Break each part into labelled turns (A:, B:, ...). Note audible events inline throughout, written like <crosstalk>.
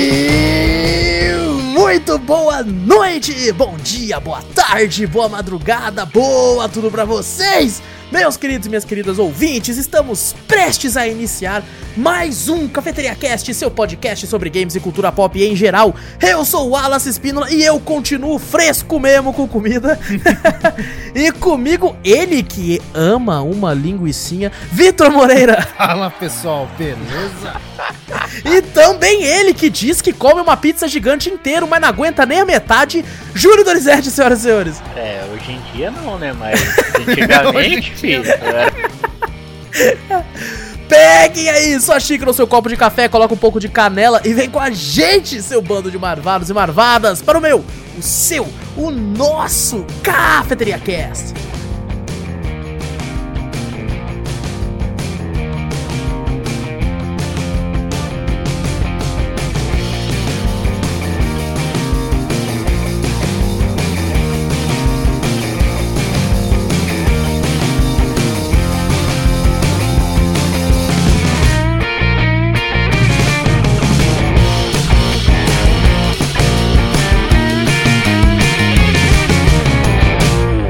A: E muito boa noite, bom dia, boa tarde, boa madrugada, boa tudo pra vocês. Meus queridos e minhas queridas ouvintes, estamos prestes a iniciar mais um Cafeteria Cast, seu podcast sobre games e cultura pop em geral. Eu sou o Wallace Espínola e eu continuo fresco mesmo com comida. <laughs> e comigo ele que ama uma linguiçinha, Vitor Moreira.
B: Fala pessoal, beleza?
A: E também ele que diz que come uma pizza gigante inteiro, mas não aguenta nem a metade. Júlio Donizete, senhoras e senhores.
C: É, hoje em dia não, né? Mas
B: <laughs>
C: antigamente, filho. é.
A: Peguem aí sua xícara ou seu copo de café, coloca um pouco de canela e vem com a gente, seu bando de marvados e marvadas, para o meu, o seu, o nosso Cafeteria Cast.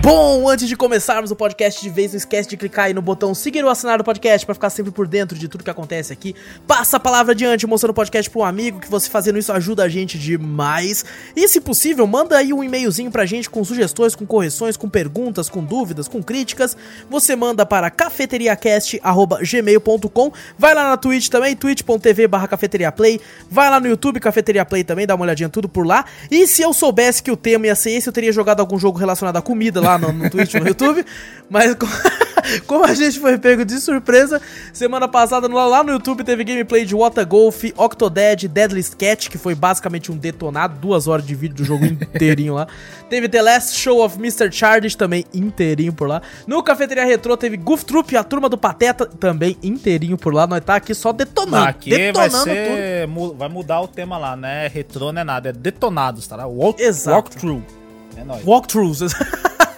A: Bom, antes de começarmos o podcast de vez, não esquece de clicar aí no botão seguir ou assinar o podcast para ficar sempre por dentro de tudo que acontece aqui. Passa a palavra adiante, mostrando o podcast para um amigo, que você fazendo isso ajuda a gente demais. E se possível, manda aí um e-mailzinho pra gente com sugestões, com correções, com perguntas, com dúvidas, com críticas. Você manda para cafeteriacast@gmail.com. Vai lá na Twitch também, twitch.tv/cafeteriaplay. Vai lá no YouTube Cafeteria Play também, dá uma olhadinha tudo por lá. E se eu soubesse que o tema ia ser esse, eu teria jogado algum jogo relacionado à comida lá no, no Twitch, no
B: <laughs>
A: YouTube. Mas co- <laughs> como a gente foi pego de surpresa, semana passada lá, lá no YouTube teve gameplay de Wata Golf, Octodad, Deadly Sketch, que foi basicamente um detonado, duas horas de vídeo do jogo inteirinho
B: <laughs>
A: lá. Teve The Last Show of Mr. Charles também inteirinho por lá. No Cafeteria Retrô teve Goof Troop, a turma do Pateta também inteirinho por lá. Nós tá aqui só detonando,
B: Aqui vai
A: detonando
B: ser. mu- Vai mudar o tema lá, né? Retrô não é nada, é detonados, tá? Walk,
A: Exato.
B: Walkthrough. É nóis.
A: Walkthroughs. <laughs>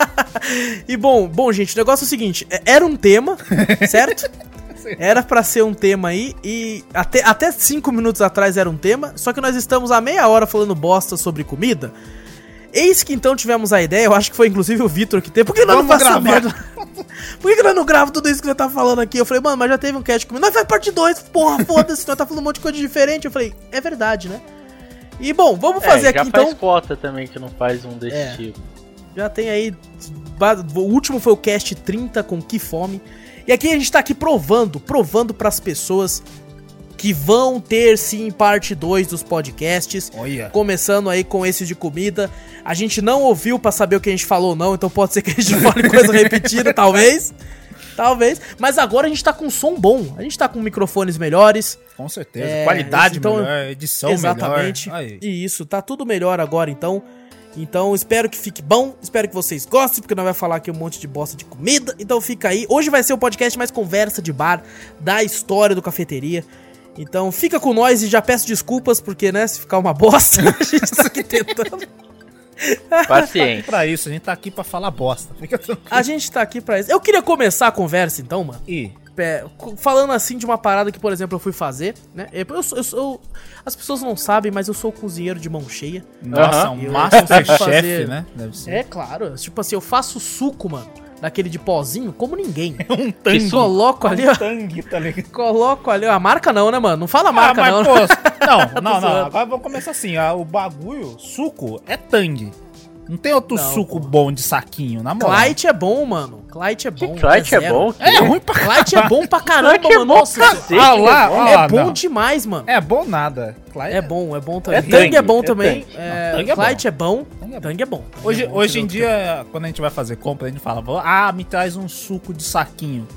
A: e bom, bom, gente, o negócio é o seguinte: é- era um
C: <laughs>
A: tema, certo? Era pra ser um tema aí, e até, até cinco minutos atrás era um tema, só que nós estamos há meia hora falando bosta sobre comida. Eis que então tivemos a ideia, eu acho que foi inclusive o Vitor que teve. Por que nós não
B: Vamos
A: fazemos
B: gravar.
A: merda? <laughs> Por que, que nós não gravamos tudo isso que você tá falando aqui? Eu falei, mano, mas já teve um cast comigo. Nós faz parte 2, porra, foda-se, nós tá falando um monte de coisa diferente. Eu falei, é verdade, né? E bom, vamos fazer
C: É, já
A: aqui
C: faz
A: então.
C: cota também que não faz um desse
A: É.
C: tipo.
A: Já tem aí. ba- O último foi o cast 30 com Que Fome. E aqui a gente tá aqui provando, provando pras pessoas que vão ter sim parte 2 dos podcasts.
B: Olha.
A: Começando aí com esse de comida. A gente não ouviu pra saber o que a gente falou, não, então pode ser que a gente fale coisa repetida, talvez. Talvez. Mas agora a gente tá com som bom. A gente tá com microfones melhores.
B: Com certeza.
A: É,
B: Qualidade
A: então-
B: melhor, edição
A: Exatamente.
B: melhor. Aí.
A: E isso, tá tudo melhor agora então. Então espero que fique bom, espero que vocês gostem, porque nós vai falar aqui um monte de bosta de comida. Então fica aí. Hoje vai ser o podcast mais conversa de bar da história do cafeteria. Então fica com nós e já peço desculpas, porque, né, se ficar uma bosta, <laughs> a gente tá aqui tentando. <laughs>
C: Paciente.
B: Pra isso, a gente tá aqui pra falar bosta. Fica tranquilo.
A: A gente tá aqui pra isso. Eu queria começar a conversa então, mano.
B: E
A: É, co- falando assim de uma parada que, por exemplo, eu fui fazer, né? Eu sou- eu sou- as pessoas não sabem, mas eu sou cozinheiro de mão cheia.
B: Nossa,
C: Aham.
B: um master
A: Eu-
B: chefe,
A: fazer-
B: né? Deve ser.
A: É claro, tipo assim, eu faço suco, mano, daquele de pozinho, como ninguém.
B: <laughs> um
C: Que
B: tangue.
C: suco.
A: Coloco ali, ó, <laughs>
B: tangue, tá ligado?
A: coloco ali, ó, a marca não, né, mano? Não fala a marca
B: Ah,
A: não.
B: mas,
A: né?
B: pô,
A: <laughs>
B: não, não, não.
A: zoando.
B: Agora vamos começar assim. ah, o bagulho, suco, é tangue. Não tem outro
A: Não,
B: suco bom de saquinho, na moral.
A: Clyde é bom, mano. Clyde é bom.
C: Clyde é
A: zero.
C: bom?
B: É ruim pra
A: Clyde é bom pra caramba,
C: Clyde é
A: mano.
C: bom,
A: Nossa,
C: cara.
A: isso-
C: Clyde
B: Ah lá,
C: é
B: ah
A: é
B: lá,
A: bom
B: não.
A: demais, mano.
B: É bom nada. Clyde
A: É bom, é bom também.
C: É
A: Tang é
C: tangue,
A: bom
C: é
A: também.
C: tangue.
A: É,
B: Não, tangue é bom.
A: Clyde é bom.
B: Tangue é bom.
A: Tang é bom.
B: Hoje,
A: É bom,
B: hoje em
A: entendeu?
B: dia, quando a gente vai fazer compra, a gente fala, ah, me traz um suco de saquinho.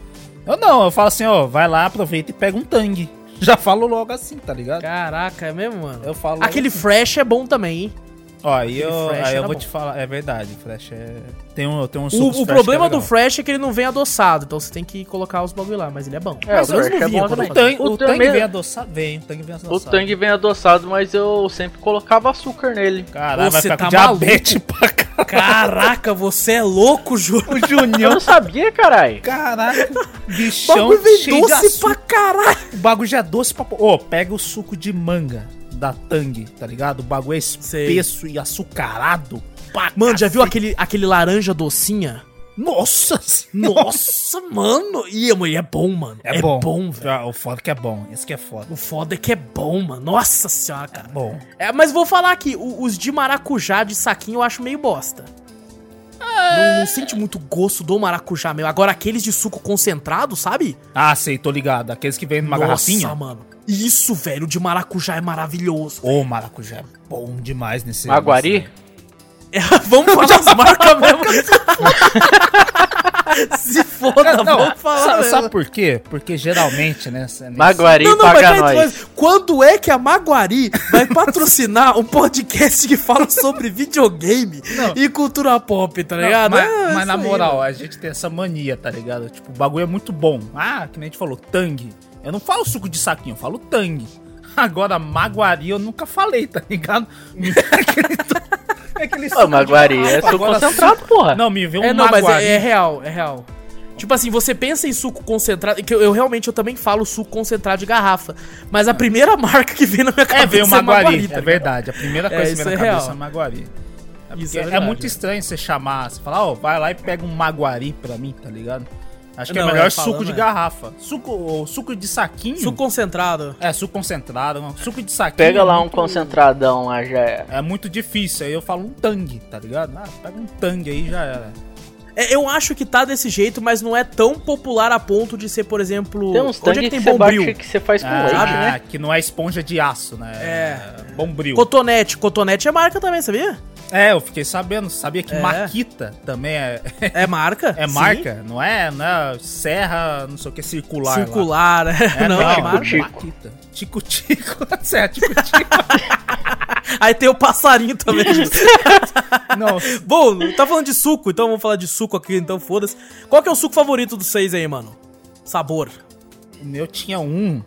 B: Eu não, eu falo assim, ó, vai lá, aproveita e pega um tangue. Já falo logo assim, tá ligado?
A: Caraca, é mesmo, mano?
B: Eu falo.
A: Aquele
B: logo
A: fresh é bom também, hein?
B: assim. Ó,
A: Aquele
B: aí eu,
A: Fresh
B: aí eu
A: era
B: vou
A: bom.
B: te falar, é verdade, Fresh é... Tem um, tem um
A: O, o problema do Fresh é que ele não vem adoçado, então você tem que colocar os bagulho lá, mas ele é bom.
C: É,
A: mas
C: o
A: eu
C: Fresh é
A: não
C: bom
A: via quando eu
B: O
C: também.
A: fazia.
B: tangue, o
C: O
B: tangue
C: também-
B: vem adoçado, vem, o tangue vem adoçado.
C: O tangue vem adoçado, mas eu sempre colocava açúcar nele.
B: Caralho, vai
A: Você
B: ficar com
A: tá maluco?
B: diabetes pra caralho.
A: Caraca, você é louco, Júlio.
B: O
C: Eu
B: Junião,
C: não sabia, caralho.
B: caralho,
A: O
B: bichão
A: bagulho vem
B: cheio de
A: doce pra
B: açúcar.
A: caralho.
B: O bagulho já é doce pra... po- Ô, pega o suco de manga da tangue, tá ligado? O bagulho é espesso e açucarado. pra
A: Mano, já viu
B: cacete.
A: aquele, aquele laranja docinha?
B: Nossa senhora.
A: Nossa, mano. Ih, mano, e é bom, mano.
B: É, bom.
A: velho.
B: Ah, o foda que é bom. Esse que é foda.
A: O foda é que é bom, mano. Nossa senhora, cara.
B: Bom.
A: É, mas vou falar aqui, o- os de maracujá de saquinho eu acho meio bosta. Não, não sente muito gosto do maracujá meu. Agora aqueles de suco concentrado, sabe?
B: Ah, sei, tô ligado. Aqueles que vêm numa garrafinha.
A: mano. Isso, velho, o de maracujá é maravilhoso.
B: Ô, maracujá é bom demais nesse...
C: Maguari?
A: É, vamos falar as marcas mesmo.
B: <laughs>
A: Se foda,
B: Não,
A: vamos falar
B: sabe,
A: mesmo.
B: sabe por quê? Porque geralmente, né? nesse-
C: Maguari
A: Não, não, mas
C: paga
A: tá entre
C: nós.
A: nós. Quando é que a Maguari vai patrocinar um podcast que fala sobre videogame
B: Não.
A: e cultura pop, tá
B: Não,
A: ligado?
B: mas,
A: É,
B: mas
A: isso
B: na
A: aí,
B: moral, a gente tem essa mania, tá ligado? Tipo, o bagulho é muito bom. Ah, que nem a gente falou, tangue. Eu não falo suco de saquinho, eu falo tangue. <laughs> Agora, maguari eu nunca falei, tá ligado? <laughs> aquele, <laughs> aquele
C: Ô, Maguari,
B: de
C: é
B: garrafa,
C: suco
B: agora
C: concentrado, porra.
B: Não, me vê um
A: É, não, mas
B: maguari.
A: é, é real, é real. Tipo assim, você pensa em suco concentrado, que eu, eu realmente eu também falo suco concentrado de garrafa, mas a primeira marca que vem na minha
B: É,
A: cabeça
B: veio o Maguari,
A: tá
B: é
A: ligado?
B: verdade. A primeira coisa que
A: isso
B: vem na
A: é
B: cabeça
A: real.
B: é Maguari. É,
A: Isso
B: porque
A: é
B: é,
A: verdade,
B: muito
A: é.
B: estranho você chamar, você falar, ó, vai lá e pega um Maguari pra mim, tá ligado? Acho que
A: Não,
B: é melhor
A: é,
B: suco
A: falando,
B: de
A: é.
B: garrafa. Suco, ou suco de saquinho.
A: Suco concentrado.
B: É, suco concentrado, não. suco de saquinho.
C: Pega
B: é
C: lá um
B: muito-
C: concentradão lá, já é.
B: É muito difícil, aí eu falo um tangue, tá ligado? Ah, pega um tangue aí já era.
A: É, eu acho que tá desse jeito, mas não é tão popular a ponto de ser, por exemplo,
C: Tem
A: onde
C: uns
A: é
C: tanques
A: que
C: que
A: tem
C: você bate
A: bombril?
C: que você faz com
B: Ah,
C: leite,
A: sabe,
C: né?
B: que não é esponja de aço, né?
A: É.
B: Bombril.
A: Cotonete, cotonete é marca também, sabia?
B: É, eu fiquei sabendo, sabia que
A: É.
B: Maquita também é,
A: É marca?
B: é
A: sim.
B: marca, não é, não é serra, não sei o que, circular. lá.
A: Circular, é,
B: É,
A: não, é marca.
C: Tico-tico.
B: Maquita. Tico-tico. <laughs> Serra,
A: <laughs>
B: tico-tico.
A: Aí tem o passarinho
B: <laughs>
A: também. Tipo,
B: não,
A: Bom, tá falando de suco, então vamos falar de suco aqui, então foda-se. Qual que é o suco favorito dos seis aí, mano? Sabor.
B: o meu tinha um.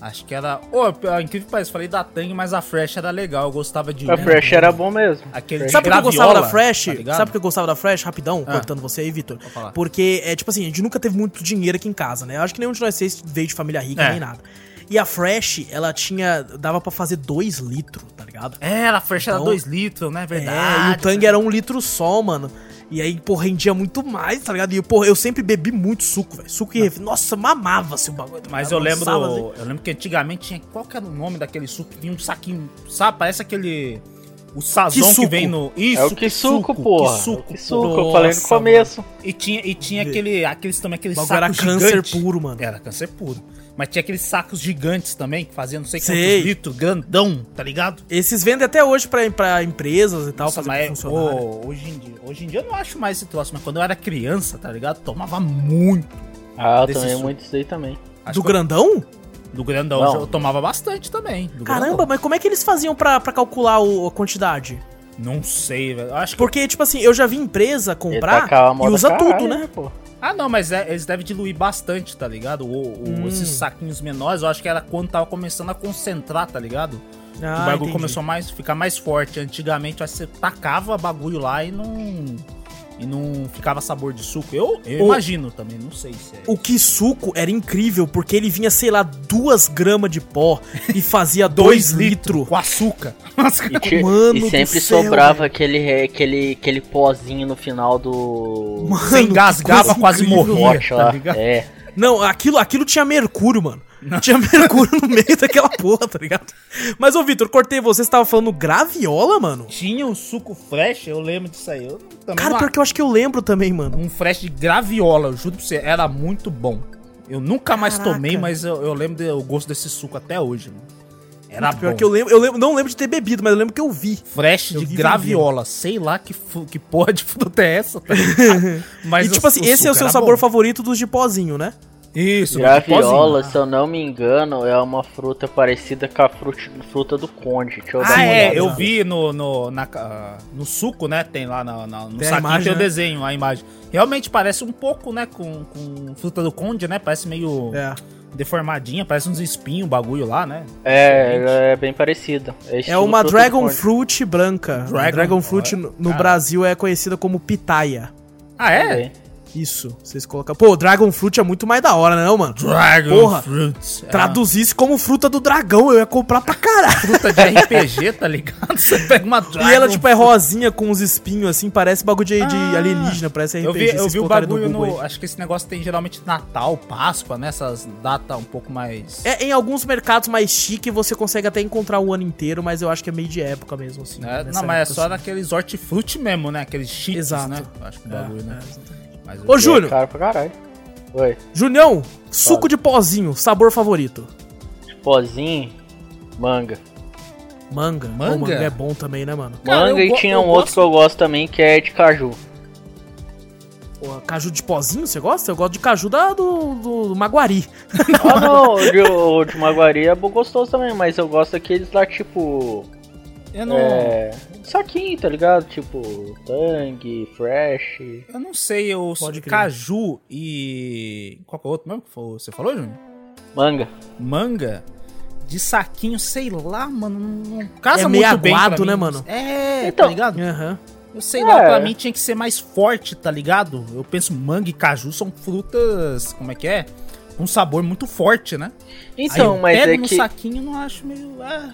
B: Acho que era. Ô, oh, incrível que pareça, falei da Tang, mas a Fresh era legal, eu gostava de
C: A
A: né?
B: um.
C: Fresh era bom mesmo.
B: Aquele
A: Sabe
B: de
A: por que eu
B: graviola,
A: gostava da Fresh?
B: tá ligado?
A: Sabe por que eu gostava da Fresh? Rapidão,
B: Ah.
A: cortando você aí, Vitor.
B: falar.
A: Porque, é tipo assim, a gente nunca teve muito dinheiro aqui em casa, né? Eu acho que nenhum de nós seis veio de família rica
B: É.
A: nem nada. E a Fresh, ela tinha. dava pra fazer dois litros, tá ligado?
B: É, Era, a Fresh era
A: Então-
B: 2 litros, né?
A: É, e
B: Verdade.
A: o Tang era um litro só, mano. E aí, pô, rendia muito mais, tá ligado? E, pô, eu sempre bebi muito suco, velho. Suco e refri. Nossa, mamava se o bagulho. tá
B: Ah. Mas
A: ligado?
B: eu lembro,
A: Lançava, assim.
B: eu lembro que antigamente tinha. Qual que era o nome daquele suco? que Vinha um saquinho, sabe? Parece aquele. O sazon que,
A: suco?
B: vem no. Isso,
C: É o que suco, porra.
B: Que
C: É o
B: suco,
C: que suco,
A: porra.
C: eu falei no
A: Nossa,
C: começo.
B: E tinha, e tinha
A: Vê.
B: aquele, aqueles também, aqueles
A: O
B: sacos
A: bagulho era câncer
B: gigantes.
A: puro, mano.
B: Era câncer puro. Mas tinha aqueles sacos gigantes também, que faziam não sei quantos
A: Sei.
B: litros, grandão, tá ligado?
A: Esses vendem até hoje pra, pra empresas e tal,
B: Nossa,
A: fazer
B: mas, é,
A: pra funcionário.
B: ô, hoje, em dia, hoje em dia eu não acho mais esse troço, mas quando eu era criança, tá ligado? Tomava muito.
C: Ah, eu
B: Desse
C: tomei
B: suco.
C: muito isso aí também.
A: Do
B: Acho que eu-
A: grandão?
B: do grandão
C: Não.
B: eu tomava bastante também. do
A: Caramba,
B: grandão.
A: mas como é que eles faziam pra, pra calcular o- a quantidade?
B: Não sei, velho. Eu Acho que
A: Porque, tipo assim, eu já vi empresa
C: Ele
A: comprar
C: tacava a
A: e
C: moda
A: usa
C: caralho,
A: tudo, né?
C: pô?
B: Ah, não, mas é- eles devem diluir bastante, tá ligado? O, o-
A: Hum.
B: Esses saquinhos menores, eu acho que era quando tava começando a concentrar, tá ligado?
A: Ah,
B: o bagulho
A: entendi.
B: começou a mais, ficar mais forte. Antigamente, eu acho que você tacava bagulho lá e não. E não ficava sabor de suco. Eu, eu
A: O-
B: imagino também, não sei se é.
A: O Kisuko era incrível, porque ele vinha, sei lá, duas gramas de pó e
B: <laughs>
A: fazia dois litros.
B: Com açúcar.
C: E, ti-
A: Mano
C: e
A: do
C: sempre
A: céu,
C: sobrava aquele, é, aquele, aquele pozinho no final do.
A: Mano,
B: Você engasgava,
A: que coisa
B: quase
A: incrível,
B: morria.
A: velho.
C: pote
B: tá
C: lá.
B: ligado?
C: é.
A: Não, aquilo, aquilo tinha mercúrio, mano. Tinha mercúrio no meio daquela <laughs> porra, tá ligado? Mas, ô, Vitor, cortei você, você tava falando graviola, mano?
B: Tinha o suco fresh, eu lembro disso aí. Eu também
A: Cara,
B: não
A: pior que eu acho que eu lembro também, mano.
B: Um fresh de graviola, eu juro pra você, era muito bom. Eu nunca mais
A: Caraca.
B: tomei, mas eu, eu lembro do gosto desse suco até hoje. Mano. Era
A: Pior
B: bom.
A: que eu lembro, eu lembro, não lembro de ter bebido, mas eu lembro que eu vi.
B: Fresh
A: eu
B: de
A: vi
B: graviola, sei lá que, fu-
A: <laughs>
B: que porra de fruta é essa, tá ligado? Mas
A: tipo assim, e tipo assim, esse é o seu sabor favorito dos de pozinho, né?
B: Isso, não, de pozinho.
C: Graviola, se eu não me engano, é uma fruta parecida com a fruta, fruta do conde. Deixa eu dar
B: Ah,
C: uma
B: é,
C: olhada.
B: eu vi no, no, na ca- no suco, né? Tem lá na- na- no
A: Tem a
B: saquinho
A: imagem,
B: tem o
A: né?
B: desenho, a imagem. Realmente parece um pouco, né, com, com fruta do conde, né? Parece meio
A: É.
B: deformadinha, parece uns espinhos, o bagulho lá, né?
C: É, ela é bem parecida.
A: É
C: estilo
A: uma
C: fruta do
A: Dragon
C: conde.
A: Fruit branca.
B: Dragon-
A: Dragon, Fruit no, no
B: Cara.
A: Brasil é conhecida como pitaia.
B: Ah, é?
C: Também.
A: Isso, vocês colocam. Pô, Dragon Fruit é muito mais da hora, né, não, mano?
B: Dragon
A: Porra,
B: Fruits. É
A: Traduzir isso como fruta do dragão, eu ia comprar pra caralho.
B: uma fruta de RPG,
A: <laughs>
B: tá ligado? Você pega uma Dragon
A: E ela, tipo, é rosinha com uns espinhos, assim, parece bagulho de, de
B: Ah,
A: alienígena, parece RPG.
B: Eu vi, eu
A: vocês
B: vi o
A: colocarem
B: bagulho
A: Google
B: no.
A: aí.
B: Acho que esse negócio tem geralmente Natal, Páscoa, né? Essas datas um pouco mais.
A: É, em alguns mercados mais chique você consegue até encontrar o ano inteiro, mas eu acho que é meio de época mesmo, assim.
B: né?
A: nessa
B: Não, mas é
A: época,
B: só
A: assim.
B: naqueles hortifruti mesmo, né? Aqueles chips,
A: Exato. É,
B: né? Eu Acho que o bagulho, né? Mas eu-
A: Ô, Júlio,
C: É caro pra caralho. Oi.
A: Junião, suco de pozinho, sabor favorito.
C: Pozinho, manga.
A: Manga. Pô,
B: Manga?
A: manga é bom também, né, mano?
B: Cara,
C: manga
B: eu
C: e
B: go-
C: tinha
B: eu
C: um outro
B: gosto-
C: que eu gosto também, que é
B: <laughs>
C: de caju.
A: Pô, caju de pozinho, você gosta? Eu gosto de caju da, do, do- do Maguari.
C: Ah, não, o de, o de Maguari é bo- gostoso também, mas eu gosto daqueles lá, tipo.
B: Eu não.
C: É. Saquinho, tá ligado? Tipo, Tang, Fresh.
B: Eu não sei, eu sou
A: Pode
B: de
A: crer.
B: caju e. Qual que é o outro mesmo que foi- você falou, Júnior?
C: Manga.
B: Manga de saquinho, sei lá, mano. Não não casa
A: É
B: muito
A: meio
B: bem.
A: aguado,
B: pra mim.
A: né, mano?
B: É,
C: Então-
B: tá ligado?
A: Aham.
B: Eu sei lá,
C: É.
B: pra mim tinha que ser mais forte, tá ligado? Eu penso manga e caju são frutas, como é que é? Um sabor muito forte, né?
C: Então,
B: Aí eu
C: mas
B: pego
C: é
B: no
C: que.
B: saquinho e não acho meio. Ah,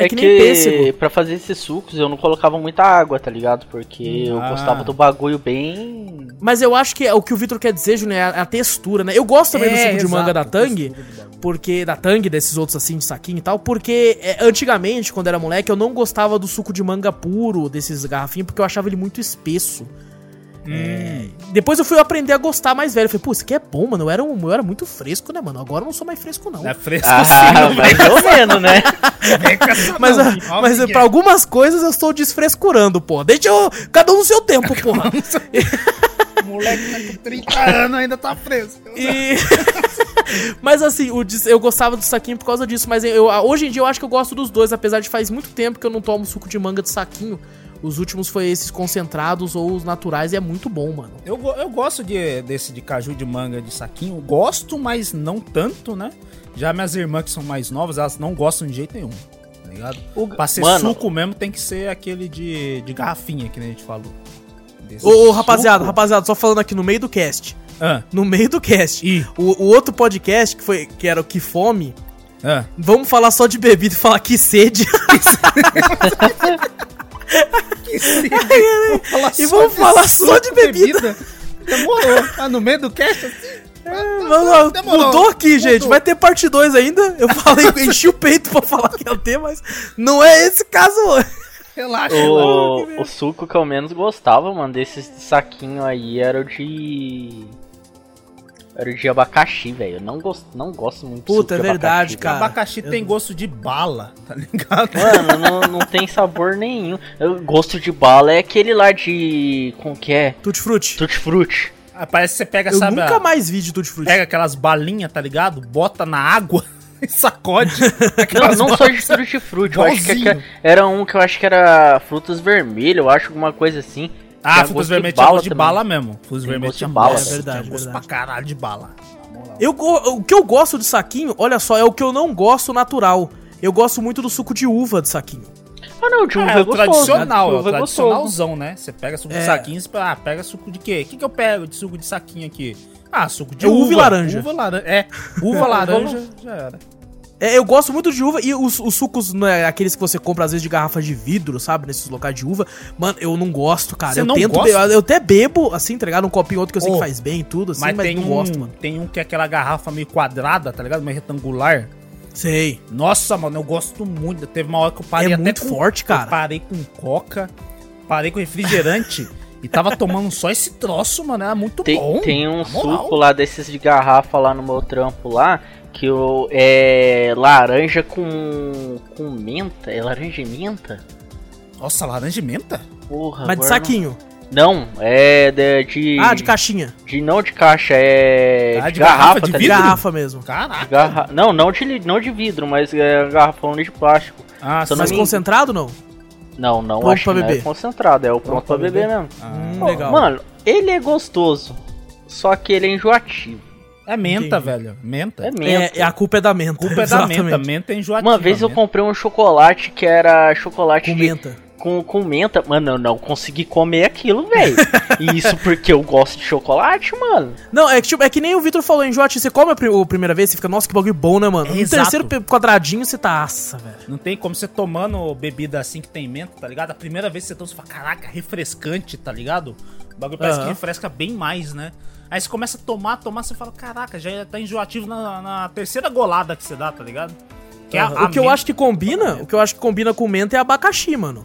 A: É,
C: É,
A: que
C: que,
A: nem pêssego.
C: pra fazer esses sucos eu não colocava muita água, tá ligado? Porque eu
B: Ah.
C: gostava do bagulho bem.
A: Mas eu acho que é o que o Vitor quer dizer, Júnior, é a, a textura, né? Eu gosto também do
B: é,
A: suco de
B: exato,
A: manga da Tang,
B: textura do bagulho.
A: porque da Tang, desses outros assim, de saquinho e tal, porque é, antigamente, quando era moleque, eu não gostava do suco de manga puro, desses garrafinhos, porque eu achava ele muito espesso.
B: Hum.
A: Depois eu fui aprender a gostar mais velho. Eu falei, pô, isso aqui é bom, mano. Eu era, um, eu era muito fresco, né, mano? Agora eu não sou mais fresco, não.
B: É fresco sim,
C: <laughs>
B: <laughs>
C: Ah, mais ou menos, né?
B: não vem com essa
A: Mas,
B: não,
A: ah,
B: filho. Ó,
A: mas
B: Miguel.
A: pra algumas coisas eu estou desfrescurando, pô. Deixa eu. Cada um no seu tempo, porra.
B: moleque tá com 30 anos ainda tá fresco.
A: E. <laughs> mas assim, o dis- eu gostava do saquinho por causa disso. Mas eu, ah, hoje em dia eu acho que eu gosto dos dois, apesar de faz muito tempo que eu não tomo suco de manga de saquinho. Os últimos foi esses concentrados ou os naturais, e é muito bom, mano.
B: Eu, go- eu gosto de, desse de caju de manga de saquinho. Gosto, mas não tanto, né? Já minhas irmãs que são mais novas, elas não gostam de jeito nenhum. Tá ligado? Pra ser
C: Mano.
B: suco mesmo, tem que ser aquele de, de garrafinha, que nem a gente falou. Desse
A: Ô, ô, rapaziada,
B: suco.
A: rapaziada, só falando aqui no meio do cast.
B: Ah,
A: No meio do cast.
B: e.
A: O, o outro podcast que foi que era o Que Fome,
B: Ah.
A: vamos falar só de bebida e falar que sede.
B: <laughs> Vamos falar
A: E vamos
B: de
A: falar só de
B: suco,
A: bebida.
B: Demorou. Ah, no meio do cast? assim?
A: Mano,
B: Demorou.
A: mudou aqui, gente.
B: Mudou.
A: Vai ter parte 2 ainda. Eu falei, <laughs> enchi o peito pra falar que ia ter, mas não é esse caso. hoje. <laughs>
B: Relaxa.
A: lá, que
C: O,
A: merda.
C: o suco que eu menos gostava, mano, desses saquinho aí era o de. Era o de abacaxi, velho. Eu não, gosto não gosto muito de
A: Puta,
C: suco
A: é
C: de
A: verdade,
C: abacaxi,
A: cara.
B: Abacaxi
A: eu-
B: tem gosto de bala, tá ligado?
C: velho. Mano, não, não tem sabor nenhum. Eu gosto de bala é aquele lá de. Como que é?
A: Tutti Frutti.
C: Tutti frutti.
B: Ah, Parece que você pega,
A: Eu
B: sabe? a-
A: nunca mais vi de Tutti Frutti.
B: pega aquelas balinhas, tá ligado? Bota na água <laughs> e
A: <laughs>
B: sacode.
C: Não,
B: Aquelas
C: não
B: balas.
C: só de tutti frutti. Eu acho que
B: Igualzinho.
C: aqua- era um que eu acho que era frutas vermelhas, eu acho alguma coisa assim.
B: Ah,
C: Tinha
B: frutas
C: gosto de
B: vermelhas tinha
C: bala
B: gosto de
C: também.
B: bala mesmo. Frutas vermelhas
C: gosto de
B: tinha
C: bala,
B: nossa,
A: é verdade,
B: tinha gosto
A: verdade.
B: pra caralho de bala.
A: Eu, go- o que eu gosto de saquinho, olha só, é o que eu não gosto natural. Eu gosto muito do suco de uva de saquinho.
C: Ah, não, de
A: um
C: uva
B: Ah,
C: é,
B: é o
C: gostoso.
B: tradicional, é o
C: Uva gostoso.
B: tradicionalzão, né? Você pega suco de
A: É.
B: saquinho, você fala, ah, pega suco de quê? O que, que eu pego de suco de saquinho aqui? Ah, suco de
A: É uva e laranja.
B: Uva laranja. É,
A: <laughs>
B: uva laranja já era.
A: É, eu gosto muito de uva e os, os sucos, né, aqueles que você compra às vezes de garrafa de vidro, sabe? Nesses locais de uva. Mano, eu não gosto, cara.
B: Você
A: eu
B: não
A: tento.
B: gosta?
A: be- Eu até bebo, assim, entregar num copinho outro que eu sei
B: Ô,
A: que faz bem e tudo, assim,
B: mas
A: mas,
B: tem,
A: não
B: um,
A: gosto, mano.
B: tem um que é aquela garrafa meio quadrada, tá ligado? Meio retangular.
A: Sei.
B: Nossa, mano, eu gosto muito. Teve uma hora que eu parei
A: É
B: até
A: muito
B: com
A: forte,
B: Eu
A: cara.
B: parei com coca, parei com
A: <laughs>
B: refrigerante e tava tomando só esse troço, mano. Era muito
C: Tem,
B: bom.
C: tem um
B: na moral.
C: suco lá desses de garrafa lá no meu trampo lá, que eu, é laranja com, com menta. É laranja e menta?
B: Nossa, laranja e menta?
C: Porra,
A: Mas de
C: agora não-
A: saquinho.
C: Não, é de. de-
A: Ah, de caixinha.
C: de- não de caixa, é.
B: Ah,
C: de,
B: de
C: garrafa,
B: garrafa, de
C: tá
A: De
B: vidro?
C: ligado?
A: garrafa mesmo.
B: Caraca.
C: Garra- Não, não de, li- não de vidro, mas é garrafão de plástico.
B: Ah,
C: Só não
A: Mas
C: me-
A: concentrado não?
C: Não, não,
A: Pronto
C: acho
A: pra
C: que não é
A: beber.
C: concentrado, é o pronto, pra beber, mesmo.
A: Hum,
C: Pô,
A: legal.
C: Mano, ele é gostoso, só que ele é enjoativo.
B: É menta,
A: Entendi.
B: velho. Menta.
C: É mesmo.
A: É, é, a culpa é da menta. <laughs>
B: culpa é da menta. Menta é enjoativa.
C: Uma vez eu
B: menta.
C: comprei um chocolate que era chocolate
A: Com
C: de-
A: menta.
C: com, com menta. Mano, eu não consegui comer aquilo,
A: <laughs>
C: velho. E isso porque eu gosto de chocolate, mano.
A: Não, é que, tipo, é que nem o Vitor falou, enjoate, você come a, pri- a primeira vez, você fica, nossa, que bagulho bom, né, mano?
B: É,
A: no
B: exato.
A: terceiro pe- quadradinho, você tá, aça, velho.
B: Não tem como você tomando bebida assim que tem menta, tá ligado? A primeira vez que você toma, você fala, caraca, refrescante, tá ligado? O bagulho parece
A: Aham.
B: que refresca bem mais, né? Aí você começa a tomar, tomar, você fala, caraca, já tá enjoativo na, na terceira golada que você dá, tá ligado? é
A: Aham. o que eu
B: menta.
A: acho que combina, o que eu acho que combina com menta é abacaxi, mano.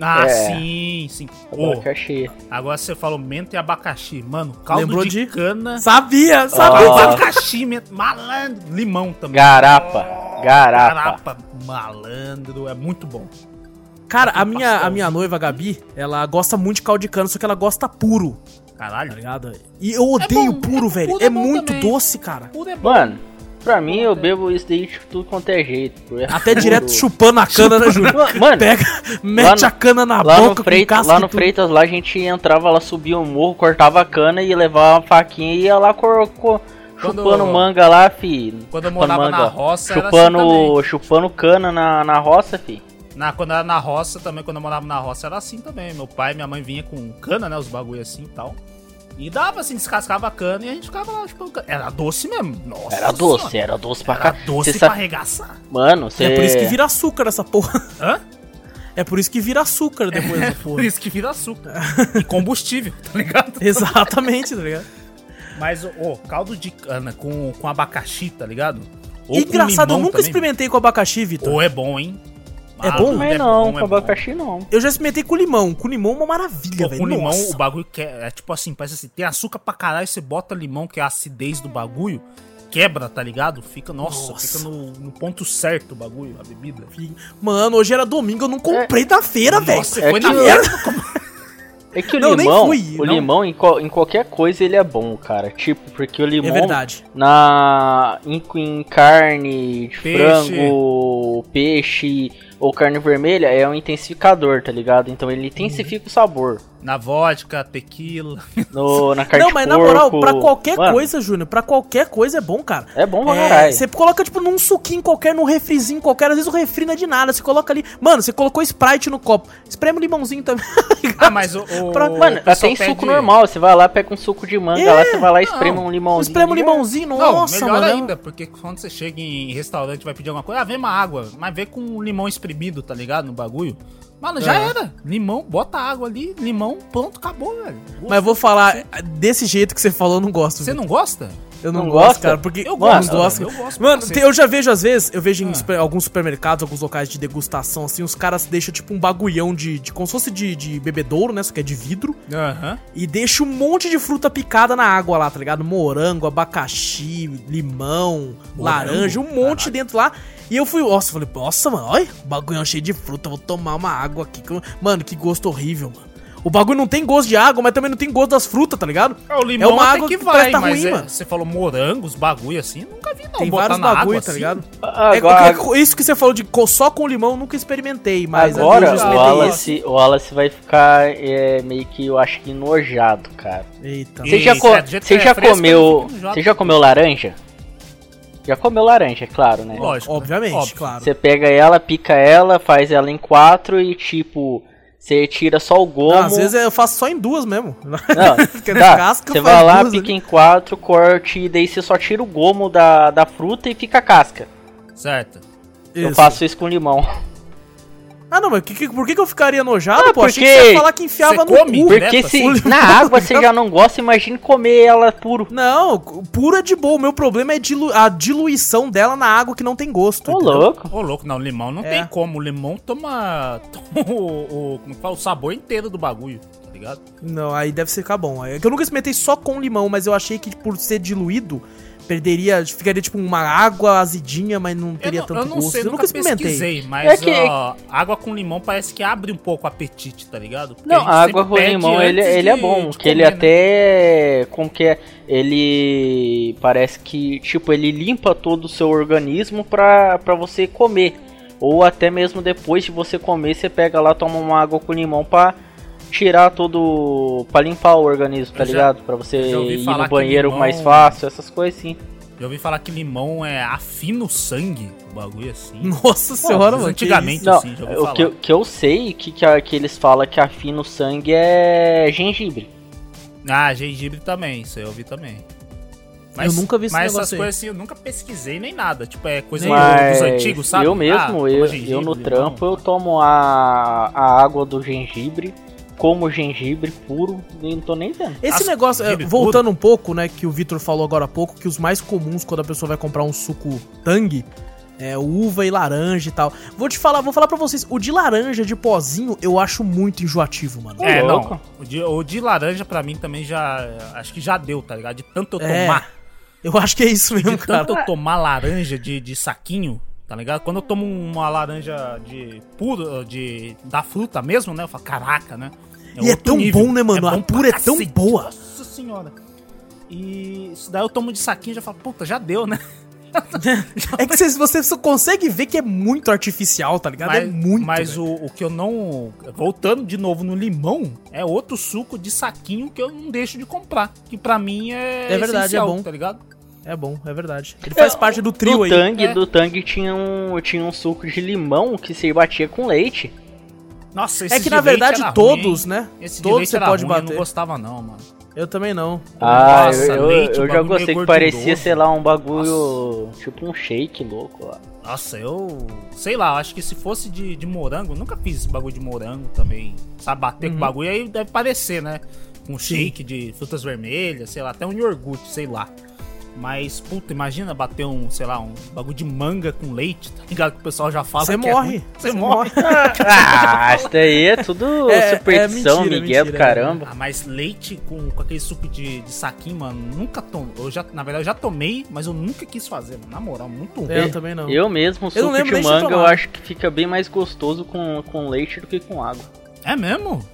B: Ah,
C: É.
B: sim, sim. Ô,
C: Agora que eu achei.
B: agora você falou menta e abacaxi. Mano, caldo
A: Lembrou
B: de,
A: de-
B: cana,
A: Sabia, sabia.
C: Ó.
B: abacaxi, menta, malandro, limão também.
C: Garapa, garapa.
B: Garapa, malandro, é muito bom.
A: Cara, a minha, a
B: pastel.
A: minha noiva, a Gabi, ela gosta muito de caldo de cana, só que ela gosta puro, tá
B: Caralho, né?
A: ligado? E eu odeio
B: bom,
A: puro,
B: é-
A: velho.
B: puro
A: É,
B: é bom
A: muito
B: também.
A: doce, cara.
B: puro é bom.
C: Mano, pra mim eu bebo isso daí de tudo quanto é jeito. porque é
A: Até
C: puro.
A: direto chupando a cana, né, Júlio?
C: Mano,
A: Pega, mete
C: no-
A: a cana na
C: lá no,
A: boca
C: Freitas,
A: casca
C: lá
A: e
C: no
A: tudo.
C: Freitas, lá a gente entrava, lá subia o morro, cortava a cana e levava uma faquinha e ia lá cor, cor-
B: Quando-
C: chupando manga lá, fi.
B: Quando eu
C: Chupando
B: morava na roça, era assim
C: chupando, chupando cana na, na roça, fi.
B: Na, quando era na roça também, quando eu morava na roça, era assim também. Meu pai e minha mãe vinha com cana, né? Os bagulho assim e tal. E dava assim, descascava a cana e a gente ficava lá, tipo, era doce mesmo. Nossa.
C: Era doce,
B: senhora.
C: era doce pra
B: Era
C: caralho.
B: doce
C: Cê
B: pra
C: sabe-
B: arregaçar.
C: Mano, você
A: É por isso que vira açúcar essa porra.
B: Hã?
A: É por isso que vira açúcar depois dessa
B: Por
C: <laughs>
A: porra.
B: isso que vira açúcar. e combustível, <laughs> tá ligado?
A: Exatamente, tá ligado?
B: Mas, ô, caldo de cana com, com abacaxi, tá ligado? Ou com
A: Engraçado, eu
B: limão
A: nunca
B: também.
A: experimentei com abacaxi, Vitor.
B: Ou é bom, hein?
A: É bom?
B: Malandro,
C: Mas não,
B: né? bom,
C: com
B: bom.
C: abacaxi não.
A: Eu já experimentei com limão. Com limão é uma maravilha,
B: Pô,
A: velho.
B: com limão,
A: Nossa.
B: o bagulho que é, é tipo assim, parece assim, tem açúcar pra caralho, você bota limão, que é a acidez do bagulho, quebra, tá ligado? Fica, nossa,
A: Nossa.
B: fica no, no ponto certo o bagulho, a bebida.
A: Mano, hoje era domingo, eu não comprei da feira, velho.
B: Nossa,
C: É
B: foi
C: que
B: na
C: eu-
B: merda.
C: É que o
A: Não, nem
C: limão,
A: fui,
C: o
A: não.
C: limão em, qual- em qualquer coisa ele é bom, cara. Tipo, porque o
A: É
C: limão
A: verdade.
C: na em, em carne, de
B: Peixe.
C: frango, peixe ou carne vermelha é um intensificador, tá ligado? Então ele intensifica o sabor.
B: Na vodka, tequila.
C: No, na carne
A: Não,
C: de
A: mas na
C: porco.
A: moral, pra qualquer
C: Mano,
A: coisa, Júnior, pra qualquer coisa é bom, cara.
C: É bom pra
A: É,
C: caralho.
A: você coloca, tipo, num suquinho qualquer, num refrizinho qualquer, às vezes o refri não é de nada, você coloca ali. Mano, você colocou Sprite no copo, espreme um limãozinho também.
B: Ah, mas o. o
A: Pra-
B: o
C: Mano,
B: pessoal
C: até em
B: pede-
C: suco normal, você vai lá, pega um suco de manga
A: É,
C: lá, você vai lá e espreme
B: não.
C: um limãozinho.
A: <laughs> Espreme um
C: ali,
A: limãozinho,
B: Não,
A: nossa,
B: melhor
A: mano.
B: ainda, porque quando você chega em restaurante e vai pedir alguma coisa, ah, vem uma água, mas vem com um limão espremido, tá ligado? No bagulho. Mano, já
A: É.
B: era. Limão, bota água ali, limão, pronto, acabou, velho.
A: Mas eu vou falar, desse jeito que você falou, eu não gosto.
B: Você
A: Vitor.
B: não gosta?
A: Eu não,
C: não
A: gosto,
C: gosta?
A: cara, porque
B: Eu
A: mano,
B: gosto,
A: não gosto.
B: eu gosto pra
A: Mano,
B: cacete.
A: tem- eu já vejo às vezes, eu vejo em
B: Ah.
A: super- alguns supermercados, alguns locais de degustação, assim, os caras deixam tipo um bagulhão de, de como se fosse de, de bebedouro, né, só que é de vidro,
B: Aham.
A: e deixa um monte de fruta picada na água lá, tá ligado? Morango, abacaxi, limão, laranja, um monte
B: Caralho.
A: dentro lá. E eu fui, nossa, eu falei, nossa, mano, olha, bagulhão cheio de fruta, vou tomar uma água aqui. que eu- Mano, que gosto horrível, mano. O bagulho não tem gosto de água, mas também não tem gosto das frutas, tá ligado?
B: É, o limão
A: É uma
B: até
A: água
B: que
A: que
B: vai,
A: parece tá
B: mas
A: ruim,
B: é-
A: mano.
B: você falou morangos, bagulho assim, nunca vi não.
A: Tem
B: botar
A: vários
B: na água
A: bagulho, tá
B: assim.
A: ligado?
C: Ah,
A: É,
C: Agora,
A: é, isso que você falou de co- só com limão, eu nunca experimentei, mas é um eu
C: agora
A: já
C: o
A: experimentei
C: Wallace, o Wallace vai ficar é, meio que, eu acho que enojado, cara.
A: esse. Eita.
C: Você já,
B: Isso,
C: co-
B: é, do jeito
C: você
B: que é
C: já
B: fresco,
C: comeu.
B: não fica enjoado.
C: Você já comeu laranja? Já comeu laranja, é claro, né?
B: Lógico. né?
A: Obviamente,
B: Óbvio.
A: claro.
C: Você é pega ela, pica ela, faz ela em quatro e tipo, você tira só o gomo.
A: Não, às vezes eu faço só em duas mesmo. <laughs>
B: é <laughs>
C: Não,
A: Fica
C: tá,
A: casca,
C: você
A: faz
C: vai lá,
A: duas
C: pica
B: né?
A: ali.
C: em quatro, corte, e daí você só tira o gomo da, da fruta e fica a casca.
B: Certo.
C: Eu
A: Isso.
C: faço isso com limão.
A: Ah, não, mas que- que- por que, que eu ficaria nojado,
C: Ah,
A: pô? Achei que
C: porque
A: você ia falar que enfiava
B: você
A: no
B: come,
A: cu.
B: né?
C: Porque
B: Direto
C: se
A: assim,
C: na água você já não gosta, imagine comer ela puro.
A: Não, puro é de boa. O meu problema é dilu- a diluição dela na água que não tem gosto.
C: Tô
A: entendeu?
C: louco.
B: Ô, louco, não, limão não
A: É.
B: tem como. O limão toma, <laughs> toma o, o- como que fala, o sabor inteiro do bagulho, tá ligado?
A: tá Não, aí deve ficar bom. É que eu nunca experimentei só com limão, mas eu achei que por ser diluído, Perderia, ficaria tipo uma água azidinha, mas não teria
B: eu, não-
A: tanto
B: eu não
A: gosto.
B: sei,
A: eu nunca experimentei.
B: pesquisei, mas
C: É que-
B: ó, água com limão parece que abre um pouco o apetite, tá ligado? Porque
C: Não,
B: gente
C: a água
B: sempre
C: com
B: pede
C: limão, ele,
B: antes
C: ele é
B: de-
C: bom,
B: de
C: que ele
B: comer, né?
C: até, como que é, ele parece que, tipo, ele limpa todo o seu organismo pra, pra você comer. Ou até mesmo depois de você comer, você pega lá, toma uma água com limão pra tirar todo, pra limpar o organismo, tá
B: Eu já-
C: ligado? Pra você
B: eu já ouvi
C: ir
B: falar
C: no
B: que
C: banheiro
B: limão-
C: mais fácil, essas coisas assim.
B: né? Eu ouvi falar que limão é afina o sangue, o bagulho assim.
A: <laughs> Nossa senhora,
B: mas
A: mano. que
B: antigamente-
A: isso.
C: Não,
B: assim, já ouvi
C: o que, eu-
B: falar.
C: que eu sei que, que, a- que eles falam que afina o sangue é gengibre.
B: Ah, gengibre também, isso aí eu ouvi também.
A: Eu nunca vi esse
B: Mas essas
A: negócio aí.
B: coisas assim, eu nunca pesquisei nem nada. Tipo, é coisa
A: Nem
B: do-
C: Mas
B: dos antigos, sabe?
C: Eu mesmo,
B: Ah, toma
C: eu,
B: gengibre,
C: eu no
A: então.
B: limão.
C: trampo, eu tomo a, a água do gengibre, como gengibre puro, e não tô nem vendo.
A: Esse
B: As-
A: negócio, é,
B: Vive tudo.
A: voltando um pouco, né, que o Vitor falou agora há pouco, que os mais comuns quando a pessoa vai comprar um suco tangue é uva e laranja e tal. Vou te falar, vou falar pra vocês, o de laranja de pozinho eu acho muito enjoativo, mano.
B: É,
C: Ô,
B: não.
C: louco.
B: O de, o de laranja pra mim também já. Acho que já deu, tá ligado? De tanto eu
A: É,
B: tomar.
A: Eu acho que é isso mesmo,
B: De
A: cara.
B: tanto eu tomar laranja de, de saquinho, tá ligado? Quando eu tomo uma laranja de puro, de, da fruta mesmo, né? Eu falo, caraca, né?
A: E é
B: outro
A: tão bom, né, mano? A
B: pra
A: pura é tão
B: cacete,
A: boa.
B: Nossa senhora. E isso daí eu tomo de saquinho e já falo, puta, já deu, né?
A: É que cês- você, só consegue ver que é muito artificial, tá ligado? é muito.
B: mas
A: velho.
B: o, o que eu não. Voltando de novo no limão, é outro suco de saquinho que eu não deixo de comprar. Que pra mim é.
A: É verdade, é
B: essencial,
A: bom.
B: Tá ligado?
A: É bom, é verdade. Ele faz
C: É,
A: parte do trio
C: do
A: aí.
C: Tang,
B: é.
C: do Tang tinha um, tinha um suco de limão que se batia com leite.
B: Nossa, esse
A: É que
B: de
A: na
B: leite
A: verdade
B: era
A: todos,
B: ruim,
A: né?
B: hein? Esse de
A: todos
B: leite
A: você
B: era
A: pode
B: ruim, Eu não
A: bater.
B: gostava, não, mano.
A: Eu também não.
C: Ah,
B: Nossa,
C: eu, eu-
B: leite,
A: um
C: eu
B: o
C: já
B: bagulho
C: gostei
B: meio
C: que parecia,
B: gorduroso.
C: sei lá, um bagulho, tipo um shake
A: <laughs>
C: louco lá.
B: Nossa, eu. Sei lá, acho que se fosse de, de morango, eu nunca fiz esse bagulho de morango também. Sabe, bater
A: Uhum.
B: com bagulho aí deve parecer, né? Com shake de frutas vermelhas, sei lá, até um iogurte, sei lá. Mas, puta, imagina bater um, sei lá, um bagulho de manga com leite, tá ligado? Que o pessoal já fala.
A: Você
B: que é
A: morre,
B: ruim. Você
A: você
B: morre.
C: Ah, isso daí é
A: <laughs>
C: tudo
A: É, é
C: superstição,
A: mentira,
C: Miguel do
A: mentira, é.
C: caramba.
B: Ah, mas leite com, com aquele suco de, de saquinho, mano, nunca tomei. Eu já, na verdade, eu já tomei, mas eu nunca quis fazer, mano. Na moral, muito ruim.
A: É, eu também não.
C: Eu mesmo,
A: Eu não
C: suco
A: lembro
C: de
A: nem se eu
C: manga, eu
A: tomava.
C: acho que fica bem mais gostoso com, com leite do que com água.
B: É mesmo?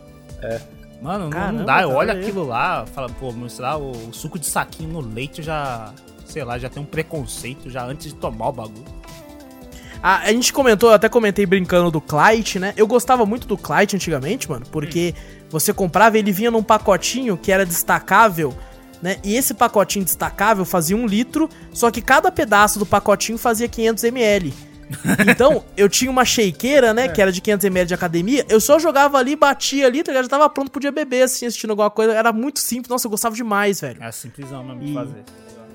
B: É. Mano, não-
A: Caramba, tá
B: não dá.
A: cara,
B: Eu olho
A: olha aí.
B: aquilo lá, fala, pô, mas será o, o suco de saquinho no leite eu já. Sei lá, já tem um preconceito já antes de tomar o bagulho.
A: A, a gente comentou, eu até comentei brincando do Clyde, né? Eu gostava muito do Clyde antigamente, mano, porque você comprava, ele vinha num pacotinho que era destacável, né? E esse pacotinho destacável fazia um litro, só que cada pedaço do pacotinho fazia 500 ml. Então, eu tinha uma shakeira, né, que era de 500 ml de academia, eu só jogava ali, batia ali, tá ligado? Já tava pronto, podia beber, assim, assistindo alguma coisa, era muito simples, nossa, eu gostava demais, velho.
B: É simplesão mesmo
C: Hum.
A: E-
B: de fazer.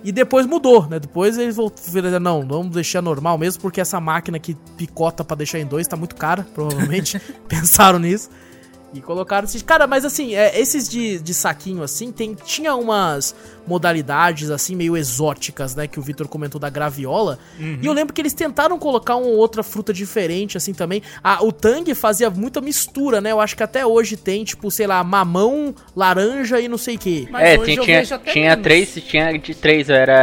A: E depois mudou, né? Depois eles voltaram, não, vamos deixar normal mesmo, porque essa máquina que picota pra deixar em dois tá muito cara, provavelmente. <laughs> Pensaram nisso. E colocaram esses. Cara, mas assim, é, esses de, de saquinho assim, tem, tinha umas modalidades assim meio exóticas, né? Que o Vitor comentou da graviola. E eu lembro que eles tentaram colocar uma ou outra fruta diferente assim também. Ah, o Tang fazia muita mistura, né? Eu acho que até hoje tem, tipo, sei lá, mamão, laranja e não sei o quê.
B: Mas
C: é,
B: hoje
C: tem-
B: eu
C: tinha,
B: vejo até
C: tinha
B: menos.
C: três, tinha de três, era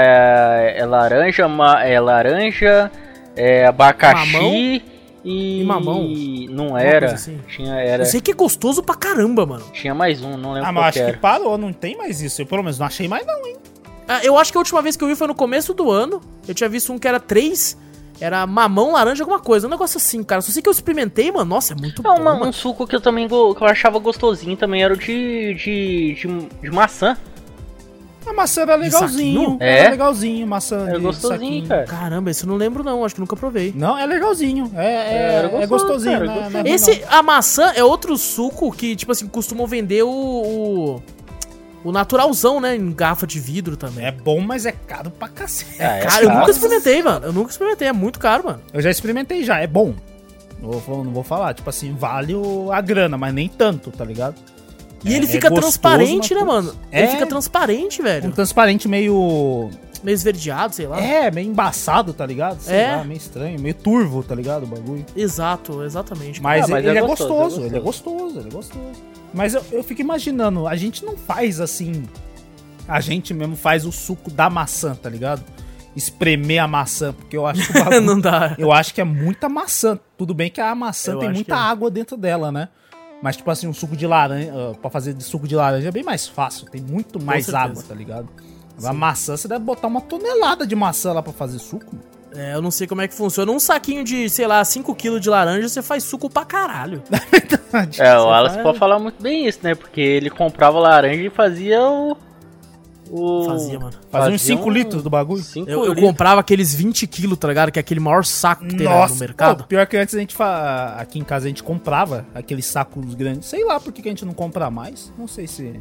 C: é, laranja, ma- é laranja, é, abacaxi
A: Mamão?
C: e...
A: E mamão?
C: Não era,
A: coisa assim.
C: tinha, era,
A: Eu sei que é gostoso pra caramba, mano.
C: tinha mais um, não lembro
B: Ah, mas
C: qual
B: acho
C: que
B: que
C: era.
B: parou, não tem mais isso. Eu pelo menos não achei mais, não, hein?
A: Ah, Eu acho que a última vez que eu vi foi no começo do ano. Eu tinha visto um que era três. Era mamão, laranja, alguma coisa. Um negócio assim, cara. Só sei que eu experimentei, mano. Nossa, é muito
C: Não,
A: bom.
C: uma- um
A: mano.
C: suco que eu também go- que eu achava gostosinho também era o de, de, de, de maçã,
B: A maçã era legalzinho.
A: saquinho?
B: Era
C: É?
B: legalzinho, maçã.
C: era
B: de
C: gostosinho,
B: saquinho.
C: cara.
A: Caramba, esse eu não lembro, não. Acho que eu nunca provei.
B: é. Não, é legalzinho. É, é,
C: Era
B: é
C: gostoso,
B: gostosinho.
C: cara,
B: né?
C: gostoso.
B: Não é ruim,
A: Esse, a maçã é outro suco que, tipo assim, costumam vender o. o, o naturalzão, né? Em garrafa de vidro
B: não.
A: também.
B: É bom, mas é caro pra cacete.
C: Ah, é
A: cara, eu
C: caro.
A: nunca experimentei, mano. Eu nunca experimentei. É muito caro, mano.
B: Eu já experimentei já, é bom. Eu vou- não vou falar, tipo assim, vale o- a grana, mas nem tanto, tá ligado?
A: E
B: É-
A: ele
B: é
A: fica
B: gostoso,
A: transparente, né,
B: mas-
A: mano?
B: É.
A: Ele fica transparente,
B: Um
A: velho.
B: transparente meio.
A: Meio esverdeado, sei lá.
B: É, meio embaçado, tá ligado? Sei
A: Ah. É.
B: lá, meio estranho, meio turvo, tá ligado? O bagulho.
A: Exato, exatamente.
B: Mas,
C: Ah, mas
B: ele
C: é
B: é
C: gostoso,
B: gostoso,
C: é
B: ele é gostoso, ele é gostoso. Mas eu, eu fico imaginando, a gente não faz assim. A gente mesmo faz o suco da maçã, tá ligado? Espremer a maçã, porque eu
A: <laughs>
B: acho <laughs> que o bagulho-
A: Não dá.
B: eu acho que é muita maçã. Tudo bem que a maçã
A: Eu
B: tem
A: acho
B: muita
A: que é.
B: água dentro dela, né? Mas, tipo assim, um suco de laranja, ah, pra fazer de suco de laranja é bem mais fácil. Tem muito mais
A: certeza.
B: água, tá ligado? A maçã, você deve botar uma tonelada de maçã lá pra fazer suco. mano.
A: É, eu não sei como é que funciona. Um saquinho de, sei lá, 5kg de laranja, você faz suco pra caralho.
B: <laughs>
C: É, o Alas
A: fala-
C: pode falar muito bem isso, né? Porque ele comprava laranja e fazia o. o-
A: Fazia, mano.
B: Fazer uns
C: Fazia
B: 5
C: um-
B: litros do bagulho.
C: Cinco
A: Eu, eu
C: litros.
A: comprava aqueles 20kg, tá ligado? Que é aquele maior saco que tem lá no mercado.
B: pô, pior que antes a gente fa... aqui em casa a gente comprava aqueles sacos grandes. Sei lá por que que a gente não compra mais. Não sei se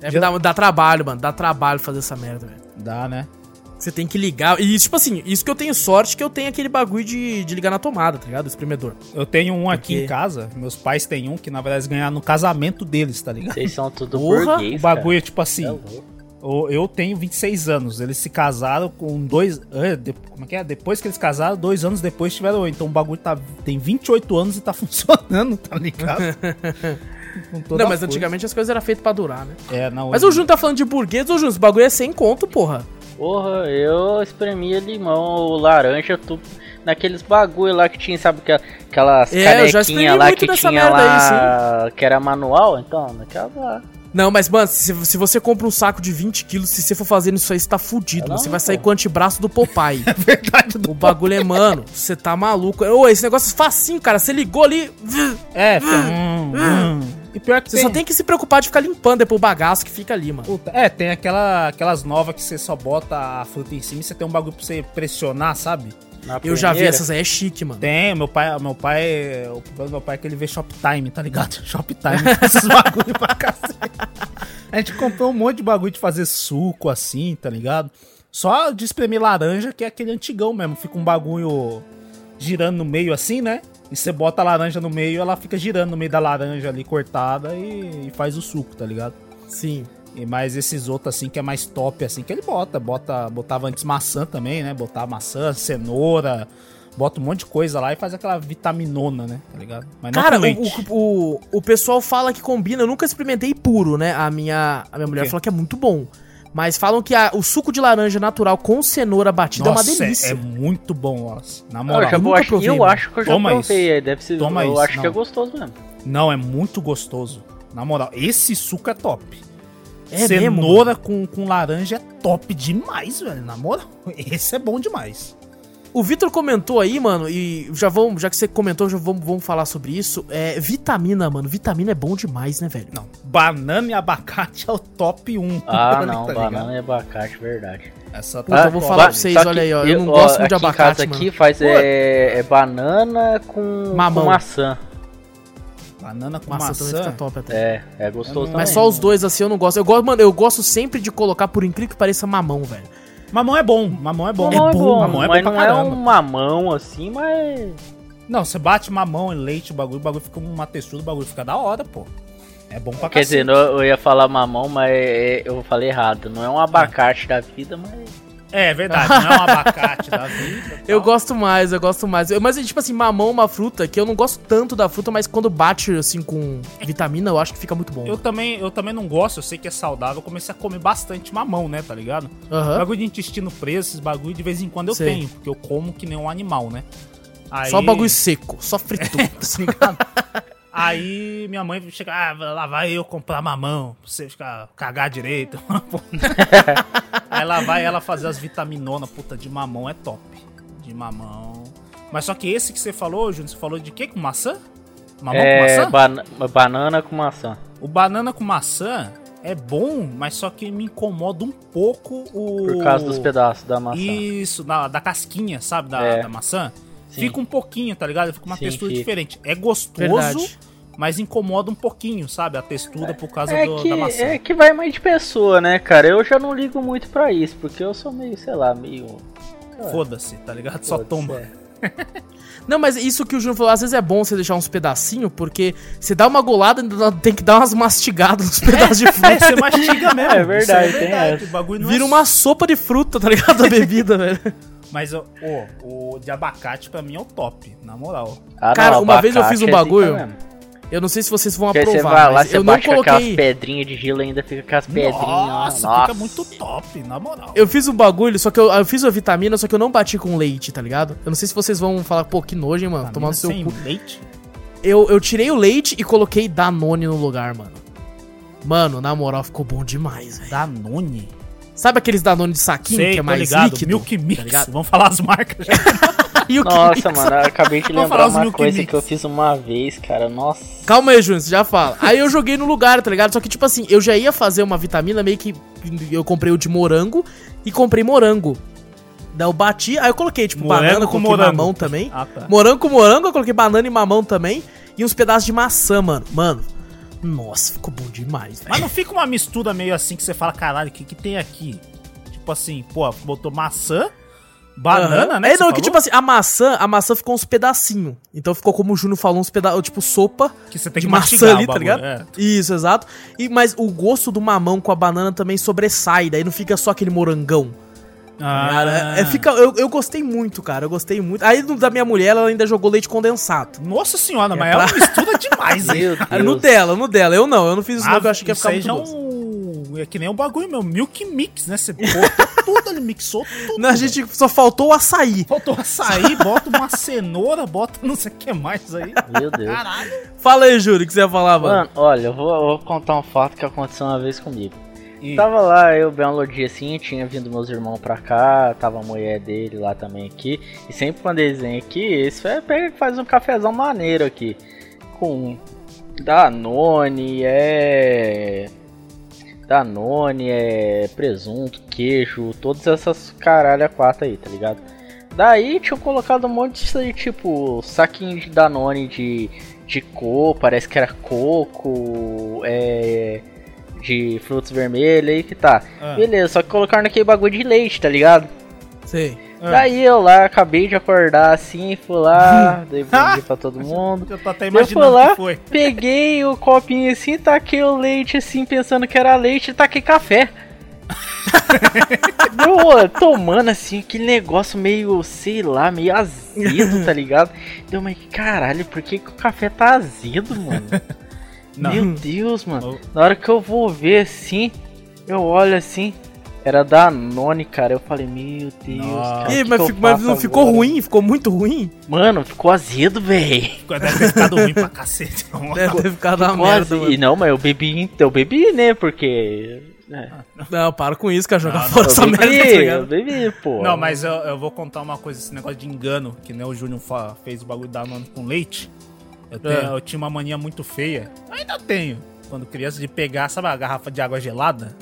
A: Deve dar, É, dá trabalho, mano. Dá trabalho fazer essa merda, velho.
B: dá, né?
A: Você tem que ligar. E, tipo assim, isso que eu tenho sorte que eu tenho aquele bagulho de, de ligar na tomada, tá ligado? O espremedor.
B: Eu tenho um aqui
A: Porque-
B: em casa. Meus pais têm um que na verdade eles ganharam no casamento deles, tá ligado?
C: Vocês são tudo
A: Porra,
C: burguês.
B: O bagulho é tipo
C: cara. É
B: assim,
C: louco.
B: eu eu tenho 26 anos, eles se casaram com dois. ah, de- Como é que é? Depois que eles casaram, dois anos depois tiveram eu. Então o bagulho tá, tem 28 anos e tá <laughs> funcionando, tá ligado?
A: <laughs>
B: Com toda
A: não, mas
B: a força.
A: antigamente as coisas eram feitas pra durar, né?
B: É, não,
A: Mas
B: hoje-
A: o Juno tá falando de burguês, ô Juno, esse bagulho é sem conto, porra.
C: Porra, eu espremia limão ou laranja tudo naqueles bagulho lá que tinha, sabe? que- Aquelas
A: É, eu já espremi
C: canequinhas lá
A: muito
C: que
A: dessa
C: tinha
A: merda aí,
C: lá. que era manual, então, naquela lá.
A: Não, mas, mano, se, se você compra um saco de 20 quilos, se você for fazendo isso aí, você tá fudido.
C: É
A: mano. Você
C: não,
A: vai sair
C: pô.
A: com o antebraço do Popeye.
B: é
A: <laughs>
B: verdade do
A: o bagulho é, mano, você tá maluco. Ô, esse negócio é facinho, cara. Você ligou ali. vzz,
B: É, fica- hum, hum. <laughs> E pior que
A: Você só tem que se preocupar de ficar limpando depois o bagaço que fica ali, mano.
B: Puta, é, tem aquela, aquelas novas que você só bota a fruta em cima e você tem um bagulho pra você pressionar, sabe?
C: Na
A: Eu já vi
C: peneira.
A: essas aí, é chique, mano.
B: Tem, meu pai, meu pai, o problema do meu pai é que ele vê Shoptime, tá ligado? <laughs> Shoptime, esses bagulho pra cacete. A gente comprou um monte de bagulho de fazer suco assim, tá ligado? Só de espremer laranja, que é aquele antigão mesmo, fica um bagulho girando no meio assim, né? E você bota a laranja no meio, ela fica girando no meio da laranja ali cortada e- e faz o suco, tá ligado?
A: Sim.
B: E mais esses outros assim que é mais top assim que ele bota, bota, botava antes maçã também, né? Botar maçã, cenoura, bota um monte de coisa lá e faz aquela vitaminona, né? Tá ligado? Mas
A: Cara,
B: com
A: o,
B: leite.
A: o, o, o pessoal fala que combina. Eu nunca experimentei puro, né? A minha, a minha mulher
B: quê?
A: fala que é muito bom. Mas falam que a- o suco de laranja natural com cenoura batida é
B: Nossa,
A: uma delícia. é
B: É, é muito bom, ó. Na
C: Ah, Eu,
B: moral.
C: já, eu,
A: nunca
C: acho,
A: provei,
C: eu
A: mano.
C: acho que eu já
B: Toma
C: provei,
B: isso.
C: aí deve ser.
B: Toma
C: eu
B: isso,
C: acho que
B: não.
C: é gostoso
B: <laughs>
C: mesmo.
B: Não, é muito gostoso. Na moral, esse suco é top.
A: É mesmo,
B: cenoura com, com laranja é top demais, velho. Na moral, <laughs> esse é bom demais.
A: O Vitor comentou aí, mano, e já vamos, já que você comentou, já vamos, vamos falar sobre isso. É vitamina, mano. Vitamina é bom demais, né, velho?
B: Não, banana e abacate é o top <laughs> 1.
C: Ah, não,
B: tá
C: banana e abacate, verdade.
B: Essa
A: Puta,
B: tá
A: eu vou
B: top.
A: falar pra
C: Ba-
A: vocês,
C: só que
A: olha aí, ó, eu não gosto muito de
C: aqui em
A: abacate,
C: casa
A: mano.
C: aqui faz é, é banana com,
A: Mamão.
C: com maçã.
B: Banana com
A: Maçã,
B: maçã.
A: também fica top até.
C: É, é gostoso
B: Eu não-
C: também.
A: Mas só os dois assim eu não gosto. Eu gosto, mano, eu gosto sempre de colocar, por incrível que pareça, mamão, velho.
B: Mamão é bom, mamão é bom.
C: Mamão é bom,
B: mamão é bom
C: mas
B: pra
C: não é
B: caramba.
C: um mamão assim, mas...
B: Não, você bate mamão e leite, o bagulho, o bagulho fica uma textura, o bagulho fica da hora, pô. É bom pra
C: Quer
B: cacete.
C: dizer, não- eu ia falar mamão, mas é- eu falei errado. Não é um abacate da vida, mas...
B: É verdade, não é um abacate da <laughs> vida. tá e
A: Eu
B: tal.
A: gosto mais, eu gosto mais. Eu- mas, tipo assim, mamão é uma fruta que eu não gosto tanto da fruta, mas quando bate, assim, com vitamina, eu acho que fica muito bom.
B: Eu também, eu também não gosto, eu sei que é saudável. Eu comecei a comer bastante mamão, né, tá ligado?
A: Aham.
B: Bagulho de intestino preso, esses bagulho de vez em quando eu
A: Sei.
B: tenho, porque eu como que nem um animal, né? Aí-
A: Só bagulho seco, só
B: <laughs>
A: fritura. <laughs>
B: Aí minha mãe chega, ah, lá vai eu comprar mamão, pra você ficar cagar direito. <laughs> Aí lá vai ela fazer as vitaminonas, puta, de mamão é top. De mamão. Mas só que esse que você falou, Júnior, você falou de quê? Com maçã? Mamão
C: é
B: com maçã?
C: bana- banana com maçã.
B: O banana com maçã é bom, mas só que me incomoda um pouco o.
C: Por causa dos pedaços da maçã.
B: Isso, da, da casquinha, sabe? Da,
C: É.
B: da maçã.
C: Sim.
B: Fica um pouquinho, tá ligado? Fica uma
C: Sim,
B: textura
C: fica.
B: diferente. É gostoso,
A: Verdade.
B: mas incomoda um pouquinho, sabe? A textura por causa
C: É
B: do-
C: que,
B: da maçã.
C: é que vai mais de pessoa, né, cara? Eu já não ligo muito pra isso, porque eu sou meio, sei lá, meio...
B: Foda-se, tá ligado? Só
C: Foda-se,
B: toma.
C: é.
A: Não, mas isso que o Júnior falou, às vezes é bom você deixar uns pedacinhos, porque você dá uma golada, ainda dá- tem que dar umas mastigadas
B: <laughs>
A: nos pedaços de
B: É,
A: fruta.
B: você
C: <laughs>
B: mastiga mesmo.
C: É
B: isso
C: verdade, tem essa.
B: O bagulho não
A: Vira
B: é assim.
A: uma sopa de fruta, tá ligado? Da bebida, <laughs> velho.
B: Mas, ó, ó, o de abacate pra mim é o top, na moral.
C: Ah,
A: Cara, uma vez eu
C: abacate
A: fiz um
C: é zica
A: bagulho-
C: mesmo.
A: Eu não sei se vocês vão
C: Porque aí você
A: aprovar,
C: vai lá,
A: mas
C: você
A: eu não
C: bate com aquelas
A: coloquei...
C: pedrinhas de gelo e ainda fica com as pedrinhas.
B: Nossa,
C: ó,
B: fica
C: nossa.
B: muito top, na moral.
A: Eu fiz um bagulho, só que eu, eu fiz a vitamina, só que eu não bati com leite, tá ligado? Eu não sei se vocês vão falar, pô, que nojo, hein, mano, tomar no seu
B: sem
A: cu.
B: assim, leite?
A: Eu, eu tirei o leite e coloquei Danone no lugar, mano. Mano, na moral, ficou bom demais, velho.
B: Danone?
A: Sabe aqueles Danone de saquinho
B: Sei,
A: que é
B: tô
A: mais
B: ligado.
A: líquido? <laughs>
B: Milk Mix.
A: tá ligado?
B: Vamos falar as
A: <laughs>
B: marcas. já.
A: E o que-
C: Nossa, mano, eu acabei de
B: Vamos
C: lembrar
B: falar os
C: uma
B: Milk
C: coisa
B: Mix.
C: que eu fiz uma vez, cara. Nossa.
A: Calma aí, Júnior, você já fala. Aí eu joguei no lugar, tá ligado? Só que, tipo assim, eu já ia fazer uma vitamina meio que. Eu comprei o de morango e comprei morango. Daí eu bati, aí eu coloquei, tipo,
B: Morango
A: banana
B: com
A: com
B: morango.
A: mamão também.
B: Ah, tá.
A: Morango com morango, eu coloquei banana e mamão também. E uns pedaços de maçã, mano. Mano, nossa, ficou bom demais, velho.
B: Mas não fica uma mistura meio assim que você fala, caralho, o que, que tem aqui? Tipo assim, pô, botou maçã, banana,
A: Aham.
B: né?
A: É, não, é que
B: falou?
A: tipo assim, a maçã, a maçã ficou uns pedacinhos. Então ficou como o Júnior falou, uns pedaços, tipo sopa.
B: Que você tem que
A: de
B: mastigar
A: maçã ali,
B: o
A: tá
B: bagulho,
A: ligado?
B: é.
A: Isso, exato. E, mas o gosto do mamão com a banana também sobressai, daí não fica só aquele morangão.
B: Ah. Tá
A: Cara, é- é, fica, eu, eu gostei muito, cara, eu gostei muito. Aí no da minha mulher, ela ainda jogou leite condensado.
B: Nossa senhora,
A: É
B: mas
A: pra-
B: ela
A: <laughs>
B: mistura demais, hein?
C: Meu
A: Ah, No
C: Deus.
A: dela, no dela. Eu não, eu não fiz isso, não, que eu achei que ia
B: isso
A: ficar
B: aí
A: muito
B: já é
A: doce.
B: um... É que nem um bagulho meu, Milk Mix, né? Você botou <laughs> tudo, ele mixou tudo.
A: Não, a gente só faltou o açaí.
B: Faltou açaí, bota uma cenoura, bota não sei o que mais aí.
C: Meu Deus.
B: Caralho.
A: Fala aí, Júlio, o que você ia falar, mano.
C: Mano, olha, eu vou, eu vou contar um fato que aconteceu uma vez comigo.
B: E-
A: Tá
C: Tava lá, eu, belo dia assim, tinha vindo meus irmãos pra cá, tava a mulher dele lá também aqui. E sempre quando eles vêm aqui, eles fe- pega- faz um cafezão maneiro aqui. Com Danone, é. Danone, é. Presunto, queijo, todas essas caralho a quatro aí, tá ligado? Daí tinham colocado um monte disso aí, tipo, saquinho de Danone de, de cor, parece que era coco, é, de frutos vermelhos, aí que tá.
B: Ah,
C: Beleza, só que colocaram naquele bagulho de leite, tá ligado?
A: Sei.
B: ah.
C: Daí eu lá, acabei de acordar assim, fui
B: <laughs>
C: lá, dei bom dia pra todo mundo.
B: Eu tô até
C: Eu fui
B: imaginando o
C: lá,
B: que foi.
C: peguei o copinho assim, taquei o leite assim, pensando que era leite, e
B: <laughs>
C: taquei café. Deu, tomando assim, aquele negócio meio, sei lá, meio azedo, tá ligado? Deu, mas caralho, por que, que o café tá azedo, mano?
B: Não.
C: Meu Deus, mano.
B: Eu-
C: Na hora que eu vou ver assim, eu olho assim, era da Noni, cara. Eu falei, meu Deus,
B: Nossa.
C: cara.
A: Ih,
C: que
A: mas,
C: que eu
A: fico- mas
C: faço
A: não ficou
C: agora?
A: ruim? Ficou muito ruim?
C: Mano, ficou
A: <laughs>
C: azedo, velho.
B: <laughs> Deve ter ficado ruim pra cacete. Vamos lá.
A: Deve ter ficado uma merda,
C: Quase.
A: mano.
C: E não, mas eu bebi, eu bebi, né? Porque. é,
A: Não, para com isso, cara. Jogar
B: Não,
A: fora
C: eu
A: essa
C: bebi,
A: merda, tá
C: eu
A: ligado?
C: bebi, pô. é um
B: Não, mas eu, eu vou contar uma coisa, esse negócio de engano, que nem o Júnior fa- fez o bagulho da Danone com leite. Eu, tenho-
A: É.
B: eu tinha uma mania muito feia. Ainda tenho. Quando criança, de pegar, sabe, a garrafa de água gelada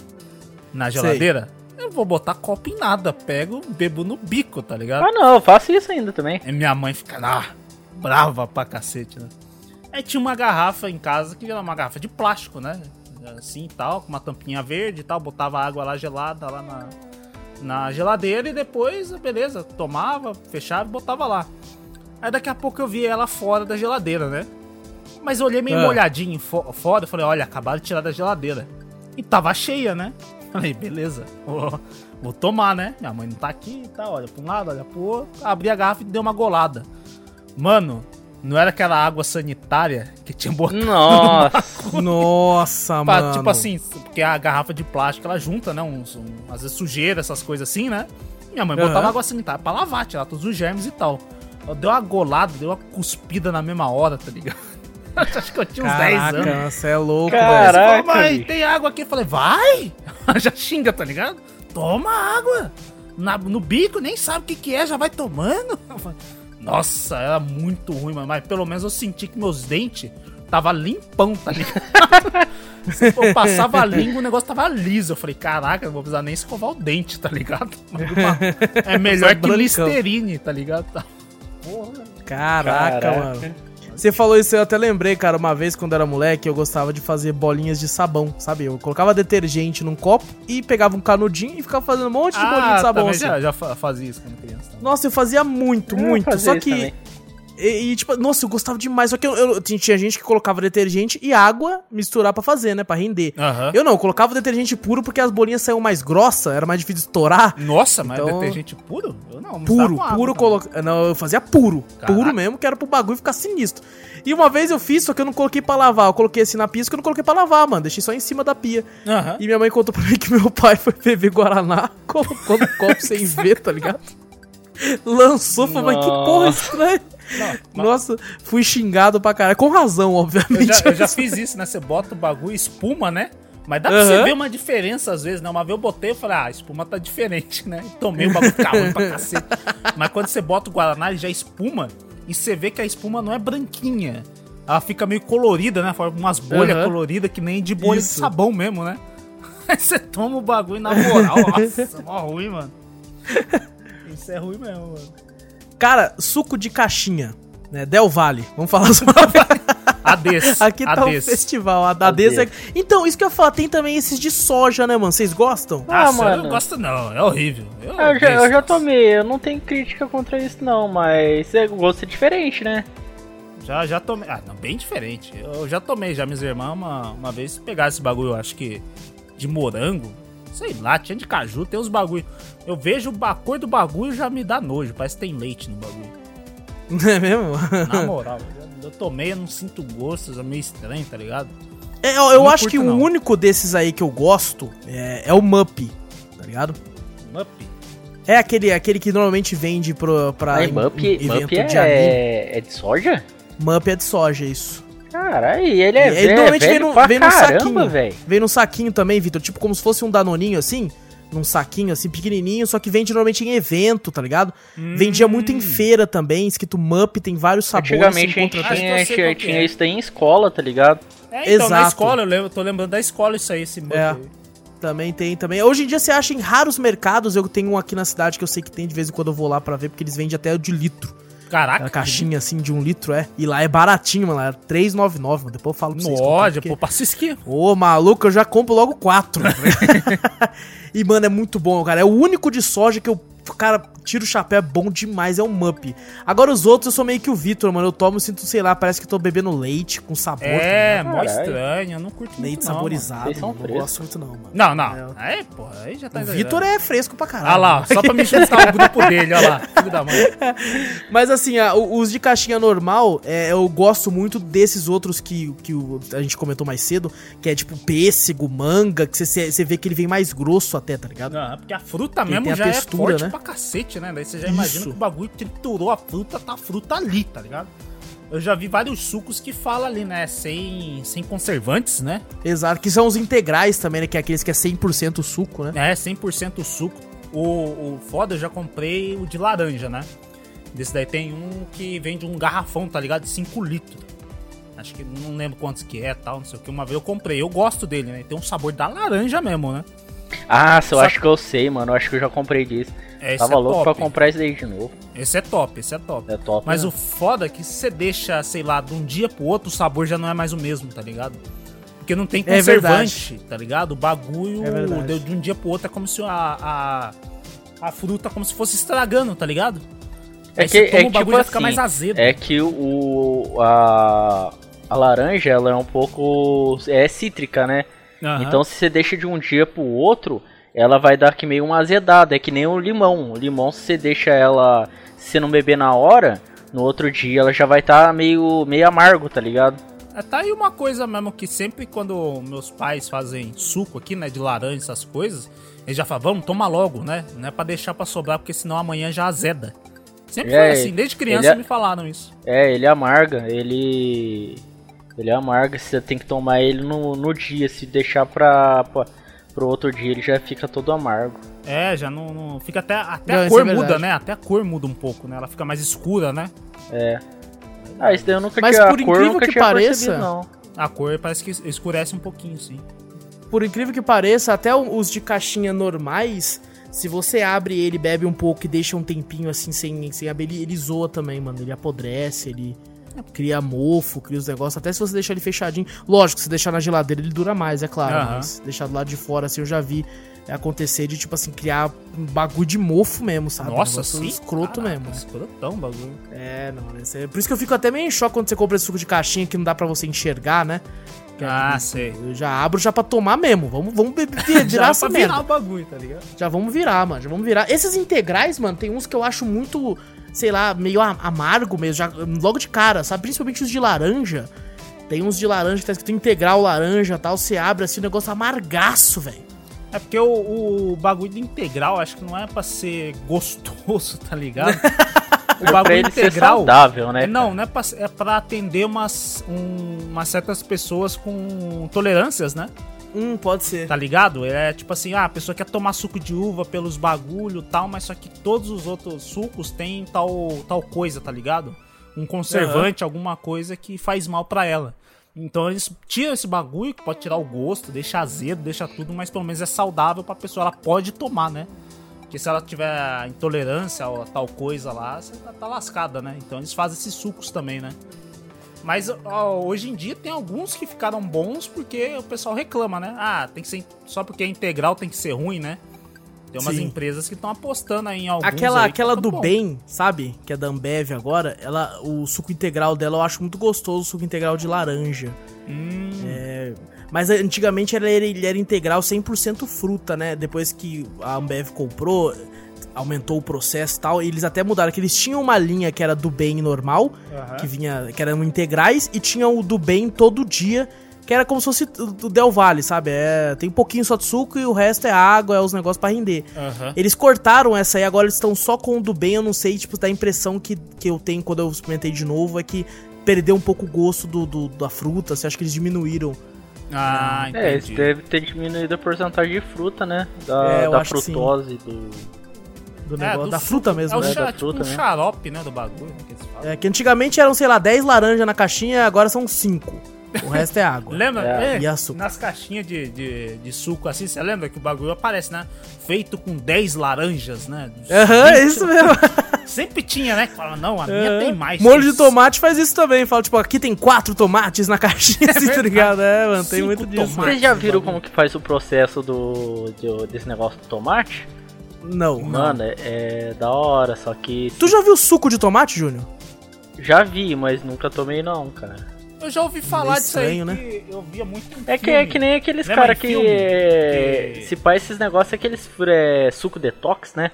B: na geladeira. Eu não vou botar copo em nada. Pego, bebo no bico, tá ligado?
C: Ah, não, eu faço isso ainda também.
B: E minha mãe fica ah, brava pra cacete, né? Aí tinha uma garrafa em casa que era uma garrafa de plástico, né? Assim e tal, com uma tampinha verde e tal, botava água lá gelada lá na, na geladeira e depois, beleza, tomava, fechava e botava lá. Aí daqui a pouco eu vi ela fora da geladeira, né? Mas eu olhei meio
A: Ah.
B: molhadinho fo fora, eu falei, olha, acabaram de tirar da geladeira. E tava cheia, né? <laughs> Falei, beleza, vou, vou tomar, né? Minha mãe não tá aqui e tá, olha pra um lado, olha pro outro. Abri a garrafa e dei uma golada. Mano, não era aquela água sanitária que tinha botado. <laughs>
A: <laughs>
C: Nossa.
A: Nossa,
B: pra-
A: mano.
B: tipo assim, porque a garrafa de plástico ela junta, né? Uns, um, às vezes sujeira, essas coisas assim, né? Minha mãe botava
A: Aham.
B: água sanitária pra lavar, tirar todos os germes e tal. Eu dei uma golada, dei uma cuspida na mesma hora, tá ligado? <laughs> Acho que eu tinha uns 10 anos.
A: Caraca, você é louco,
C: Cara,
A: velho.
B: Você falou,
C: Caraca,
B: mãe,
C: bicho.
B: tem água aqui. Eu falei, vai! <laughs> já xinga, tá ligado? Toma água! Na- no bico, nem sabe o que, que é, já vai tomando. <laughs> Eu falei, Nossa, era muito ruim, mano. Mas pelo menos eu senti que meus dentes tava limpão, tá ligado? <laughs> eu passava a língua, o negócio tava liso. Eu falei, caraca, não vou precisar nem escovar o dente, tá ligado? <laughs> É melhor que
A: Brancão.
B: Listerine, tá ligado?
A: Caraca, mano. Você falou isso, eu até lembrei, cara, uma vez quando eu era moleque, eu gostava de fazer bolinhas de sabão, sabe? Eu colocava detergente num copo e pegava um canudinho e ficava fazendo um monte de bolinha de sabão
B: Ah, também
A: assim.
B: já, já fa- fazia isso quando criança. também.
A: Nossa, eu fazia muito,
C: Eu
A: muito.
C: fazia
A: Só
C: isso
A: que
C: também.
A: E, e, tipo, nossa, eu gostava demais. Só que eu, eu- tinha- tinha gente que colocava detergente e água misturar pra fazer, né? Pra render.
B: Aham.
A: Eu não, eu colocava o detergente puro porque as bolinhas saíam mais grossas, era mais difícil de estourar.
B: Nossa, mas
A: Então-
B: detergente puro? Eu não,
A: Puro, puro
B: colocado.
A: coloca... Não, eu fazia puro.
B: Caraca.
A: Puro mesmo, que era pro bagulho ficar sinistro. E uma vez eu fiz, só que eu não coloquei pra lavar. Eu coloquei assim na pia, só que eu não coloquei pra lavar, mano. Deixei só em cima da pia.
B: Aham.
A: E minha mãe contou pra mim que meu pai foi beber Guaraná, <laughs> colocou no copo sem ver, tá ligado? Lançou, falei, mas que porra
C: Nossa.
A: estranha.
B: Não,
A: Nossa, fui xingado pra caralho. Com razão,
B: Eu
A: obviamente.
B: já, eu já fiz isso, né? Você bota o bagulho e espuma, né? Mas dá pra você
A: Aham.
B: ver uma diferença às vezes, né? Uma vez eu botei e falei, ah, a espuma tá diferente, né? E tomei o bagulho calmo
A: <laughs>
B: pra cacete. Mas quando você bota o Guaraná, ele já espuma e você vê que a espuma não é branquinha. Ela fica meio colorida, né? Forma umas bolhas
A: Aham.
B: coloridas que nem de bolha de
A: Isso.
B: sabão mesmo, né? <laughs> Aí você toma o bagulho na
A: <laughs>
B: moral. Nossa, mó ruim, mano. Isso é ruim mesmo, mano.
A: <laughs> Cara, suco de caixinha, né? Del Valle. Vamos falar sobre
B: <laughs>
A: <laughs>
B: Ades.
A: Aqui tá o
B: Ades.
A: festival. A da
C: Ades.
A: Desa. Então, isso que eu ia falar, tem também esses de soja, né, mano? Vocês gostam? <laughs>
C: Ah,
B: Nossa, eu
C: mano.
B: não gosto não, é horrível.
C: Ah, Eu já, eu
B: detesto.
C: já tomei, eu não tenho crítica contra isso não, mas é gosto é diferente, né?
B: Já, já tomei. Ah, não, bem diferente. Eu já tomei, já minhas irmãs uma, uma vez pegaram esse bagulho, eu acho que de morango. Sei lá, tinha de caju, tem uns bagulho. Eu vejo a cor do bagulho já me dá nojo, parece que tem leite
A: <laughs>
B: no bagulho.
A: Não é mesmo?
B: Na moral, eu- eu tomei, eu não sinto gosto, é meio estranho, tá ligado?
A: É, eu eu
B: Não
A: acho
B: curto,
A: que o
B: não.
A: único desses aí que eu gosto é, é o Mup, tá ligado?
B: Mup.
A: É aquele, aquele que normalmente vende pro, pra
C: Aí
A: em-
C: Mup,
A: em
C: Mup
A: de anime.
C: é, é de soja?
A: Mup é de soja, isso.
C: Caralho, e ele é,
A: Ele
C: ele velho,
A: normalmente vem
C: velho
A: num-
C: pra
A: vem num
C: caramba,
A: saquinho.
C: velho.
A: Vem num saquinho também, Vitor, tipo como se fosse um danoninho assim, num saquinho assim, pequenininho, só que vende normalmente em evento, tá ligado?
B: Hum.
A: Vendia muito em feira também, escrito Mup, tem vários sabores.
C: Antigamente
A: você
C: a
A: encontra
C: gente
B: até-
C: tinha,
B: Acho que eu sei qual que
C: tinha
B: é.
C: isso daí em escola, tá ligado?
B: É, então, na
A: Exato.
B: escola, eu, lembro, eu tô lembrando da escola isso aí, esse Mup.
A: É.
B: aí.
A: Também tem, também. Hoje em dia você acha em raros mercados, eu tenho um aqui na cidade que eu sei que tem de vez em quando eu vou lá pra ver, porque eles vendem até o de litro.
B: Caraca.
A: Aquela caixinha assim de um litro, é. E lá é baratinho, mano. Era 3,99, mano. Depois eu falo pra vocês. quanto
B: Nossa,
A: é, porque-
B: pô, passa isso aqui.
A: Ô, maluco, eu já compro logo quatro. né? <laughs> e, mano, é muito bom, cara. É o único de soja que eu. Cara, tiro o chapéu, é bom demais, é um mup. Agora os outros eu sou meio que o Vitor, mano. Eu tomo, e sinto, sei lá, parece que eu tô bebendo leite com sabor. tá
B: É,
A: ligado?
B: mó
C: Caralho.
B: estranho, eu não curto muito.
A: leite
B: não,
A: saborizado.
C: Vocês são
A: Não, não
C: frescos.
A: gosto muito, não, mano.
B: Não, não. Aí, porra, aí já tá
A: O
B: exagerando.
A: Vitor é fresco pra caralho.
B: Ah lá, ó,
A: <laughs>
B: só pra me juntar o grupo dele, olha lá. Filho da mãe.
A: Mas assim, a- o- os de caixinha normal, é, eu gosto muito desses outros que, que o- a gente comentou mais cedo, que é tipo pêssego, manga, que você você vê que ele vem mais grosso até, tá ligado?
B: Não, é porque a fruta
A: Porque tem
B: mesmo
A: a
B: já é
A: textura,
B: forte
A: né?
B: pra cacete, né? Daí você já imagina
A: Isso.
B: que o bagulho triturou a fruta, tá a fruta ali, tá ligado? Eu já vi vários sucos que fala ali, né? Sem, sem conservantes, né?
A: Exato, que são os integrais também, né? Que é aqueles que é 100% suco, né?
B: É, 100% suco. O, o foda, eu já comprei o de laranja, né? Desse daí tem um que vende um garrafão, tá ligado? De 5 litros. Acho que não lembro quantos que é tal, não sei o que. Uma vez eu comprei, eu gosto dele, né? Tem um sabor da laranja mesmo, né?
C: Ah, eu
B: Só-
C: acho que eu sei, mano, eu acho que eu já comprei disso.
B: É, esse
C: Tava
B: é top.
C: louco pra comprar isso daí de novo.
B: Esse é top, esse é top.
C: É top,
B: Mas
C: né?
B: o foda é que se você deixa, sei lá, de um dia pro outro, o sabor já não é mais o mesmo, tá ligado? Porque não tem
A: É
B: conservante, tá ligado? O bagulho
A: É verdade.
B: de, de um dia pro outro é como se a, a, a fruta como se fosse estragando, tá ligado?
C: É
B: Aí
C: que-
B: você toma
C: é
B: o bagulho
C: tipo
B: já fica
C: assim,
B: mais azedo.
C: É que o a, a laranja, ela é um pouco é cítrica, né?
B: Aham.
C: Então se você deixa de um dia pro outro, ela vai dar que meio uma azedada, é que nem o limão. O limão se você deixa ela, se você não beber na hora, no outro dia ela já vai estar meio meio amargo, tá ligado?
B: É, Tá aí uma coisa mesmo que sempre quando meus pais fazem suco aqui, né, de laranja, essas coisas, eles já falam, vamos, toma logo, né? Não é pra deixar pra sobrar, porque senão amanhã já azeda. Sempre
C: É,
B: foi assim, desde criança
C: ele é-
B: me falaram isso.
C: É, ele amarga, ele ele amarga, você tem que tomar ele no, no dia, se deixar pra, pra pro outro dia ele já fica todo amargo.
B: É, já não, não- fica até até
A: Não,
B: a
A: isso
B: cor
A: é
B: muda,
A: verdade.
B: né? Até a cor muda um pouco, né? Ela fica mais escura, né?
C: Ah, isso daí eu nunca
A: Mas
C: tinha
A: por
C: a cor, eu
A: incrível
C: nunca
A: que
C: tinha
A: pareça-
C: percebido, não.
B: A cor parece que escurece um pouquinho, sim.
A: Por incrível que pareça, até o- os de caixinha normais, se você abre ele, bebe um pouco e deixa um tempinho assim sem, sem abrir, ele, ele zoa também, mano. Ele apodrece, ele cria mofo, cria os negócios. Até se você deixar ele fechadinho. Lógico, se deixar na geladeira, ele dura mais, é claro.
B: Aham.
A: Mas deixar do lado de fora, assim, eu já vi. acontecer de, tipo assim, criar um bagulho de mofo mesmo, sabe?
B: Nossa,
A: um negócio
B: sim.
A: escroto
B: Caraca,
A: mesmo.
B: Escrotão o bagulho.
A: É, não, né? Cê- Por isso que eu fico até meio em choque quando você compra esse suco de caixinha que não dá pra você enxergar, né? Que é
B: Ah,
A: aquele-
B: sei.
A: Eu já abro já pra tomar mesmo. Vamos, vamos be- be- virar
B: Já
A: essa
B: pra virar
A: merda.
B: o bagulho, tá ligado?
A: Já vamos virar, mano. Já vamos virar. Esses integrais, mano, tem uns que eu acho muito, sei lá, meio am- amargo mesmo, já, logo de cara, sabe? Principalmente os de laranja. Tem uns de laranja que tá escrito integral laranja e tal. Você abre assim, o negócio amargaço, velho.
B: É porque o, o bagulho do integral, acho que não é pra ser gostoso, tá ligado?
C: <laughs>
B: o
C: pra
B: bagulho
C: ele ser
B: integral.
C: saudável, né?
B: É, não, não é pra, é pra atender umas, um- umas certas pessoas com tolerâncias, né?
A: Hum, pode ser.
B: Tá ligado? É tipo assim, ah, a pessoa quer tomar suco de uva pelos bagulho e tal, mas só que todos os outros sucos têm tal, tal coisa, tá ligado? Um conservante, alguma coisa que faz mal pra ela. Então eles tiram esse bagulho, que pode tirar o gosto, deixa azedo, deixa tudo, mas pelo menos é saudável pra pessoa, ela pode tomar, né? Porque se ela tiver intolerância ou tal coisa lá, você tá, tá lascada, né? Então eles fazem esses sucos também, né? Mas ó, hoje em dia tem alguns que ficaram bons porque o pessoal reclama, né? Ah, tem que ser. Só porque é integral tem que ser ruim, né? Tem umas
A: Sim.
B: empresas que estão apostando aí em alguns.
A: Aquela,
B: aí que
A: aquela
B: tá
A: do
B: bom.
A: bem, sabe? Que é da Ambev agora, ela, o suco integral dela eu acho muito gostoso, o suco integral de laranja. É,
B: Hum,
A: Mas antigamente ele era, ele era integral 100% fruta, né? Depois que a Ambev comprou, aumentou o processo e tal, e eles até mudaram, que eles tinham uma linha que era do bem normal,
B: aham.
A: que vinha que eram integrais, e tinham o do bem todo dia, que era como se fosse o do Del Valle, sabe? É, tem um pouquinho só de suco e o resto é água, é os negócios pra render.
B: Aham.
A: Eles cortaram essa aí, agora eles estão só com o do bem, eu não sei, tipo, da impressão que, que eu tenho quando eu experimentei de novo é que perdeu um pouco o gosto do, do- da fruta, você acha que eles diminuíram.
B: Ah,
C: É, isso
B: entendi.
C: deve ter diminuído a porcentagem de fruta, né? Da,
A: É, eu
C: da
A: acho que sim.
C: frutose do.
A: Do
B: É,
A: negócio,
B: do
A: da
B: suco,
A: fruta
B: É,
A: mesmo,
B: o
A: né?
C: da
B: xa- tipo
C: fruta,
B: um
C: né?
B: xarope, né? Do bagulho né, que eles falam.
A: É, que antigamente eram, sei lá, 10 laranjas na caixinha, agora são 5. O resto é água.
B: <laughs> Lembra?
C: É.
B: É,
A: E açúcar.
B: Nas caixinhas de, de, de suco assim, você lembra que o bagulho aparece, né? Feito com 10 laranjas, né?
A: Aham, é
B: Sempre-
A: isso mesmo.
B: Sempre tinha, né? Que fala, não, a minha tem mais.
A: Molho de
B: tem
A: tomate faz isso também. Fala, tipo, aqui tem quatro tomates na
B: <laughs>
A: caixinha, assim, tá
B: verdade.
A: ligado? É, mano, tem
B: Cinco
A: muito disso.
B: tomates.
C: Vocês já viram como que faz o processo do, do- desse negócio do tomate?
A: Não.
C: Mano, é, é da hora, só que.
A: Tu já viu suco de tomate, Júnior?
C: Já vi, mas nunca tomei não, cara.
B: Eu já ouvi falar
A: Meio
B: disso aí,
A: estranho, né?
B: que eu via muito em
C: É que,
B: filme.
C: é que nem aqueles
B: Lembra
C: caras
B: em
C: que,
B: filme?
C: é,
B: Que-
C: Se faz esses negócios, aqueles é, suco detox, né?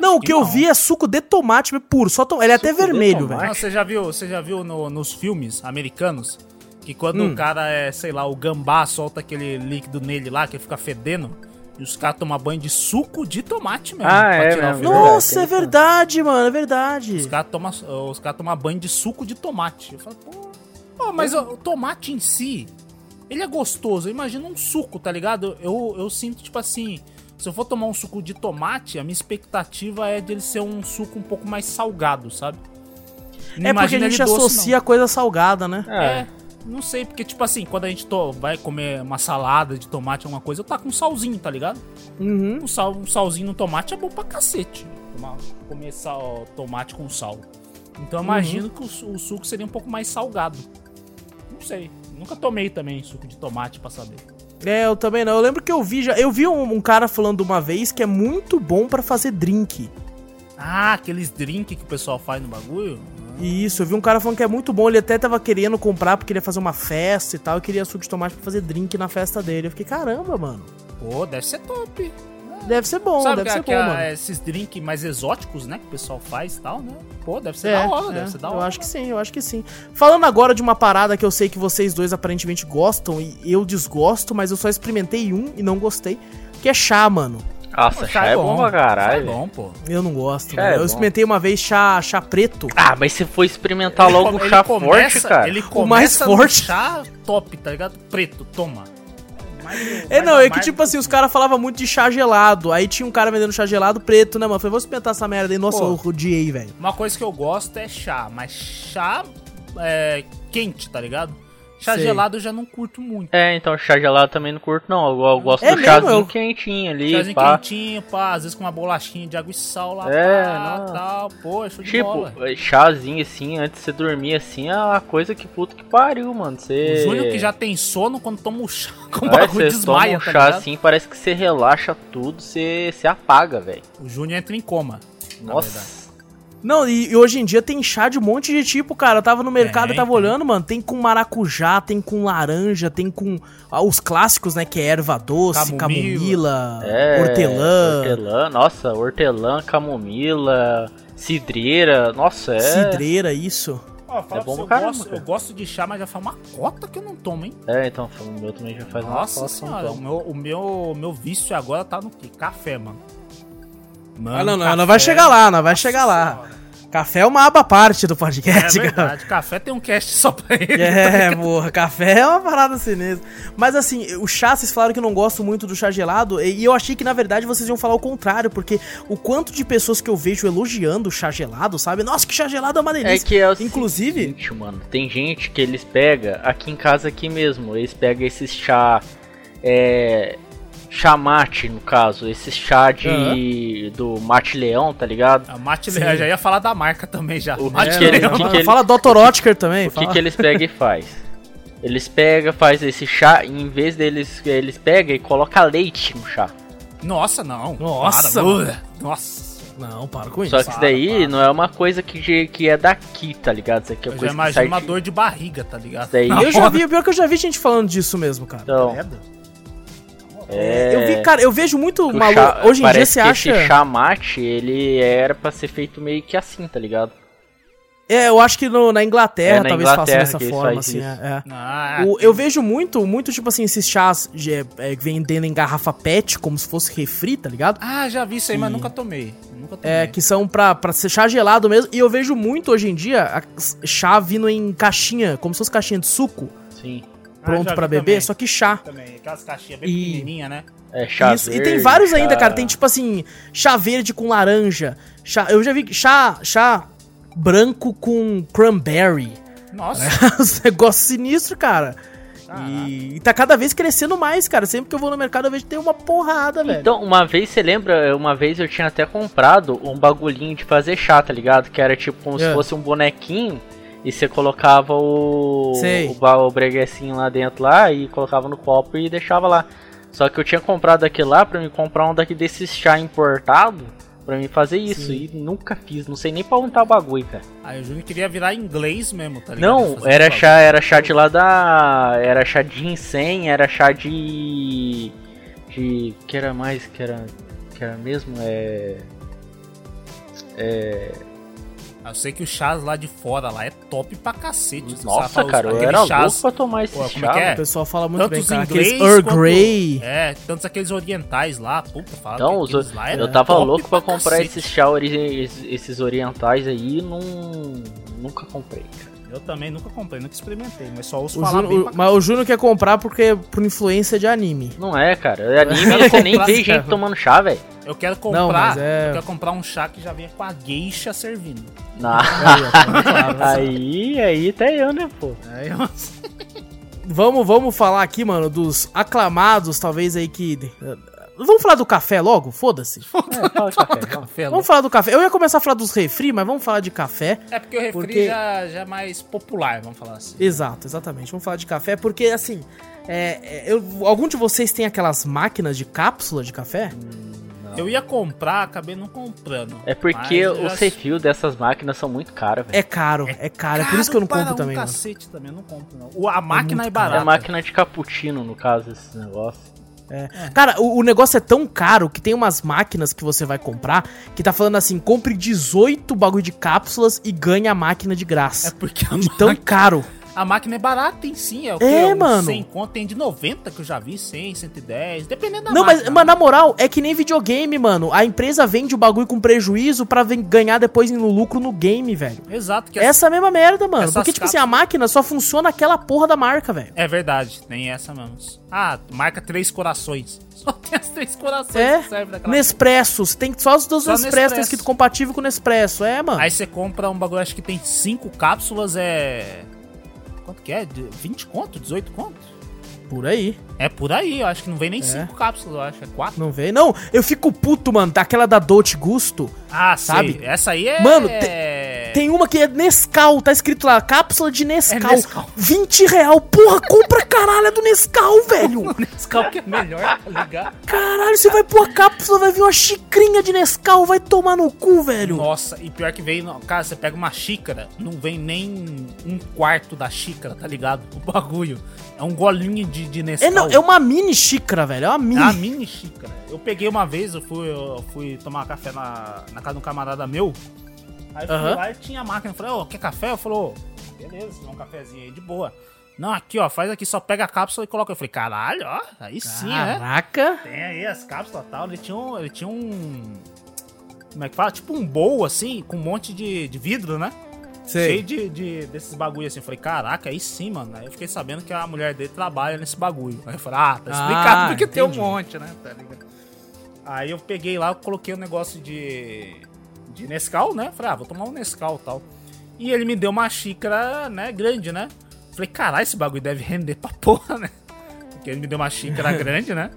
A: Não,
B: acho
A: o que eu vi é suco de tomate mesmo, puro. Só tom... Ele é até
C: Suco de
A: vermelho,
C: tomate?
A: velho.
B: Não, você já viu, você já viu no- nos filmes americanos que quando
A: Hum.
B: o cara é, sei lá, o gambá solta aquele líquido nele lá, que ele fica fedendo, e os caras tomam banho de suco de tomate mesmo.
C: Ah, é
B: tirar o
C: mesmo.
B: fedor.
C: Não.
A: Nossa, é verdade, mano, é
B: Os
A: verdade.
B: caras tomam os cara toma banho de suco de tomate. Eu falo, pô, pô, mas o, o tomate em si, ele é gostoso. Imagina um suco, tá ligado? Eu, eu sinto, tipo assim, se eu for tomar um suco de tomate, a minha expectativa é de ele ser um suco um pouco mais salgado, sabe? Não
A: É porque a
B: imagina
A: gente
B: ele doce,
A: associa a coisa salgada, né?
B: não. É. Não sei, porque, tipo assim, quando a gente to- vai comer uma salada de tomate, alguma coisa, eu tá com salzinho, tá ligado?
A: Uhum.
B: Um, sal, um salzinho no tomate é bom pra cacete. Tomar, comer sal, tomate com sal. Então eu imagino que o, su- o suco seria um pouco mais salgado. Não sei. Nunca tomei também suco de tomate pra saber.
A: É, eu também não. Eu lembro que eu vi já. Eu vi um, um cara falando uma vez que é muito bom pra fazer drink.
B: Ah, aqueles drink que o pessoal faz no bagulho?
A: E isso, eu vi um cara falando que é muito bom. Ele até tava querendo comprar porque ele ia fazer uma festa e tal. E queria suco de tomate pra fazer drink na festa dele. Eu fiquei, caramba, mano.
B: Pô, deve ser top.
A: Deve ser bom,
B: Sabe
A: deve
B: que- é
A: ser
B: que
A: bom,
B: a-
A: mano.
B: esses drinks mais exóticos, né, que o pessoal faz e tal, né? Pô, deve ser
A: É,
B: da hora,
A: é,
B: deve ser da
A: eu
B: hora.
A: acho que sim, eu acho que sim. Falando agora de uma parada que eu sei que vocês dois aparentemente gostam e eu desgosto, mas eu só experimentei um e não gostei, que é chá, mano.
C: Nossa, chá é bom pra
B: chá
C: caralho.
B: é
C: velho.
B: bom, pô.
A: Eu não gosto.
C: Chá
A: mano.
C: é
A: eu
C: bom.
A: experimentei uma vez chá, chá preto.
C: Ah, mas se for experimentar logo o
B: Ele
C: chá
B: começa-
C: forte, cara.
B: Ele é começa
A: mais
B: no
A: forte.
B: chá top, tá ligado? Preto, toma. um,
A: É, não, é que tipo assim, os caras falavam muito de chá gelado. Aí tinha um cara vendendo chá gelado preto, né, mano? Eu Falei, vou experimentar essa merda aí. Nossa,
B: Pô.
A: eu odiei,
B: um.
A: velho.
B: Uma coisa que eu gosto é chá, mas chá é, quente, tá ligado? Chá
A: Sei.
B: gelado eu já não curto muito.
C: É, então chá gelado também não curto, não. Eu, eu gosto
A: É
C: do
A: mesmo,
C: chazinho
A: eu-
C: quentinho ali,
B: Chazinho
C: pá.
B: quentinho, pá, às vezes com uma bolachinha de água e sal lá,
C: É,
B: pá,
C: não.
B: tal, pô, é show de
C: Tipo,
B: bola.
C: chazinho assim, antes de você dormir assim, é uma coisa que puta que pariu, mano. Você.
B: O Júlio que já tem sono, quando toma um chá, <laughs> com
C: É,
B: o bagulho
C: você
B: desmaia,
C: toma um
B: tá
C: chá
B: ligado?
C: assim, parece que você relaxa tudo, você, você apaga, velho.
B: O Júnior entra em coma. na verdade.
C: Nossa.
A: Não, e, e hoje em dia tem chá de um monte de tipo, cara. Eu tava no mercado e
B: Tem,
A: tava
B: tem.
A: olhando, mano. Tem com maracujá, tem com laranja, tem com ah, os clássicos, né? Que é erva doce, camomila,
B: Camomila.
C: É,
A: hortelã,
C: Hortelã, nossa, hortelã, camomila, cidreira, nossa, é.
A: cidreira, isso.
B: Ó, fala pra
C: É bom
B: você, eu,
C: pra caramba,
B: gosto,
C: cara.
B: eu gosto de chá, mas já faz uma cota que eu não tomo, hein?
C: É, então, o meu também já faz uma
B: Nossa
C: cota,
B: senhora,
C: então.
A: um
B: o meu, o meu, o meu vício agora tá no quê? Café, mano. Mano,
A: Ah, não, não,
B: café-
A: não vai chegar lá, não vai
B: Nossa
A: chegar lá. <laughs>
B: senhora.
A: Café é uma aba à parte do podcast,
B: É
A: cara.
B: verdade, café tem um cast só pra
C: <laughs>
B: ele.
C: Tá
A: É, porra, café é uma parada sinistra. Mas assim, o chá, vocês falaram que não gostam muito do chá gelado, e e eu achei que na verdade vocês iam falar o contrário, porque o quanto de pessoas que eu vejo elogiando o chá gelado, sabe? Nossa, que chá gelado é uma
C: É
A: delícia.
C: que é o
A: Inclusive-
C: seguinte, mano, tem gente que eles pega aqui em casa aqui mesmo, eles pegam esses chá é chá mate no caso, esse chá de do mate leão, tá
A: Ah,
C: ligado?
B: A Mate
A: Sim.
B: Leão, já ia falar da marca também já.
C: O
B: Mate
C: que ele-
B: Leão.
C: o que que ele-
A: Fala Dr. Otker também.
C: O que
A: fala.
C: que
A: <laughs>
C: eles pegam e faz? Eles pegam, faz esse chá e em vez deles eles pegam e coloca leite no chá.
B: Nossa, não.
A: Nossa,
B: Para, uh, Nossa.
A: Não, para com isso.
C: Só que isso
B: para,
C: daí
B: para.
C: não é uma coisa que, de- que é daqui, tá ligado? Isso aqui
B: Eu
C: é
B: já
C: coisa que sai
B: imagino uma
C: de-
B: dor de barriga, tá ligado?
C: Daí-
B: Na
A: Eu já
B: hora.
A: vi, pior que eu já vi gente falando disso mesmo, cara.
C: é Então,
B: Credo.
C: é...
A: Eu vi, cara, eu vejo muito
C: O
A: maluco.
C: chá-
A: Hoje em dia
C: parece
A: você
C: que
A: acha.
C: Esse chá mate, ele era pra ser feito meio que assim, tá ligado?
A: É, eu acho que no- na Inglaterra
C: É, na
A: talvez
C: Inglaterra
A: façam dessa
C: que eles
A: forma, assim.
C: fazem isso.
A: é, é.
B: Ah,
A: O- eu vejo muito, muito, tipo assim, esses chás de, é, é, vendendo em garrafa pet, como se fosse refri, tá ligado?
B: ah, já vi isso aí, mas
A: E-
B: nunca tomei. Nunca tomei.
A: É, que são pra, pra ser chá gelado mesmo. E eu vejo muito hoje em dia a- s- chá vindo em caixinha, como se fosse caixinha de suco,
C: Sim.
A: pronto
B: Ah, já
A: pra
B: vi
A: beber,
B: também.
A: só que chá.
B: Também, aquelas caixinhas bem
A: E-
B: pequenininhas, né?
C: É chá
A: Isso, e
C: verde,
A: tem vários ainda,
C: chá-
A: cara. Tem tipo assim, chá verde com laranja. Chá, eu já vi chá, chá branco com cranberry. <laughs>
B: Nossa,
A: É. Os negócios sinistros, cara.
B: Caraca.
A: E, e tá cada vez crescendo mais, cara. Sempre que eu vou no mercado, eu vejo que tem uma porrada, velho.
C: Então, uma vez, você lembra, eh, uma vez eu tinha até comprado um bagulhinho de fazer chá, tá ligado? Que era tipo como
A: É.
C: se fosse um bonequinho e você colocava o,
A: Sei.
C: o, ba- o breguecinho lá dentro lá e colocava no copo e deixava lá. Só que eu tinha comprado aquele lá pra me comprar um daqui desses chá importado pra mim fazer isso.
A: Sim.
C: E nunca fiz, não sei nem pra onde tá o bagulho, cara.
B: Aí o Júnior queria virar inglês mesmo, tá ligado?
C: Não,
B: Fazer
C: era
B: esse
C: chá, era chá um de lá da. Era chá de ginseng, era chá de. De. Que era mais? Que era. Que era mesmo? É.
B: bagulho. Eu sei que o chás lá de fora lá é top pra cacete. Os caras
C: Nossa,
B: falam,
C: cara, eu
B: aquele
C: era louco
B: chás-
C: pra tomar esse
B: Pô, como é
C: chá.
B: que é?
A: O pessoal fala muito
B: Tanto
A: bem,
B: os
A: cara.
B: inglês
A: Aqueles Earl
B: quanto-
A: Grey.
B: É, tantos aqueles orientais lá, puta, fala.
C: Então,
B: que
C: os,
B: aqueles lá é
C: eu tava
B: top
C: louco pra comprar
B: cacete.
C: esses chá, ori- esses- esses orientais aí e não. Nunca comprei, cara.
B: Eu também nunca comprei, nunca experimentei, mas só ouço
A: O
B: falar
A: Júnior-
B: bem
A: o-
B: pra
A: mas o Júnior quer comprar porque é por influência de
B: <laughs>
A: anime.
C: Não é, cara. É anime, você nem vê gente tomando chá, velho.
B: Eu quero
A: Não,
B: comprar,
A: mas é-
B: eu quero comprar um chá que já venha com a geisha servindo.
C: Na-
A: Aí, ó, tá, claro.
C: <laughs> Aí, aí até eu, né, pô?
B: Aí É, eu-
A: vamos, vamos falar aqui, mano, dos aclamados, talvez aí que. Vamos falar do café logo? Foda-se.
C: É, fala, café, vamos.
B: <laughs> Café,
A: Vamos falar do café. Eu ia começar a falar dos refri, mas vamos falar de café.
B: É porque o refri
A: Porque-
B: já, já é mais popular, vamos falar assim.
A: Exato, exatamente. Vamos falar de café, porque assim. é, é, eu- algum de vocês tem aquelas máquinas de cápsula de café?
B: Eu ia comprar, acabei não comprando.
C: É porque
B: Mas eu
C: o
B: já-
C: refil dessas máquinas são muito caros, velho.
A: É caro, é caro. É por isso que eu não
B: Caro
A: compro
B: para
A: também,
B: um
A: mano.
B: cacete também, eu não compro não. O- a máquina
A: muito
B: é,
C: É
B: barata.
C: a máquina de cappuccino, no caso, esses negócios.
A: Cara, o, o negócio é tão caro que tem umas máquinas que você vai comprar que tá falando assim: compre 18 bagulho de cápsulas e ganhe a máquina de
B: É
A: graça.
B: porque
C: <laughs>
B: a,
A: De tão
B: ma-
A: caro.
B: a máquina é barata em si, é o que?
A: É, mano.
B: 100 conto, tem de 90 que eu já vi, 100, 110, dependendo da
A: Não, mas,
B: máquina.
A: mas na moral, é que nem videogame, mano. A empresa vende o bagulho com prejuízo pra ven- ganhar depois no lucro no game, velho.
B: Exato, que
A: Essa mesma merda, mano.
B: essas
A: Porque, tipo assim, a
B: cápsulas-
A: máquina só funciona aquela porra da marca, velho.
B: É verdade, tem essa mesmo. Ah, marca três corações. <laughs> Só tem as três corações
A: É,
B: que servem daquela
A: Nespresso, você tem que- só os dos
B: Só
A: Nespresso, tá
B: Nespresso.
A: escrito compatível com o Nespresso, é, mano.
B: Aí você compra um bagulho, acho que tem cinco cápsulas, é. quanto que é? De 20 conto? 18 conto?
A: Por aí.
B: É por aí, eu acho que não vem nem 5 cápsulas, eu acho, é 4.
A: Não vem? Não, eu fico puto, mano, daquela da Dolce Gusto.
B: Ah,
A: Sabe?
B: sabe? Essa aí é.
A: Mano,
B: <laughs> é...
A: Tem uma que é Nescau, tá escrito lá, cápsula de Nescau.
B: É Nescau.
A: 20 real. Porra, compra caralho é do Nescau,
B: <laughs>
A: velho.
B: Nescau que é melhor, tá ligado?
A: Caralho, você vai pôr a cápsula, vai vir uma xicrinha de Nescau, vai tomar no cu, velho.
B: Nossa, e pior que vem, não, cara, você pega uma xícara, não vem nem um quarto da xícara, tá ligado? O bagulho. É um golinho de, de Nescau.
A: É, não, é uma mini xícara, velho. É uma mini.
B: É uma mini xícara. Eu peguei uma vez, eu fui, eu fui tomar café na, na casa de um camarada meu. Aí eu fui
A: Aham.
B: lá e tinha a máquina. Eu falei, ô, quer café? Eu falei, ô, beleza, dá um cafezinho aí de boa. Não, aqui, ó, faz aqui, só pega a cápsula e coloca. Eu falei, caralho, ó, aí sim, né?
A: Caraca.
B: Tem aí as cápsulas e tal. Ele tinha um. Ele tinha um. Como é que fala? Tipo um bowl, assim, com um monte de, de vidro, né? Cheio de, de- desses bagulho assim. Eu falei, caraca, aí sim, mano. Aí eu fiquei sabendo que a mulher dele trabalha nesse bagulho. Aí eu falei, ah, tá explicado
A: Ah,
B: porque tem um
A: entendi.
B: monte, né? Tá ligado? Aí eu peguei lá, eu coloquei um negócio de. de Nescau, né? Falei, ah, vou tomar um Nescau e tal. E ele me deu uma xícara, né, grande, né? Falei, caralho, esse bagulho deve render pra porra, né? Porque ele me deu
A: <laughs>
B: uma xícara grande, né?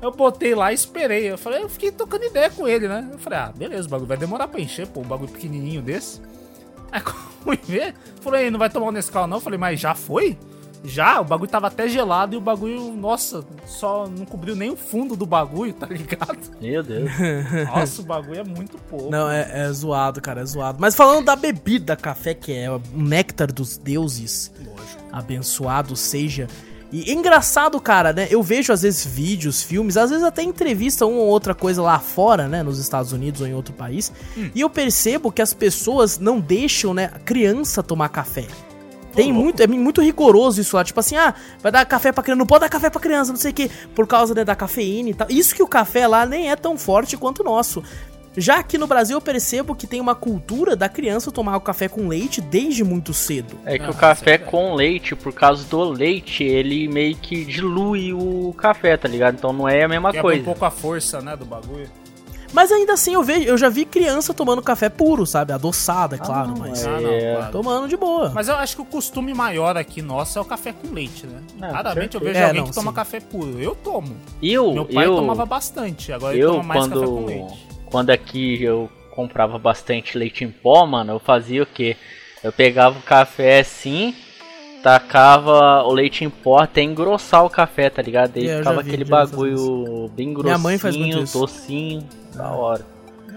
B: Eu botei lá e esperei. Eu falei, eu fiquei tocando ideia com ele, né? Eu falei, ah, beleza, o bagulho vai demorar pra encher, pô, um bagulho pequenininho desse. Aí quando <laughs> eu fui É ver, falou, ei, não vai tomar o Nescau não? Eu falei, mas já foi? Já, o bagulho tava até gelado e o bagulho, nossa, só não cobriu nem o fundo do bagulho, tá
C: <laughs>
B: ligado?
C: Meu
B: <laughs>
C: Deus.
B: Nossa, o bagulho é muito pouco.
A: Não, é, é zoado, cara, é zoado. Mas falando da bebida café, que é o néctar dos deuses,
B: Lógico.
A: abençoado seja. E é engraçado, cara, né? Eu vejo às vezes vídeos, filmes, às vezes até entrevista uma ou outra coisa lá fora, né? Nos Estados Unidos ou em outro país.
B: Hum.
A: E eu percebo que as pessoas não deixam, né, a criança tomar café. Tem
B: louco.
A: muito, é muito rigoroso isso lá, tipo assim, ah, vai dar café pra criança, não pode dar café pra criança, não sei o quê, por causa né, da cafeína e tal. Isso que o café lá nem é tão forte quanto o nosso. Já aqui no Brasil eu percebo que tem uma cultura da criança tomar o café com leite desde muito cedo.
C: É que
B: Ah,
C: o café
B: sim.
C: com leite, por causa do leite, ele meio que dilui o café, tá ligado? Então não é a mesma
B: Quebra um
C: coisa.
B: pouco a força, né, do bagulho.
A: Mas ainda assim eu vejo, eu já vi criança tomando café puro, sabe? Adoçada, é claro,
C: não,
A: mas.
C: é.
B: Ah, claro.
A: Tomando de boa.
B: Mas eu acho que o costume maior aqui nosso é o café com leite, né?
C: Não,
B: Raramente eu
C: certeza.
B: vejo
A: É,
B: alguém
A: não,
B: que toma
A: sim.
B: café puro. Eu tomo.
C: Eu,
B: Meu pai
C: eu,
B: tomava bastante, agora ele
C: eu
B: toma mais café com
C: quando,
B: leite.
C: quando aqui eu comprava bastante leite em pó, mano, eu fazia o quê? Eu pegava o café assim, tacava o leite em pó até engrossar o café, tá ligado? Ele
A: É, eu já
C: ficava
A: vi,
C: aquele
A: já vi fazendo
C: bagulho bem grossinho,
A: Minha mãe faz muito isso. É.
C: docinho, da hora.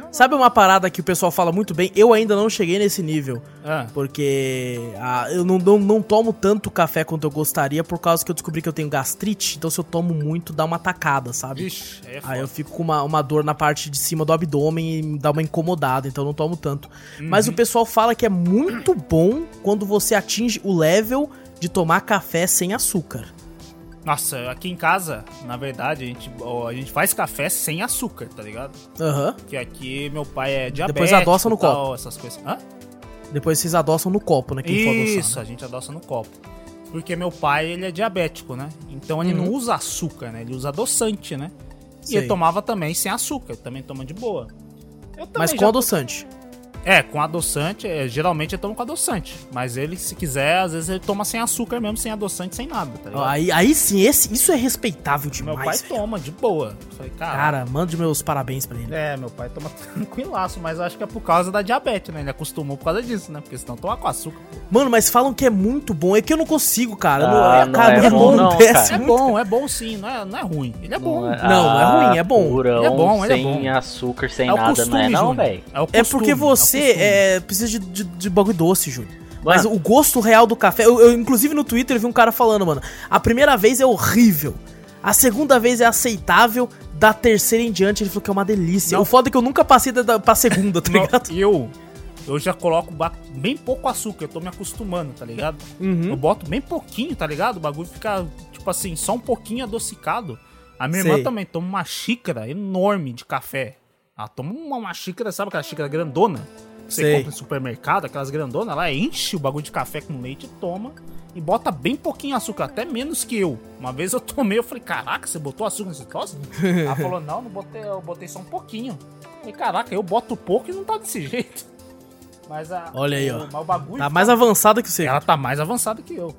A: Sabe uma parada que o pessoal fala muito bem? Eu ainda não cheguei nesse nível.
B: Ah,
A: Porque ah, eu não, não, não tomo tanto café quanto eu gostaria, por causa que eu descobri que eu tenho gastrite. Então, se eu tomo muito, dá uma tacada, sabe?
B: vixe, aí é foda.
A: Aí eu fico com uma, uma dor na parte de cima do abdômen e me dá uma incomodada, então eu não tomo tanto.
B: Uhum.
A: Mas o pessoal fala que é muito bom quando você atinge o level de tomar café sem açúcar.
B: Nossa, aqui em casa, na verdade, a gente, ó, a gente faz café sem açúcar, tá ligado?
A: Aham.
B: Porque aqui meu pai é diabético.
A: Depois adoça no
B: e tal, Essas coisas. Hã?
A: Depois vocês adoçam no copo, né? Quem for adoçar,
B: Isso,
A: né?
B: a gente adoça no copo. Porque meu pai, ele é diabético, né? Então ele não usa açúcar, né? Ele usa adoçante, né? E
A: Hum. Sei.
B: ele tomava também sem açúcar, também toma de boa. Eu também
A: Mas
B: já
A: com adoçante.
B: É, com adoçante, é, geralmente eu tomo com adoçante. Mas ele, se quiser, às vezes ele toma sem açúcar mesmo, sem adoçante, sem nada,
A: Ó,
B: tá ligado?
A: Aí, aí sim, esse, isso é respeitável
B: meu
A: demais.
B: pai
A: velho.
B: toma, de boa. Eu Falei, cara,
A: Cara, mande meus parabéns pra ele.
B: É, meu pai toma <laughs> tranquilaço, mas eu acho que é por causa da diabetes, né? Ele acostumou por causa disso, né? Porque senão toma com açúcar.
A: Mano, mas falam que é muito bom. É que eu não consigo, cara. Eu um não-
C: Ah, não
A: cara,
C: é
A: minha
C: bom
A: mão
C: não,
A: desce
B: É
A: muito.
B: bom, é bom sim, não é, não é ruim. Ele é bom. É,
A: Não, não é ruim, é bom.
C: ah, Purão,
B: Ele é bom, ele é
C: sem
B: bom.
C: açúcar, sem
B: o
C: nada, não é
B: costume,
C: não,
B: Júnior.
C: velho?
B: É, o
A: É
B: costume,
A: porque você
B: costume.
A: é, precisa de, de, de bagulho doce, Júlio. Mas
C: Mano.
A: o gosto real do café. Eu, eu, inclusive no Twitter eu vi um cara falando, mano. A primeira vez é horrível. A segunda vez é aceitável. Da terceira em diante ele falou que é uma delícia.
B: Não.
A: O foda é que eu nunca passei da, da, pra segunda, tá <laughs>
B: Não,
A: ligado?
B: eu, eu já coloco ba- bem pouco açúcar, eu tô me acostumando, tá ligado?
A: Uhum.
B: Eu boto bem pouquinho, tá ligado? O bagulho fica, tipo assim, só um pouquinho adocicado. A minha
A: Sei.
B: irmã também toma uma xícara enorme de café. Ela toma uma, uma xícara, sabe aquela xícara grandona? Que você
A: Sei.
B: compra em supermercado, aquelas grandonas, ela enche o bagulho de café com leite e toma. E bota bem pouquinho açúcar, até menos que eu. Uma vez eu tomei, eu falei, caraca, você botou açúcar nesse troço?
A: <laughs>
B: Ela falou, não, não botei, eu botei só um pouquinho. Eu falei, caraca, eu boto pouco e não tá desse jeito. Mas a.
A: Olha aí,
B: o-
A: ó.
B: mas o bagulho
A: Tá mais avançado que você.
B: ela tá mais avançada que eu.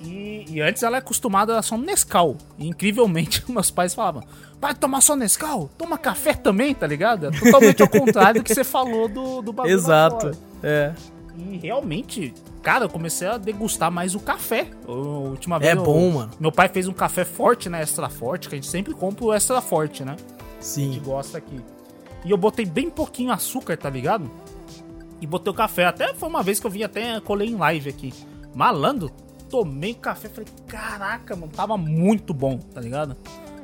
B: E, e antes ela é acostumada a só Nescau. E incrivelmente, <laughs> meus pais falavam: vai tomar só Nescau? Toma café também, tá ligado? É totalmente ao contrário do que você falou do, do bagulho. lá fora.
A: Exato. É.
B: Tá E realmente, cara, eu comecei a degustar mais o café. Eu, a última vez
A: É
B: eu-
A: bom, mano.
B: Meu pai fez um café forte, né? Extra forte, que a gente sempre compra o extra forte, né? A gente
A: Sim.
B: gosta aqui. E eu botei bem pouquinho açúcar, tá ligado? E botei o café. Até foi uma vez que eu vim até colei em live aqui. Malandro, tomei o café, falei, caraca, mano, tava muito bom, tá ligado?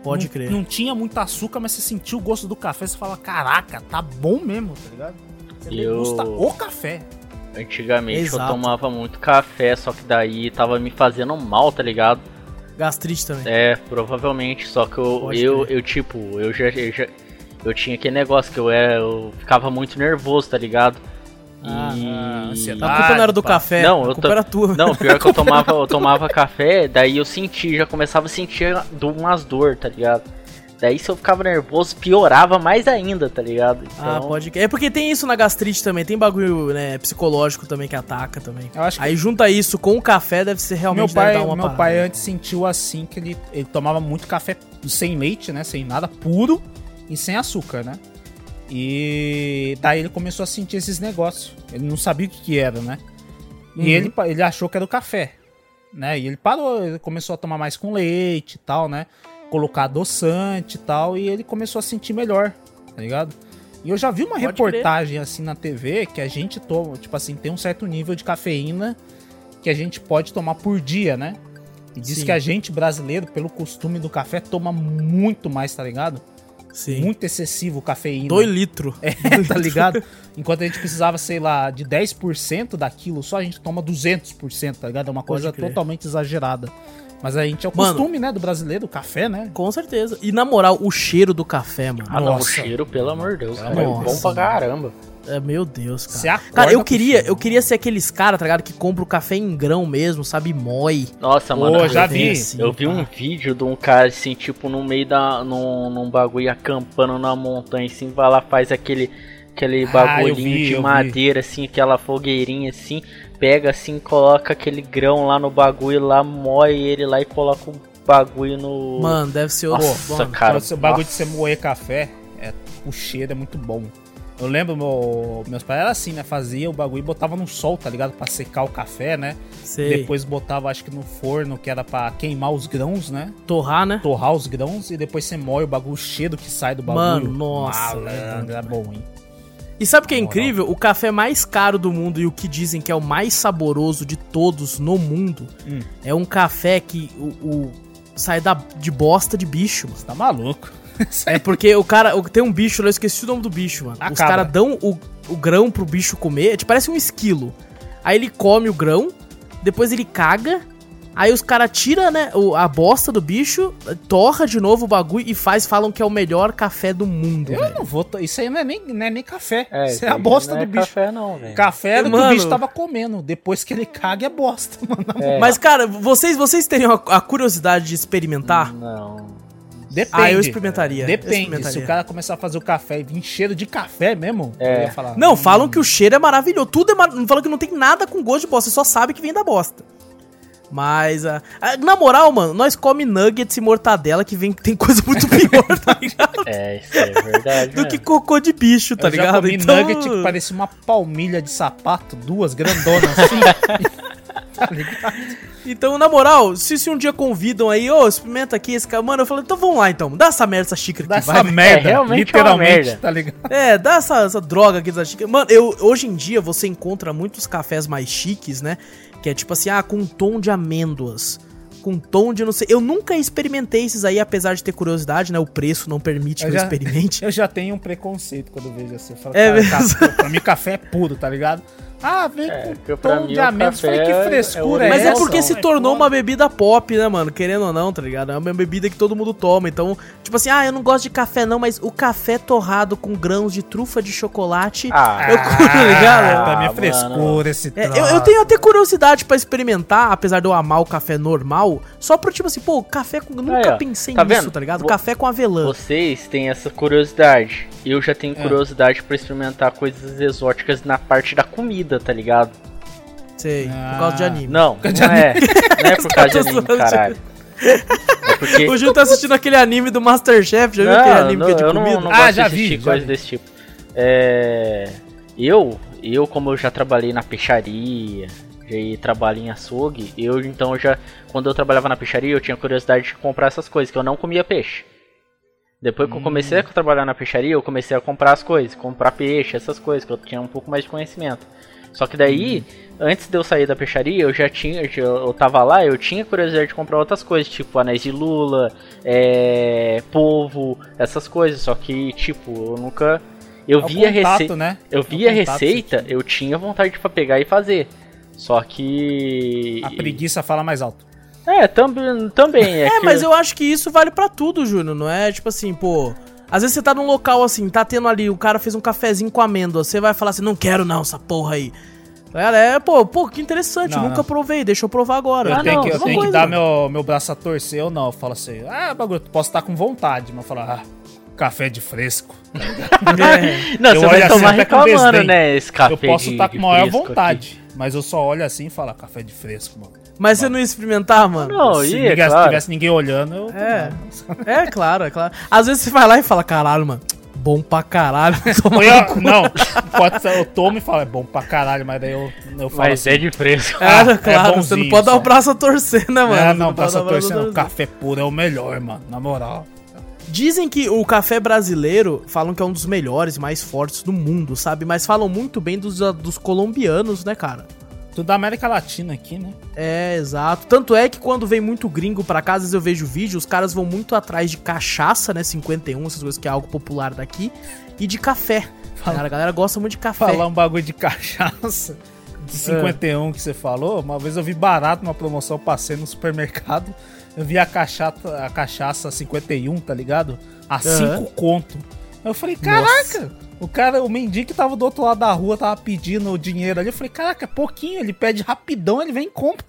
A: Pode
B: não,
A: crer.
B: Não tinha muito açúcar, mas você sentiu o gosto do café, você fala, caraca, tá bom mesmo, tá ligado? Você
C: Eu-
B: degusta o café.
C: Antigamente eu
A: Exato.
C: tomava muito café, só que daí tava me fazendo mal, tá ligado?
A: Gastrite também.
C: É, provavelmente, só que eu,
A: Pode
C: eu,
A: crer.
C: eu, tipo, eu já, eu já- eu tinha aquele negócio que eu era, eu ficava muito nervoso, tá ligado?
A: Ah,
B: ah, ansiedade.
A: A culpa não era do
B: pá.
A: café.
C: Não,
A: a
C: eu
A: culpa
C: tô-
A: era tua.
C: Não, pior é que eu tomava, eu tomava café, daí eu senti, já começava a sentir do- umas dor, tá ligado? Daí se eu ficava nervoso, piorava mais ainda, tá ligado?
A: <laughs> Ah,
C: Então,
A: pode crer. É porque tem isso na gastrite também, tem bagulho né, psicológico também que ataca também.
B: Eu acho que-
A: Aí junta isso com o café, deve ser realmente
B: Meu pai,
A: deve dar uma
B: meu
A: parada.
B: pai antes sentiu assim que ele, ele tomava muito café sem leite, né? Sem nada, puro e sem açúcar, né? E daí ele começou a sentir esses negócios. Ele não sabia o que, que era, né?
A: Uhum.
B: E ele, pa- ele achou que era o café, né? E ele parou, ele começou a tomar mais com leite e tal, né? Colocar adoçante e tal, e ele começou a sentir melhor, tá ligado? E eu já vi uma
A: Pode
B: reportagem assim na TV que a gente toma, tipo assim, tem um certo nível de cafeína que a gente pode tomar por dia, né? E diz
A: Sim.
B: que a gente brasileiro, pelo costume do café, toma muito mais, tá ligado?
A: Sim.
B: Muito excessivo cafeína.
A: 2 litros.
B: É, <laughs> tá ligado? Enquanto a gente precisava, sei lá, de 10% daquilo, só a gente toma 200%, tá ligado? É uma
A: Pode
B: coisa
A: crer.
B: totalmente exagerada. Mas a gente é o
A: Mano.
B: costume, né, do brasileiro, o café, né?
A: Com certeza. E na moral, o cheiro do café, mano.
C: ah, não, o
B: nossa.
C: cheiro, pelo amor de Deus,
B: Pelo
C: cara, é
A: amor de
C: bom pra
A: Deus.
C: caramba.
A: É, meu Deus, cara.
B: Você acorda
A: Cara, eu
B: com
A: queria,
B: cheiro.
A: eu queria ser aqueles caras, tá ligado? Que compra o café em grão mesmo, sabe? Mói.
C: Nossa, mano,
B: Ô, já
A: eu tenho
B: vi.
A: assim,
C: Eu vi um
A: cara.
C: vídeo de um cara assim, tipo, no meio da. num, num bagulho acampando na montanha, assim, vai lá, faz aquele.
B: Ah,
C: Aquele
B: eu
C: bagulhinho
B: vi,
C: de
B: eu vi.
C: madeira, assim, aquela fogueirinha assim, pega assim, coloca aquele grão lá no bagulho lá, moe ele lá e coloca o bagulho no.
A: Mano, deve ser outro.
C: nossa,
A: mano.
C: cara.
B: Então, esse bagulho de
C: nossa.
B: você moer café, é, o cheiro é muito bom. Eu lembro, meu- meus pais eram assim, né? Fazia o bagulho e botava no sol, tá ligado? Pra secar o café, né?
A: Sei.
B: Depois botava, acho que no forno, que era pra queimar os grãos, né?
A: torrar, né?
B: Torrar os grãos e depois você moe o bagulho, o cheiro que sai do bagulho.
A: Mano, nossa,
B: Malandro, é bom, hein?
A: E sabe o que é
B: Na moral.
A: incrível? O café mais caro do mundo e o que dizem que é o mais saboroso de todos no mundo
B: Hum.
A: é um café que o, o- sai da, de bosta de bicho, mano.
B: Você tá maluco. <laughs>
A: É porque o cara. o- Tem um bicho lá, eu esqueci o nome do bicho, mano.
B: A
A: Os
B: cabra.
A: caras dão o, o grão pro bicho comer, é tipo, parece um esquilo. Aí ele come o grão, depois ele caga. Aí os caras tiram, né, o- a bosta do bicho, torra de novo o bagulho e faz, falam que é o melhor café do mundo,
B: Eu
A: velho.
B: não vou. to- Isso aí não é nem, não é nem café.
C: É,
B: isso é a
C: aí
B: bosta
C: não é
B: do bicho. Café,
C: café, não, velho.
B: era o que o
A: Mano.
B: bicho tava comendo. Depois que ele caga, é bosta, mano.
C: É,
A: Mas, cara, vocês, vocês teriam a, a curiosidade de
B: tá.
A: experimentar?
C: Não.
B: Depende.
A: Ah, eu experimentaria. eu
B: Depende. Se
A: experimentaria.
B: o cara começar a fazer o café e vir cheiro de café mesmo,
C: É.
B: eu ia falar.
A: Não,
B: "Hum,
A: falam que o cheiro é maravilhoso. Tudo é mar... Falam que não tem nada com gosto de bosta, você só sabe que vem da bosta. Mas, ah, ah, na moral, mano, nós come nuggets e mortadela que vem tem coisa
B: <laughs>
A: muito pior, tá ligado?
C: É, isso é verdade.
A: Do que
C: mesmo.
A: cocô de bicho, tá
B: eu
A: ligado?
B: Já comi nugget que parecia uma palmilha de sapato, duas grandonas
A: <laughs>
B: assim. <laughs> tá ligado?
A: então, na moral, se, se um dia convidam aí, ô, experimenta aqui esse cara, mano, eu falei, então vamos lá então, dá essa merda, essa xícara
B: Dá
A: aqui,
B: essa
A: <laughs> vai.
B: merda,
C: É, realmente é uma
B: literalmente,
C: merda.
B: tá ligado?
A: É, dá essa, essa droga aqui dessa xícara. Mano, eu, hoje em dia você encontra muitos cafés mais chiques, né? Que é tipo assim, ah, com tom de amêndoas. Com tom de não sei. Eu nunca experimentei esses aí, apesar de ter curiosidade, né? O preço não permite
B: Eu
A: que eu
B: já-
A: experimente.
B: Eu já tenho um preconceito quando eu vejo assim. Eu falo,
A: É
B: cara,
A: mesmo?
B: café- pra mim café é puro, tá ligado? Ah, vem
C: É,
B: com
C: porque pra
B: tom
C: mim
B: de
C: o
B: amêndoas.
C: café
B: Falei,
C: é-
B: que
C: é
B: frescura <laughs> é,
A: Mas é
B: essa?
A: porque se
B: Mas
A: tornou
B: foda.
A: uma bebida pop, né, mano? Querendo ou não, tá ligado? É uma bebida que todo mundo toma. Então, tipo assim, ah, eu não gosto de café não, mas o café torrado com grãos de trufa de chocolate.
C: Ah,
A: Eu- tá ligado?
B: Pra mim é
C: Ah,
B: frescura esse
A: É, eu,
B: troço.
A: eu tenho até curiosidade pra experimentar, apesar de eu amar o café normal, só pro tipo assim, pô, café com. Nunca
C: ó,
A: pensei
C: tá
A: nisso,
C: vendo?
A: tá ligado?
C: Vo-
A: Café com avelã.
C: Vocês têm essa curiosidade. Eu já tenho
B: É.
C: curiosidade pra experimentar coisas exóticas na parte da comida, tá ligado?
A: Sei,
B: Ah.
A: por causa de anime.
C: Não, não é. Não é por
A: <laughs>
C: causa de anime, caralho. É porque.
A: O Gil tá assistindo aquele anime do Masterchef, já viu aquele
C: Não,
A: anime
C: não,
A: que é de
C: eu não,
A: comida?
C: não
B: Ah,
C: gosto
B: já
C: de
B: vi,
C: assistir
B: já
C: coisa
B: vi.
C: desse tipo. É, eu, eu, como eu já trabalhei na peixaria, já trabalhei em açougue, eu então já. Quando eu trabalhava na peixaria, eu tinha curiosidade de comprar essas coisas, que eu não comia peixe. Depois que eu comecei
B: Hum.
C: a trabalhar na peixaria, eu comecei a comprar as coisas, comprar peixe, essas coisas, que eu tinha um pouco mais de conhecimento. Só que daí,
B: Uhum.
C: antes de eu sair da peixaria, eu já tinha, eu já- eu tava lá, eu tinha curiosidade de comprar outras coisas, tipo anéis de lula, é, polvo, essas coisas. Só que, tipo, eu nunca. Eu
B: É o
C: via receita.
B: contato, né?
C: Eu
B: É o
C: vi a
B: contato que você
C: receita, eu tinha vontade de pegar e fazer. Só que.
B: A preguiça fala mais alto.
C: É, também. também é,
A: É,
C: que-
A: mas eu acho que isso vale pra tudo, Júnior, não é? Tipo assim, pô. Às vezes você tá num local assim, tá tendo ali, o cara fez um cafezinho com amêndoa, você vai falar assim, não quero não, essa porra aí. Cara, é, pô, pô, que interessante,
B: Não,
A: nunca
B: não.
A: provei, deixa eu provar agora.
B: Eu
C: Ah,
B: tenho,
C: não,
B: que, eu
A: mesma
B: tenho que
A: coisa,
B: dar
A: mano.
B: meu, meu braço a torcer eu não. Eu falo assim, ah, bagulho, tu posso estar com vontade, mas eu falo, ah, café de fresco.
A: <laughs> É.
C: Não,
B: eu
C: você
B: olho
C: vai
B: assim
C: tomar
B: até com
C: reclamando,
B: desdém.
C: né? Esse café
B: eu posso
C: de-
B: estar
C: de
B: com maior
C: fresco aqui.
B: vontade, mas eu só olho assim e falo, ah, café de fresco, mano.
A: Mas você não ia experimentar, mano?
C: Não,
B: Se
C: e é
B: ninguém- se
C: claro.
B: tivesse ninguém olhando, eu...
A: É. É, claro, é claro. Às vezes você vai lá e fala, caralho, mano, bom pra caralho. <laughs>
B: Põe a- não, pode ser, eu tomo e falo, é bom pra caralho, mas daí eu, eu falo assim,
C: Mas é de <laughs> fresco.
A: Cara,
B: é
A: Ah, claro, você não
B: bonzinho,
A: pode dar o
B: sabe?
A: braço a torcer, né, mano?
B: É,
A: Você
B: não,
A: pode dar
B: passa
A: o braço a torcer.
B: torcendo. Café puro é o melhor, mano. Na moral.
A: Dizem que o café brasileiro, falam que é um dos melhores, mais fortes do mundo, sabe? Mas falam muito bem dos, ah, dos colombianos, né, cara?
B: Tudo da América Latina aqui, né?
A: É, exato. Tanto é que quando vem muito gringo pra cá, às vezes eu vejo vídeo, os caras vão muito atrás de cachaça, né? 51, essas coisas que é algo popular daqui, e de café. Cara, a galera gosta muito de café.
B: Falar um bagulho de <laughs> cachaça
A: É.
B: de 51 que você falou. Uma vez eu vi barato numa promoção, eu passei no supermercado. Eu vi a cachaça, a cachaça 51, tá ligado? A 5 conto. Eu falei, caraca! O cara, o mendigo que tava do outro lado da rua, tava pedindo o dinheiro ali. Eu falei, caraca, é pouquinho. Ele pede rapidão, ele vem
A: <laughs>
B: e compra.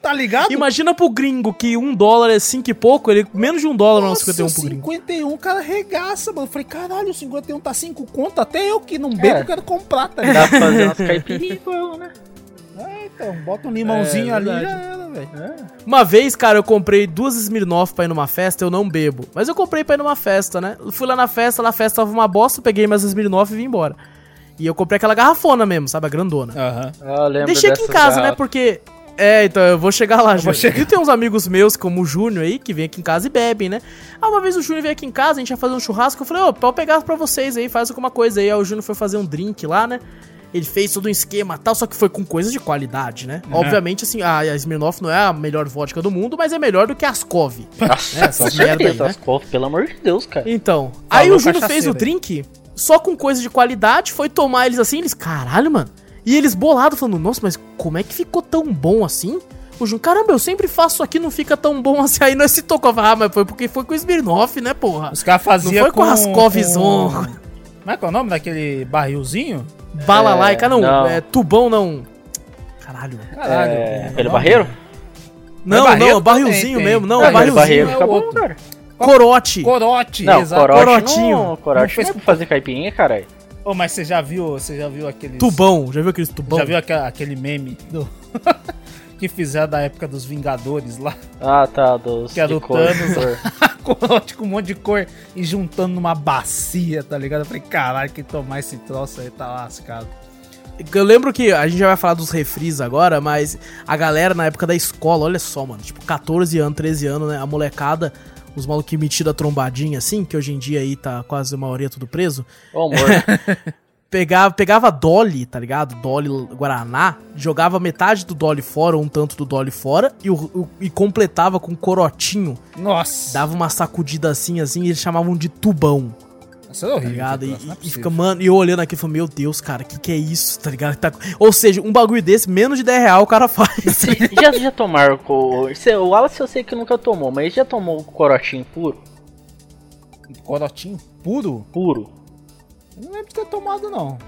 B: tá ligado?
A: Imagina pro gringo que um dólar é cinco e pouco, ele menos de um dólar não é 51 pro gringo.
B: 51, o cara regaça, mano. Eu falei, caralho, o 51 tá 5 conto, até eu que não bebo,
C: É.
B: quero comprar, tá ligado?
C: Dá pra fazer umas caipirinhas, né?
B: É, então, bota um limãozinho
A: É,
B: ali
A: verdade.
B: já era, velho. É.
A: Uma vez, cara, eu comprei duas Smirnoff pra ir numa festa, eu não bebo. Mas eu comprei pra ir numa festa, né? Eu Fui lá na festa, lá na festa tava uma bosta, eu peguei minhas Smirnoff e vim embora. E eu comprei aquela garrafona mesmo, sabe? A grandona.
B: Aham.
C: Ah, eu lembro
A: Deixei aqui em
C: dessas
A: casa, né?
C: garrafas.
A: Porque. É, então eu vou chegar lá,
B: vou
A: Júnior. E tem uns amigos meus, como o Júnior aí, que vem aqui em casa e bebem, né? Ah, uma vez o Júnior veio aqui em casa, a gente ia fazer um churrasco. Eu falei, ô, pode pegar pra vocês aí, faz alguma coisa aí. Aí o Júnior foi fazer um drink lá, né? Ele fez todo um esquema e tal, só que foi com coisas de qualidade, né?
B: Uhum.
A: Obviamente, assim, a, a Smirnoff não é a melhor vodka do mundo, mas é melhor do que a Ascov.
B: <laughs>
C: Nossa,
B: É,
A: Essa
C: com
A: merda aí,
C: certeza,
A: né?
C: as cofres, pelo amor de Deus, cara.
A: Então, aí o Júnior fez
B: cachaceiro
A: o
B: aí.
A: drink só com coisa de qualidade, foi tomar eles assim, eles, caralho, mano. E eles bolados, falando, nossa, mas como é que ficou tão bom assim? O Júnior, caramba, eu sempre faço isso aqui, não fica tão bom assim. Aí nós se tocou, ah, mas foi porque foi com o Smirnoff, né, porra?
B: Os caras faziam
A: Não foi com Raskovzon.
B: Como é que é o nome daquele barrilzinho?
A: Bala lá, e cara, não,
C: não.
A: é tubão não. Caralho.
B: Caralho. como
C: É,
B: que o
C: pelo
B: nome?
C: barreiro?
A: Não,
B: é barreiro
A: não,
B: também
A: barrilzinho
B: tem.
A: mesmo, não,
B: Não,
C: Ah,
B: mas
A: barrilzinho.
C: barreiro
B: é
C: fica bom,
B: outro.
C: cara.
A: Corote.
B: Corote,
C: Não,
B: exato.
C: corote não,
A: Corotinho.
B: Não
C: corote não
B: fez
C: é pra fazer caipirinha, caralho.
B: Ô, mas você já viu, você já viu aqueles...
A: Tubão, já viu aqueles tubão?
B: Já viu aqua- aquele meme do... <laughs> que fizeram da época dos Vingadores lá? <laughs>
C: Ah, tá, dos
B: Que é
C: de
B: do
C: cor, de
B: Thanos.
C: <laughs> cor.
B: corote com um monte de cor e juntando numa bacia, tá ligado? Eu falei, caralho, quem tomar esse troço aí tá lascado.
A: Eu lembro que a gente já vai falar dos refris agora, mas a galera na época da escola, olha só, mano, tipo 14 anos, 13 anos, né? A molecada, os malucos que metiram a trombadinha assim, que hoje em dia aí tá quase a maioria tudo preso,
C: Ô, amor. <laughs>
A: pegava, pegava Dolly, tá ligado? Dolly Guaraná, jogava metade do Dolly fora, ou um tanto do Dolly fora, e, o- o- e completava com corotinho.
B: Nossa!
A: Dava uma sacudida assim, assim, e eles chamavam de tubão.
B: Isso é horrível.
A: Tá ligado? E,
B: esse troço, não
A: e
B: é possível.
A: fica, mano, e eu olhando aqui e falo, meu Deus, cara, que que é isso, tá ligado? Tá- Ou seja, um bagulho desse, menos de 10 real o cara <laughs> faz.
C: já, já tomaram co... cê- O Wallace eu sei que nunca tomou, mas já tomou corotinho puro?
B: Um Corotinho puro?
C: Puro.
B: Eu não lembro de ter tomado, não.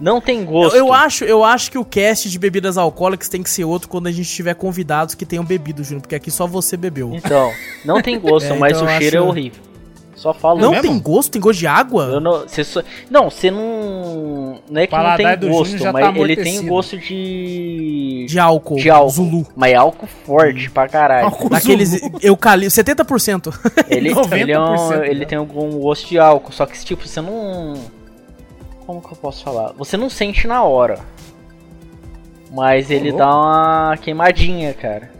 C: Não tem
A: eu,
C: gosto.
A: eu acho, eu acho que o cast de bebidas alcoólicas tem que ser outro quando a gente tiver convidados que tenham bebido, Júnior, porque aqui só você bebeu.
C: Então, não tem gosto,
A: <laughs> É,
C: mas
A: então
C: o
A: eu
C: cheiro é
A: acho-
C: horrível. Só falo
A: Não
B: mesmo?
A: tem gosto? Tem gosto de água?
C: Eu não, você só- não, você não. Não é que
B: Paladar
C: não
B: do
C: tem
B: Júnior
C: gosto,
B: já tá
C: mas ele
B: amortecido.
C: tem gosto de.
A: De álcool.
C: de
B: <laughs>
C: álcool.
A: Zulu.
C: Mas é álcool forte pra caralho.
B: Álcool <laughs>
A: Daqueles
B: Zulu.
A: eucalipto, 70%.
C: Ele, ele, é um-
B: 90%
C: ele
B: dela.
C: tem algum gosto de álcool, só que tipo, você não. Como que eu posso falar? Você não sente na hora. Mas ele
B: louco.
C: dá uma queimadinha, cara.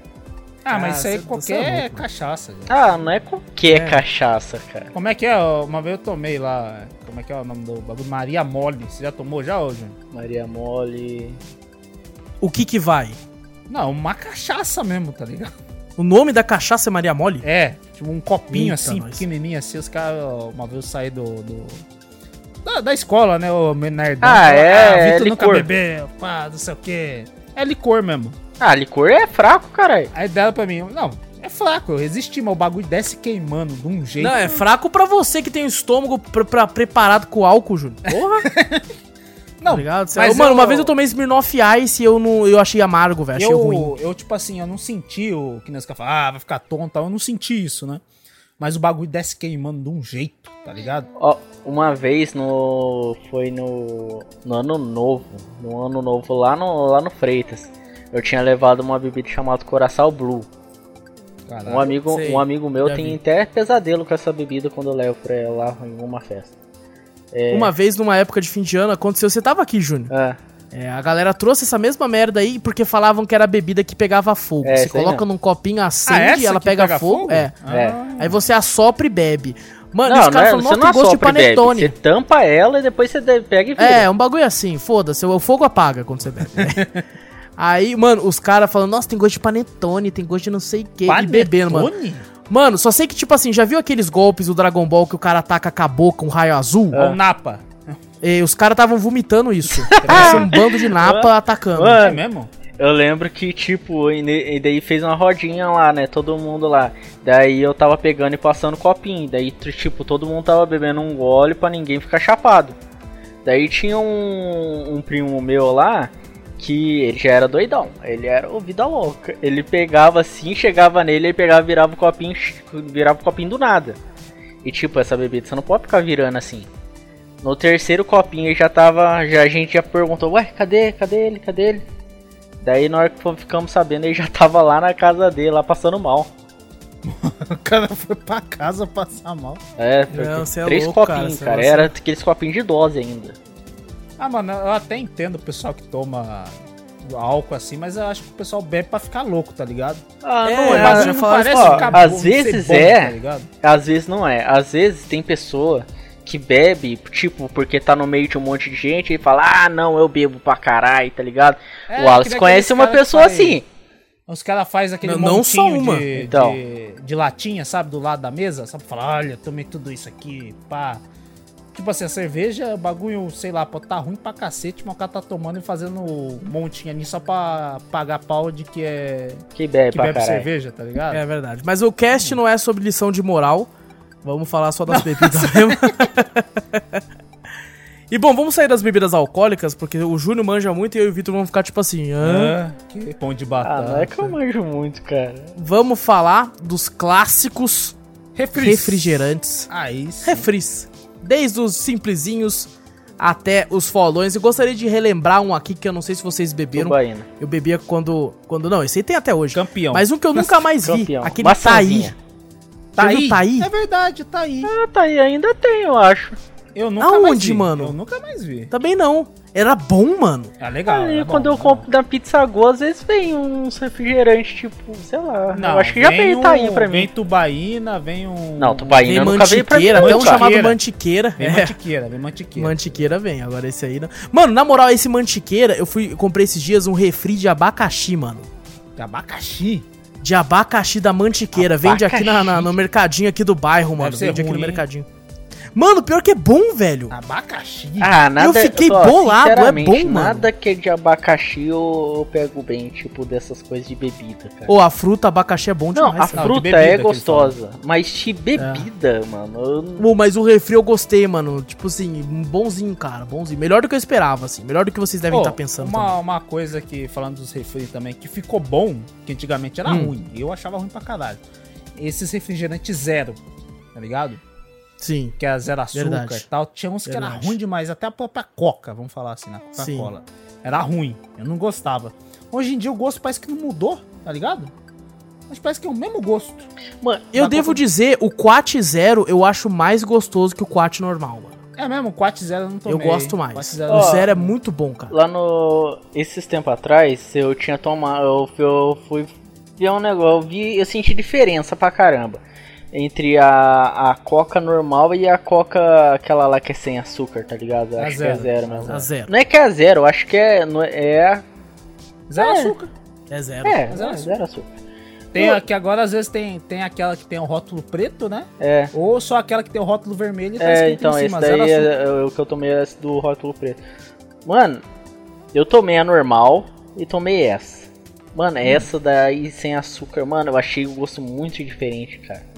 B: Ah, mas isso aí
A: Caça, você é
B: qualquer
A: louco.
B: cachaça. gente.
C: Ah, não é qualquer
A: É.
C: cachaça, cara.
B: Como é que é? ó, Uma vez eu tomei lá. Como é que é o nome do bagulho? Maria Mole. Você já tomou já hoje?
C: Maria Mole.
A: O que que vai?
B: Não, uma cachaça mesmo, tá ligado?
A: O nome da cachaça é Maria Mole?
B: É, tipo um copinho
A: Eita,
B: assim,
A: nós.
B: pequenininho assim. Os caras, ó, uma vez eu saí do. do- da, da escola, né? O meu nerdão.
C: Ah,
B: falou,
C: é,
B: Vitor
C: é
B: nunca
C: licor.
B: bebeu, pá, não sei o quê. É licor mesmo.
C: Ah, licor é fraco, caralho.
B: Aí dela pra mim, não, é fraco, eu resisti, mas o bagulho desce queimando de um jeito.
A: Não, é fraco pra você que tem o estômago pra, pra- preparado com álcool, Júnior. Porra, tá
B: <laughs> Não,
A: ligado?
B: mas
A: Mano, uma
B: eu-
A: vez eu tomei Smirnoff Ice e eu, não, eu achei amargo, velho. Achei ruim.
B: eu, eu, tipo assim, eu não senti o que nem os caras falam, ah, vai ficar tonto, tal, eu não senti isso, né? Mas o bagulho desce queimando de um jeito, tá ligado?
C: Ó, uma vez no. Foi no. No ano novo. No ano novo lá no, lá no Freitas. Eu tinha levado uma bebida chamada Coração Blue. Um
B: Caralho.
C: amigo,
A: Ah, sei,
C: um amigo meu
A: já
C: tem
A: vi.
C: até pesadelo com essa bebida quando eu levo pra ela lá em uma festa. É.
A: Uma vez, numa época de fim de ano, aconteceu. Você tava aqui, Júnior.
C: Ah,
A: É, a galera trouxe essa mesma merda aí porque falavam que era bebida que pegava fogo.
C: É,
A: você
C: isso aí
A: coloca
C: mesmo.
A: num copinho, acende,
B: Ah, é essa
A: ela
B: que
A: pega, fogo. É.
B: Ah,
C: É.
A: Aí você assopra e bebe. Mano,
C: não,
A: os
C: não
A: caras
C: é,
A: falam,
C: você
A: nossa,
C: não
A: tem gosto um de
C: assopra e bebe,
A: panetone.
C: você tampa ela e depois você de- pega e vira.
A: É, um bagulho assim, foda-se, o fogo apaga quando você bebe.
B: <laughs>
A: né? Aí, mano, os caras falando, nossa, tem gosto de panetone, tem gosto de não sei o que, e bebendo, mano.
B: Panetone?
A: Mano, só sei que, tipo assim, já viu aqueles golpes do Dragon Ball que o cara ataca com a boca um raio azul?
B: Ó, o Napa.
A: E os caras estavam vomitando
B: <laughs>
A: isso. Parecia um bando de napa atacando.
C: Mano,
B: É mesmo?
C: Eu lembro que, tipo, e ne- e daí fez uma rodinha lá, né? Todo mundo lá. Daí eu tava pegando e passando copinho. Daí, tr- tipo, todo mundo tava bebendo um gole pra ninguém ficar chapado. Daí tinha um, um primo meu lá que ele já era doidão. Ele era o vida louca. Ele pegava assim, chegava nele, ele pegava, virava o copinho, ch- virava o copinho do nada. E tipo, essa bebida você não pode ficar virando assim. No terceiro copinho ele já tava. Já, a gente já perguntou, ué, cadê? Cadê ele? Cadê ele? Daí na hora que fomos- ficamos sabendo, ele já tava lá na casa dele, lá passando mal.
B: O cara foi pra casa passar mal.
C: É, porque
A: Não, cê é
C: três
A: louco, cara,
C: copinhos,
A: cê é
C: cara.
A: louco.
C: Era aqueles copinhos de dose ainda.
B: Ah, mano, eu até entendo o pessoal que toma álcool assim, mas eu acho que o pessoal bebe pra ficar louco, tá ligado?
C: Ah,
A: É,
C: não
B: O
C: é.
A: mas
B: bagulho
A: eu
B: não
A: falo,
B: parece um
C: ó,
B: ficar
C: às
B: bom, ser
C: vezes
B: bom,
C: é.
B: tá ligado?
C: Às vezes não é. Às vezes tem pessoa que bebe, tipo, porque tá no meio de um monte de gente e fala, ah, não, eu bebo pra caralho, tá ligado?
B: É,
C: o
B: que
C: Wallace
B: nem aqueles
C: conhece uma
B: cara que
C: pessoa
B: faz-
C: assim.
B: Os caras fazem aquele
A: Não- não
B: montinho
A: só uma.
B: De,
C: Então.
B: de, de latinha, sabe, do lado da mesa, só pra falar, olha, tomei tudo isso aqui, pá. Tipo assim, a cerveja, o bagulho, sei lá, pode tá ruim pra cacete, mas o cara tá tomando e fazendo um montinho ali só pra pagar pau de que é
C: Que bebe
B: que
C: pra
B: bebe
C: caralho.
B: cerveja, tá ligado?
A: É verdade. Mas o cast não é sobre lição de moral. Vamos falar só das
B: <laughs>
A: bebidas mesmo. e bom, vamos sair das bebidas alcoólicas, porque o Júnior manja muito e eu e o Vitor vamos ficar tipo assim. "Hã?"
B: Ah, que pão de
C: Ah,
B: batata.
C: não é que eu manjo muito, cara.
A: Vamos falar dos clássicos
B: Refri.
A: refrigerantes.
B: Aí sim.
A: Refris. Desde os simplesinhos até os folões. E gostaria de relembrar um aqui que eu não sei se vocês beberam.
C: Tubaína.
A: Eu bebia quando. quando não, esse aí tem até hoje.
B: Campeão.
A: Mas um que eu nunca mais vi.
C: Campeão.
A: Aquele
C: Maçãzinha.
A: Taí. Já viu Taí?
B: É verdade, tá aí.
C: Ah, tá aí, ainda tem, eu acho.
B: Eu nunca mais
A: Aonde,
B: vi.
A: mano?
B: Eu nunca mais vi.
A: É, Também não. Era bom, mano.
B: É legal.
C: Aí,
B: é bom,
C: quando eu
B: é
C: compro na Pizza Go, às vezes vem uns refrigerantes, tipo, sei lá.
B: Não,
C: eu acho que já veio
B: um-
C: tá aí pra
B: Vem
C: mim.
B: tubaína, vem um.
C: Não,
A: Tem
C: Tubaína eu né? nunca veio pra mim.
A: mantiqueira,
C: não,
A: tem um
C: cara.
A: chamado mantiqueira.
B: Vem
A: É,
B: mantiqueira, vem mantiqueira.
A: mantiqueira vem, agora esse aí não. Mano, na moral, esse mantiqueira, eu fui eu comprei esses dias um refri de abacaxi, mano.
B: Abacaxi?
A: De abacaxi da mantiqueira. Vende aqui na, na- no mercadinho aqui do bairro, mano.
B: Deve ser
A: Vende aqui
B: ruim,
A: no
B: hein?
A: mercadinho. Mano, pior que é bom, velho.
B: Abacaxi?
C: Ah, nada.
A: fiquei
C: ó,
A: bolado, é
C: sinceramente,
A: bom, mano.
C: Nada que é de abacaxi eu, eu pego bem, tipo, dessas coisas de bebida, cara.
A: Ô, a fruta abacaxi é bom
C: não,
A: demais, cara.
C: a
B: de
C: fruta
B: bebida que
C: é
B: ele
C: gostosa, mas de bebida, mano. eu não-
A: Pô, mas o refri eu gostei, mano. Tipo assim, bonzinho, cara. Bonzinho. Melhor do que eu esperava, assim. Melhor do que vocês devem
B: Pô,
A: estar pensando. também.
B: uma, uma coisa que, falando dos refri também, que ficou bom, que antigamente era
A: Hum.
B: ruim. Eu achava ruim pra caralho. Esses refrigerantes zero, tá ligado?
A: Sim.
B: que era zero açúcar
A: Verdade.
B: e tal. Tinha uns que era
A: Verdade.
B: ruim demais, até a própria Coca, vamos falar assim, na Coca-Cola. Era ruim, eu não gostava. Hoje em dia o gosto parece que não mudou, tá ligado? Mas parece que é o mesmo gosto.
C: Mano,
A: Eu
B: Mas
A: devo
B: qual-
A: dizer, o Quat Zero eu acho mais gostoso que o Quat normal, mano.
B: É mesmo, 4 0 eu não tomei.
A: eu gosto
B: Quat
A: mais.
B: Zero-
A: O
C: Ó.
A: Zero é muito bom, cara.
C: lá no. Esses tempos atrás, eu tinha tomado. Eu, fui- eu fui ver um negócio. Eu, vi, eu senti diferença pra caramba. Entre a, a coca normal e a coca aquela lá que é sem açúcar, tá ligado?
B: É
C: acho
B: zero.
C: que é zero mesmo.
A: A zero.
C: Não é que é zero, eu acho que é. não é- É. a-
B: Zero
C: É.
B: açúcar.
A: É zero.
C: É,
B: Zero
C: é,
B: açúcar.
C: zero açúcar.
B: Tem aqui agora, às vezes, tem, tem aquela que tem o rótulo preto, né?
C: É.
B: Ou só aquela que tem o rótulo vermelho e tá
C: É,
B: escrito
C: então,
B: em
C: esse
B: cima,
C: daí
B: zero açúcar.
C: é, é o que eu tomei é esse do rótulo preto. Mano, eu tomei a normal e tomei essa.
B: Hum.
C: Mano, essa daí sem açúcar, mano, eu achei o gosto muito diferente, cara.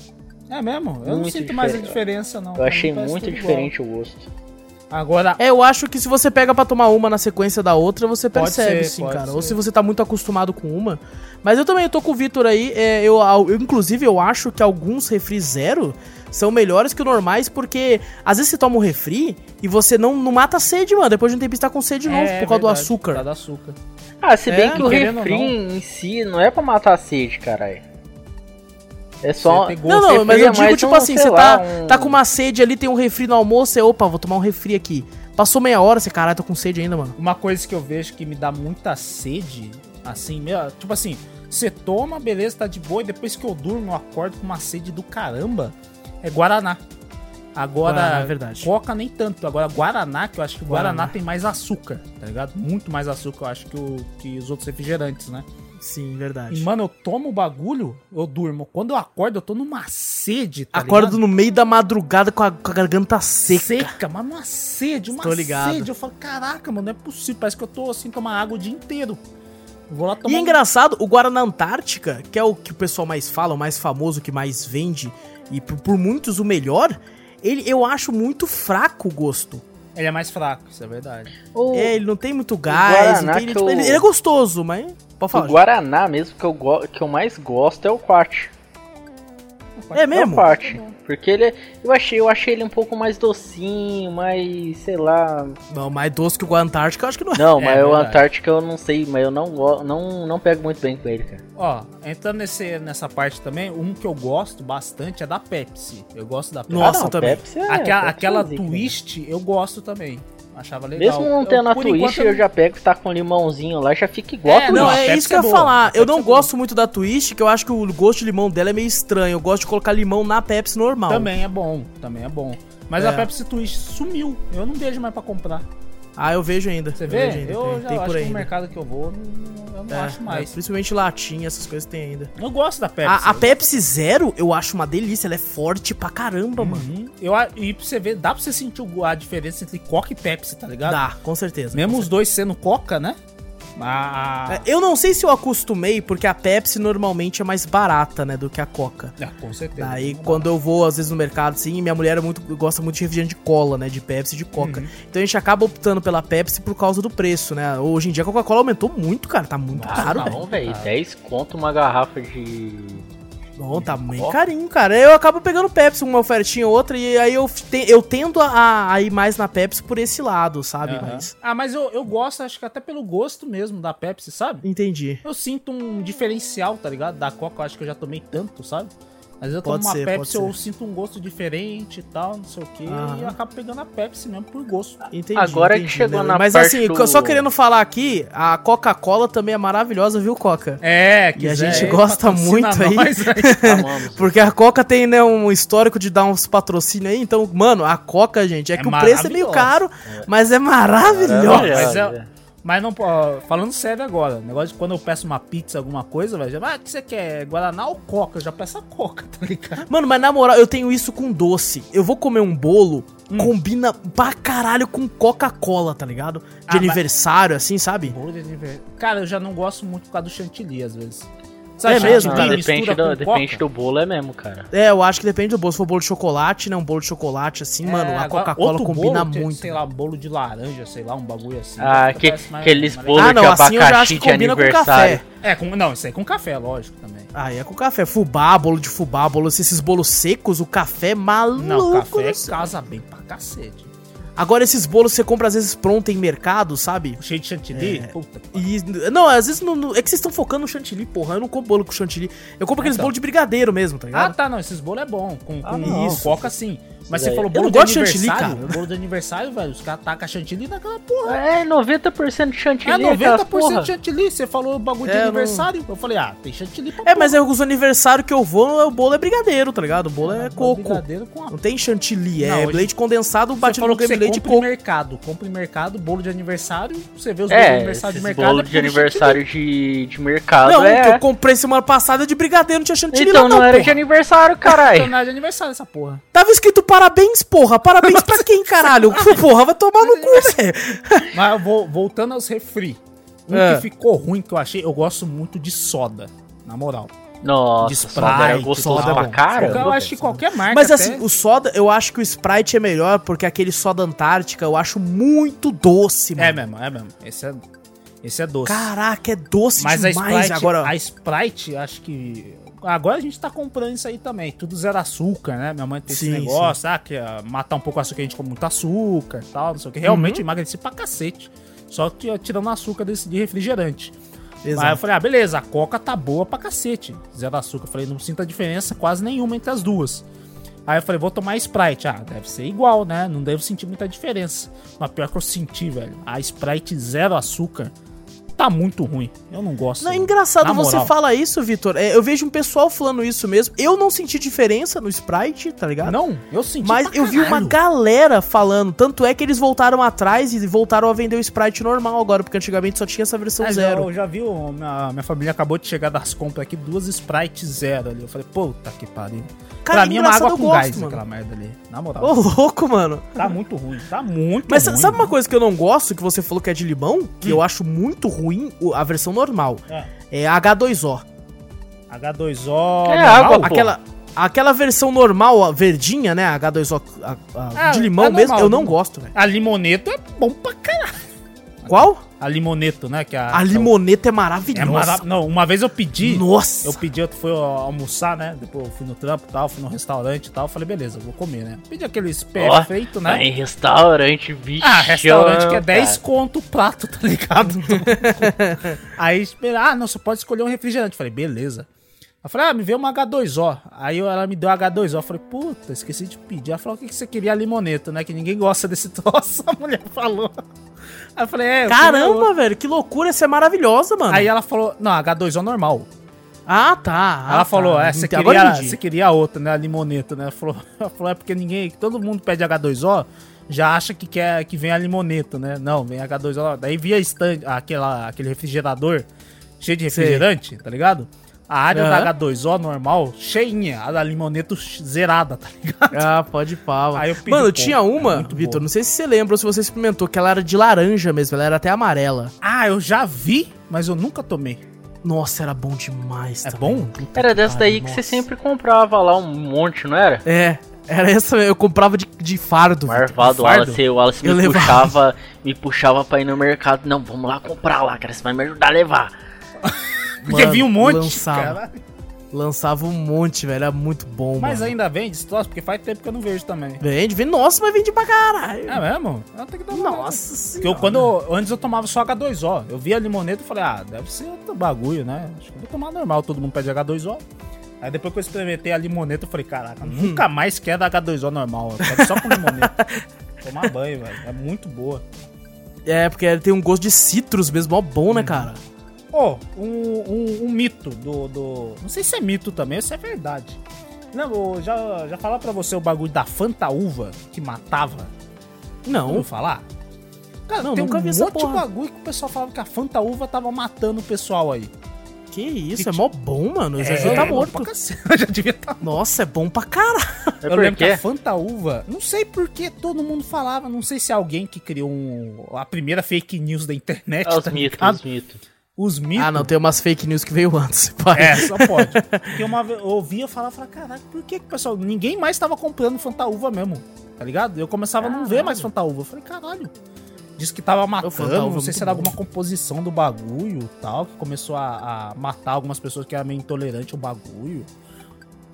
B: É, mesmo? Eu não
C: Muito
B: sinto mais a
C: diferente.
B: diferença, não.
C: Eu
B: Pra
C: achei
B: mim parece
C: muito
B: tudo igual.
C: diferente o gosto.
B: Agora,
A: É, eu acho que se você pega pra tomar uma na sequência da outra, você
B: Pode
A: percebe,
B: ser,
A: sim,
B: pode
A: cara.
B: ser.
A: Ou se você tá muito acostumado com uma. Mas eu também tô com o Vitor aí. é, eu, eu, inclusive, eu acho que alguns refri zero são melhores que os normais, porque às vezes você toma um refri e você não, não mata a sede, mano. Depois de um tempo você tá com sede de novo
B: É,
A: por causa do
B: verdade,
A: açúcar.
B: Por causa do açúcar.
C: Ah, se bem
A: É,
C: que o
B: querendo ou
C: refri
B: não.
C: em si não é pra matar a sede, caralho. É só.
B: Você tem gosto.
A: Não, não,
C: refri
A: mas eu
C: é
A: digo,
C: mais
A: tipo
C: um,
A: assim,
C: sei
A: você
C: lá,
A: tá,
C: um-
A: tá com uma sede ali, tem um refri no almoço, você, opa, vou tomar um refri aqui. Passou meia hora, você, caralho, tô com sede ainda, mano.
B: Uma coisa que eu vejo que me dá muita sede, assim, meu, tipo assim, você toma, beleza, tá de boa, e depois que eu durmo, eu acordo com uma sede do caramba, é Guaraná. Agora,
A: Guaraná, é verdade.
B: Coca nem tanto. Agora, Guaraná, que eu acho que o Guaraná,
A: Guaraná.
B: tem mais açúcar, tá ligado? Muito mais açúcar, eu acho, que, o, que os outros refrigerantes, né?
A: Sim,
B: E,
A: verdade.
B: mano, eu tomo o bagulho, eu durmo. Quando eu acordo, eu tô numa sede, tá ligado?
A: Acordo no meio da madrugada com a, com a garganta seca.
B: seca, mas uma sede, uma
A: Tô ligado.
B: sede. Eu falo, caraca, mano, não é possível. Parece que eu tô assim, tomar água o dia inteiro. Eu Vou lá tomar.
A: E é
B: um-
A: engraçado, o Guaraná Antártica, que é o que o pessoal mais fala, o mais famoso, que mais vende, e por, por muitos o melhor, ele, eu acho muito fraco o gosto.
B: Ele é mais fraco, isso é verdade.
C: O-
A: É, ele não tem muito gás, não
C: Guaraná
A: tem- ele,
C: que
A: tipo,
C: eu-
A: ele- ele é gostoso, mas... Pode
C: O
A: falar.
C: Guaraná mesmo que eu, go- que eu mais gosto é o quart.
A: É
C: É o
A: mesmo?
C: quart.
B: Tá
C: Porque ele é- eu achei, eu achei ele um pouco mais docinho, mais, sei lá.
A: Não, mais doce que o Guaraná Antártica, eu acho que não é.
C: Não,
B: É,
C: mas o
B: verdade.
C: Antártica eu não sei, mas eu não go- não não pego muito bem com ele, cara.
B: Ó, entrando nesse, nessa parte também, um que eu gosto bastante é da Pepsi. Eu gosto da Pepsi.
A: Nossa, eu também.
C: Pepsi é-
B: aquela
C: Pepsi é
B: aquela
C: zica, né?
B: twist eu gosto também. Achava legal.
C: Mesmo não
B: Eu,
C: tendo a
B: por enquanto,
C: twist, eu já pego que tá com limãozinho lá, já fica igual
B: É,
C: a
B: não,
A: Não,
B: a
C: twist.
A: é
B: Pepsi
A: isso que
B: é
A: eu ia
B: boa, a
A: falar. Eu
B: Pepsi
A: não
B: é boa.
A: gosto muito da Twist, que eu acho que o gosto de limão dela é meio estranho. Eu gosto de colocar limão na Pepsi normal.
B: Também é bom, também é bom. Mas
A: É.
B: a Pepsi Twist sumiu. Eu não vejo mais pra comprar.
A: Ah, eu vejo ainda.
B: Você
A: eu
B: vê?
A: vejo ainda,
B: Eu,
A: tem-
B: já
A: tem
B: acho
A: por
B: que
A: aí
B: no
A: ainda.
B: mercado que eu vou, não- não- eu não
A: É,
B: acho mais.
A: é, principalmente latinha, essas coisas tem ainda.
B: Eu gosto da Pepsi.
A: A, a Pepsi Zero eu acho uma delícia, ela é forte pra caramba, mano.
B: Uhum. Eu, a- e pra você ver, dá pra você sentir o- a diferença entre Coca e Pepsi, tá ligado?
A: Dá, com certeza.
B: Mesmo
A: com
B: os dois sendo Coca, né? Ah,
A: certeza. É, Eu não sei se eu acostumei, porque a Pepsi normalmente é mais barata, né, do que a Coca.
B: é, com certeza.
A: Daí
B: Não dá.
A: quando eu vou, às vezes, no mercado, assim, minha mulher é muito, gosta muito de refrigerante de cola, né? De Pepsi e de Coca.
B: Uhum.
A: Então a gente acaba optando pela Pepsi por causa do preço, né? Hoje em dia a Coca-Cola aumentou muito, cara. Tá muito
B: Nossa,
A: caro,
B: tá
A: velho.
B: bom.
C: Não, Ah, velho, 10 conto uma garrafa
B: <laughs>
C: de
A: Não, tá bem
C: Coca.
A: carinho, cara. Eu acabo pegando Pepsi, uma ofertinha ou outra, e aí eu, te- eu tendo a, a ir mais na Pepsi por esse lado, sabe?
B: Aham.
A: Mas.
B: Ah, mas eu, eu gosto, acho que até pelo gosto mesmo da Pepsi, sabe?
A: Entendi.
B: Eu sinto um diferencial, tá ligado? Da Coca, eu acho que eu já tomei tanto, sabe? Mas eu tomo
A: Pode
B: uma
A: ser, pode
B: Pepsi,
A: ser.
B: eu sinto um gosto diferente e tal, não sei o quê,
A: Aham.
B: e eu acabo pegando a Pepsi mesmo por gosto.
A: Entendi.
C: Agora que
A: entendi,
C: chegou
A: né?
C: na
A: Mas
C: parte
A: assim,
C: do-
A: só querendo falar aqui, a Coca-Cola também é maravilhosa, viu, Coca?
B: É,
A: E a gente gosta
B: patrocina
A: muito aí.
B: nós
A: <laughs>
B: aí.
C: Amamos.
A: Porque a Coca tem, né, um histórico de dar uns patrocínios aí, então, mano, a Coca, gente, é,
B: É
A: que o preço é meio
B: maravilhosa.
A: caro, mas é maravilhoso.
C: Maravilhosa.
B: Mas é- Mas não, ó, falando sério agora, negócio de quando eu peço uma pizza, alguma coisa, velho, já, ah, o que você quer? Guaraná ou Coca? Eu já peço a Coca, tá
C: é.
B: ligado?
A: Mano, mas na moral, eu tenho isso com doce. Eu vou comer um bolo,
B: Hum.
A: combina pra caralho com Coca-Cola, tá ligado? De
B: Ah, mas-
A: aniversário, assim, sabe?
B: Bolo de aniversário. Cara, eu já não gosto muito por causa do chantilly, às vezes. Sabe,
A: É
B: chá de
A: mesmo,
B: milho,
A: cara,
B: mistura
C: depende,
B: com
C: do, depende
B: coca.
C: do bolo, é mesmo, cara.
A: É, eu acho que depende do bolo. Se for bolo de chocolate, né? Um bolo de chocolate assim, mano,
B: É,
A: a
B: agora,
A: Coca-Cola
B: outro
A: combina
B: bolo,
A: muito. né?
B: Sei lá, bolo de laranja, sei lá, um bagulho assim.
C: Ah,
B: que
C: que-
B: parece mais-
C: aqueles
B: mais
C: bolo-
B: legal.
A: Ah, não,
C: de
A: assim eu já acho que
C: abacaxi de
A: combina com
C: aniversário.
A: café.
B: É, com, não, isso aí com café, lógico, também.
A: Aí é com café. Fubá, bolo de fubá, bolo, esses bolos secos, o café é maluco.
B: Não, café
A: né?
B: casa bem pra cacete.
A: Agora, esses bolos você compra às vezes pronto em mercado, sabe?
B: Cheio de chantilly, puta que
A: É. E, não, às vezes não, não- é que vocês estão focando no chantilly, porra. Eu não compro bolo com chantilly. Eu compro aqueles
B: Então.
A: bolos de brigadeiro mesmo, tá
B: Ah,
A: ligado?
B: tá, não, esses bolos é bom. Com,
C: Ah,
B: com
C: não.
B: isso, coca sim. Mas você
C: daí-
B: falou
A: Eu
B: bolo
A: não
B: de
A: gosto de chantilly,
B: aniversário,
A: cara.
B: o bolo de aniversário, velho, os caras tacam chantilly naquela porra.
C: É 90% de chantilly,
B: É 90%
C: aquelas porra.
B: de chantilly, você falou bagulho de
A: É, eu não-
B: aniversário. Eu falei, ah, tem chantilly pra
A: É, mas é os aniversários que eu vou, é, o bolo é brigadeiro, tá ligado? O bolo é coco.
B: Ah, brigadeiro com a
A: Não tem chantilly,
B: Não,
A: é
B: hoje-
A: leite condensado
B: Você
A: batido
B: falou
A: no
B: que você
A: creme de é leite e
B: compra
A: coco.
B: em mercado. Compra em mercado, bolo de aniversário. Você vê os bolos de
C: É,
B: aniversário de
C: esses
B: mercado.
C: bolo
B: é
C: de
B: puro
C: aniversário de, de mercado
A: Não, o que
B: então,
C: é...
A: eu comprei semana passada de brigadeiro não tinha
B: tá
A: chantilly
C: Então
A: lá,
C: não era
A: porra.
C: de
B: chantilly.
C: aniversário,
B: <laughs>
C: caralho.
B: Então não é de aniversário essa porra.
A: Tava escrito parabéns, porra. Parabéns pra quem, caralho? Porra, vai tomar no cu,
B: é
A: velho.
B: Mas eu vou, voltando aos refri. Um
A: É.
B: que ficou ruim que eu achei, eu gosto muito de soda. Na moral.
C: Nossa,
B: De
C: soda era
B: Sprite,
C: gostoso
B: soda é
C: pra
B: bom.
C: cara.
B: eu acho que qualquer marca.
A: Mas assim,
B: até-
A: o soda, eu acho que o Sprite é melhor, porque aquele soda Antártica eu acho muito doce, mano.
B: É mesmo, é mesmo. Esse é, esse é doce.
A: Caraca, é doce
B: Mas a
A: demais
B: Sprite,
A: agora.
B: a Sprite, acho que. Agora a gente tá comprando isso aí também. Tudo zero açúcar, né? Minha mãe tem
A: Sim,
B: esse negócio, ah, que ah, matar um pouco o açúcar, a gente come muito açúcar e tal, não sei o que. Realmente
A: Uhum.
B: eu emagreci pra cacete. Só t- tirando açúcar desse de refrigerante. Aí eu
A: Exato.
B: falei, ah, beleza, a coca tá boa pra cacete. Zero açúcar. Eu falei, não sinto a diferença quase nenhuma entre as duas. Aí eu falei, vou tomar Sprite. Ah, deve ser igual, né? Não devo sentir muita diferença. Mas pior que eu senti, velho. A Sprite zero açúcar tá muito ruim. Eu não gosto.
A: Não, é engraçado
B: Na
A: você
B: moral.
A: falar isso, Vitor. É, eu vejo um pessoal falando isso mesmo. Eu não senti diferença no Sprite, tá ligado?
B: Não, eu senti
A: Mas
B: pra
A: eu vi uma
B: caralho.
A: galera falando. Tanto é que eles voltaram atrás e voltaram a vender o Sprite normal agora, porque antigamente só tinha essa versão
B: Ah, já-
A: zero.
B: Eu já vi, o- minha, minha família acabou de chegar das compras aqui, duas Sprite zero ali. Eu falei, puta que pariu.
A: Cara,
B: pra mim é uma água
A: engraçado,
B: com
A: eu gosto,
B: gás
A: mano.
B: aquela merda ali. Na moral.
A: Ô, louco, mano.
B: Tá muito ruim, tá muito
A: Mas sa-
B: ruim. Hum.
A: sabe uma coisa que eu não gosto, que você falou que é de limão? Que eu acho muito ruim o- a versão normal.
B: É.
A: É a H2O.
B: Tá H2O.
C: É
B: normal?
C: água, pô.
A: Aquela, aquela versão normal, a verdinha, né? A H2O a- a-
B: Ah,
A: de
B: é
A: limão
B: normal,
A: mesmo, eu não
B: normal.
A: gosto, velho.
B: A limoneto é bom pra caralho. Ah,
A: Qual?
B: A limoneto, né? Que é
A: a limoneta é maravilhosa.
B: É mara... Não, uma vez eu pedi.
A: Nossa!
B: É Eu pedi, eu fui almoçar, né? Depois eu fui no trampo e tal, fui no restaurante e tal. Falei, beleza, eu vou comer, né? Pedi aqueles
C: Ó,
B: perfeito,
C: Tá
B: né?
C: em restaurante, bicho.
B: Ah, restaurante que é
C: cara.
B: 10 conto o prato, tá ligado? Aí espera, ah, não, você pode escolher um refrigerante. Falei, beleza. Eu falei, ah, me vê uma H2O. Aí eu- ela me deu a H2O. Eu falei, puta, esqueci de pedir. Ela falou, o que, que você queria? A limoneta, né? Que ninguém gosta desse <laughs> troço. A mulher falou. Aí eu falei, é. eu queria outra.
A: Caramba, velho, que loucura, essa é maravilhosa, mano.
B: Aí ela falou, não, H2O normal.
A: Ah, tá. ah,
B: ela
A: tá.
B: falou, é, você
A: Entendi. Agora
B: queria,
A: entendi.
B: você queria a outra, né? A limoneta, né? Ela falou, <laughs> ela falou, é porque ninguém. Todo mundo pede H2O, já acha que quer que vem a limoneta, né? Não, vem H2O. Daí via stand, aquela, aquele refrigerador cheio de
A: Sei.
B: refrigerante, tá ligado? A área
A: Aham.
B: da H2O normal, cheinha, a da limoneta zerada, tá
A: <laughs>
B: ligado?
A: Ah, pode pá. mano.
B: Aí eu pedi,
A: mano,
B: pô,
A: tinha
B: é
A: uma,
B: muito
A: Vitor,
B: boa.
A: não sei se você lembra ou se você experimentou, que ela era de laranja mesmo, ela era até amarela.
B: Ah, eu já vi, mas eu nunca tomei.
A: Nossa, era bom demais.
B: É
A: também.
B: bom?
A: Puta
C: Era
A: que
C: dessa
A: pariu,
C: daí que
A: nossa.
C: você sempre comprava lá um monte, não era?
A: É, era essa mesmo. Eu comprava de, de fardo. Vitor.
C: Marvado, o
A: um Fardo.
C: Wallace, o Wallace
A: Eu
C: me
A: levava.
C: puxava, me puxava pra ir no mercado. Não, vamos lá comprar lá, cara. Você vai me ajudar a levar.
B: Porque
A: Mano,
B: vi um monte.
A: lançava.
B: cara.
A: Lançava um monte, velho. Era muito bom,
B: Mas
A: mano.
B: ainda vende esse troço, porque faz tempo que eu não vejo também.
A: Vende, vende. Nossa, mas vende pra caralho.
B: É mesmo? Eu tenho que dar uma olhada.
A: Nossa
B: Porque
A: senhora.
B: eu, quando eu- antes eu tomava só H2O. Eu via a limoneta e falei, ah, deve ser outro bagulho, né? Acho que eu vou tomar normal, todo mundo pede H2O. Aí depois que eu experimentei a limoneta, eu falei, caraca,
A: Uhum.
B: nunca mais quero H2O normal. Eu quero só com limoneta.
A: <laughs>
B: Tomar banho, velho. É muito boa.
A: É, porque ele tem um gosto de citrus mesmo, ó bom,
B: Hum.
A: né, cara?
B: Ó, um, um- um mito do, do. Não sei se é mito também ou se é verdade. Não, eu já, já falar pra você o bagulho da Fanta Uva que matava.
A: Não.
B: Ouviu falar? Cara,
A: Não,
B: tem
A: nunca
B: um
A: vi essa
B: monte de
A: porra.
B: bagulho que o pessoal falava que a Fanta Uva tava matando o pessoal aí.
A: Que isso,
B: Que
A: é mó bom, mano. O Zezinho
B: É,
A: tá
B: bom
A: morto.
B: pra cacete, <laughs> já devia tá morto.
A: Nossa, é bom pra caralho.
C: É
B: Eu lembro que
C: porque
B: a Fanta Uva, não sei por que todo mundo falava, não sei se é alguém que criou um- a primeira fake news da internet,
C: é os
B: tá
C: mitos,
B: ligado?
C: os mitos.
B: Os mitos.
A: Ah, não, tem umas fake news que veio <laughs> antes, pai.
B: É, só pode. Porque uma vez eu ouvia falar, falava, caraca, por que, que pessoal, ninguém mais tava comprando fantaúva mesmo, tá ligado? Eu começava a não ver mais fantaúva. Eu falei, caralho. Diz que tava matando,
A: Fantaúva é
B: não sei
A: muito
B: se era
A: bom.
B: alguma composição do bagulho e tal, que começou a, a matar algumas pessoas que eram meio intolerante ao bagulho.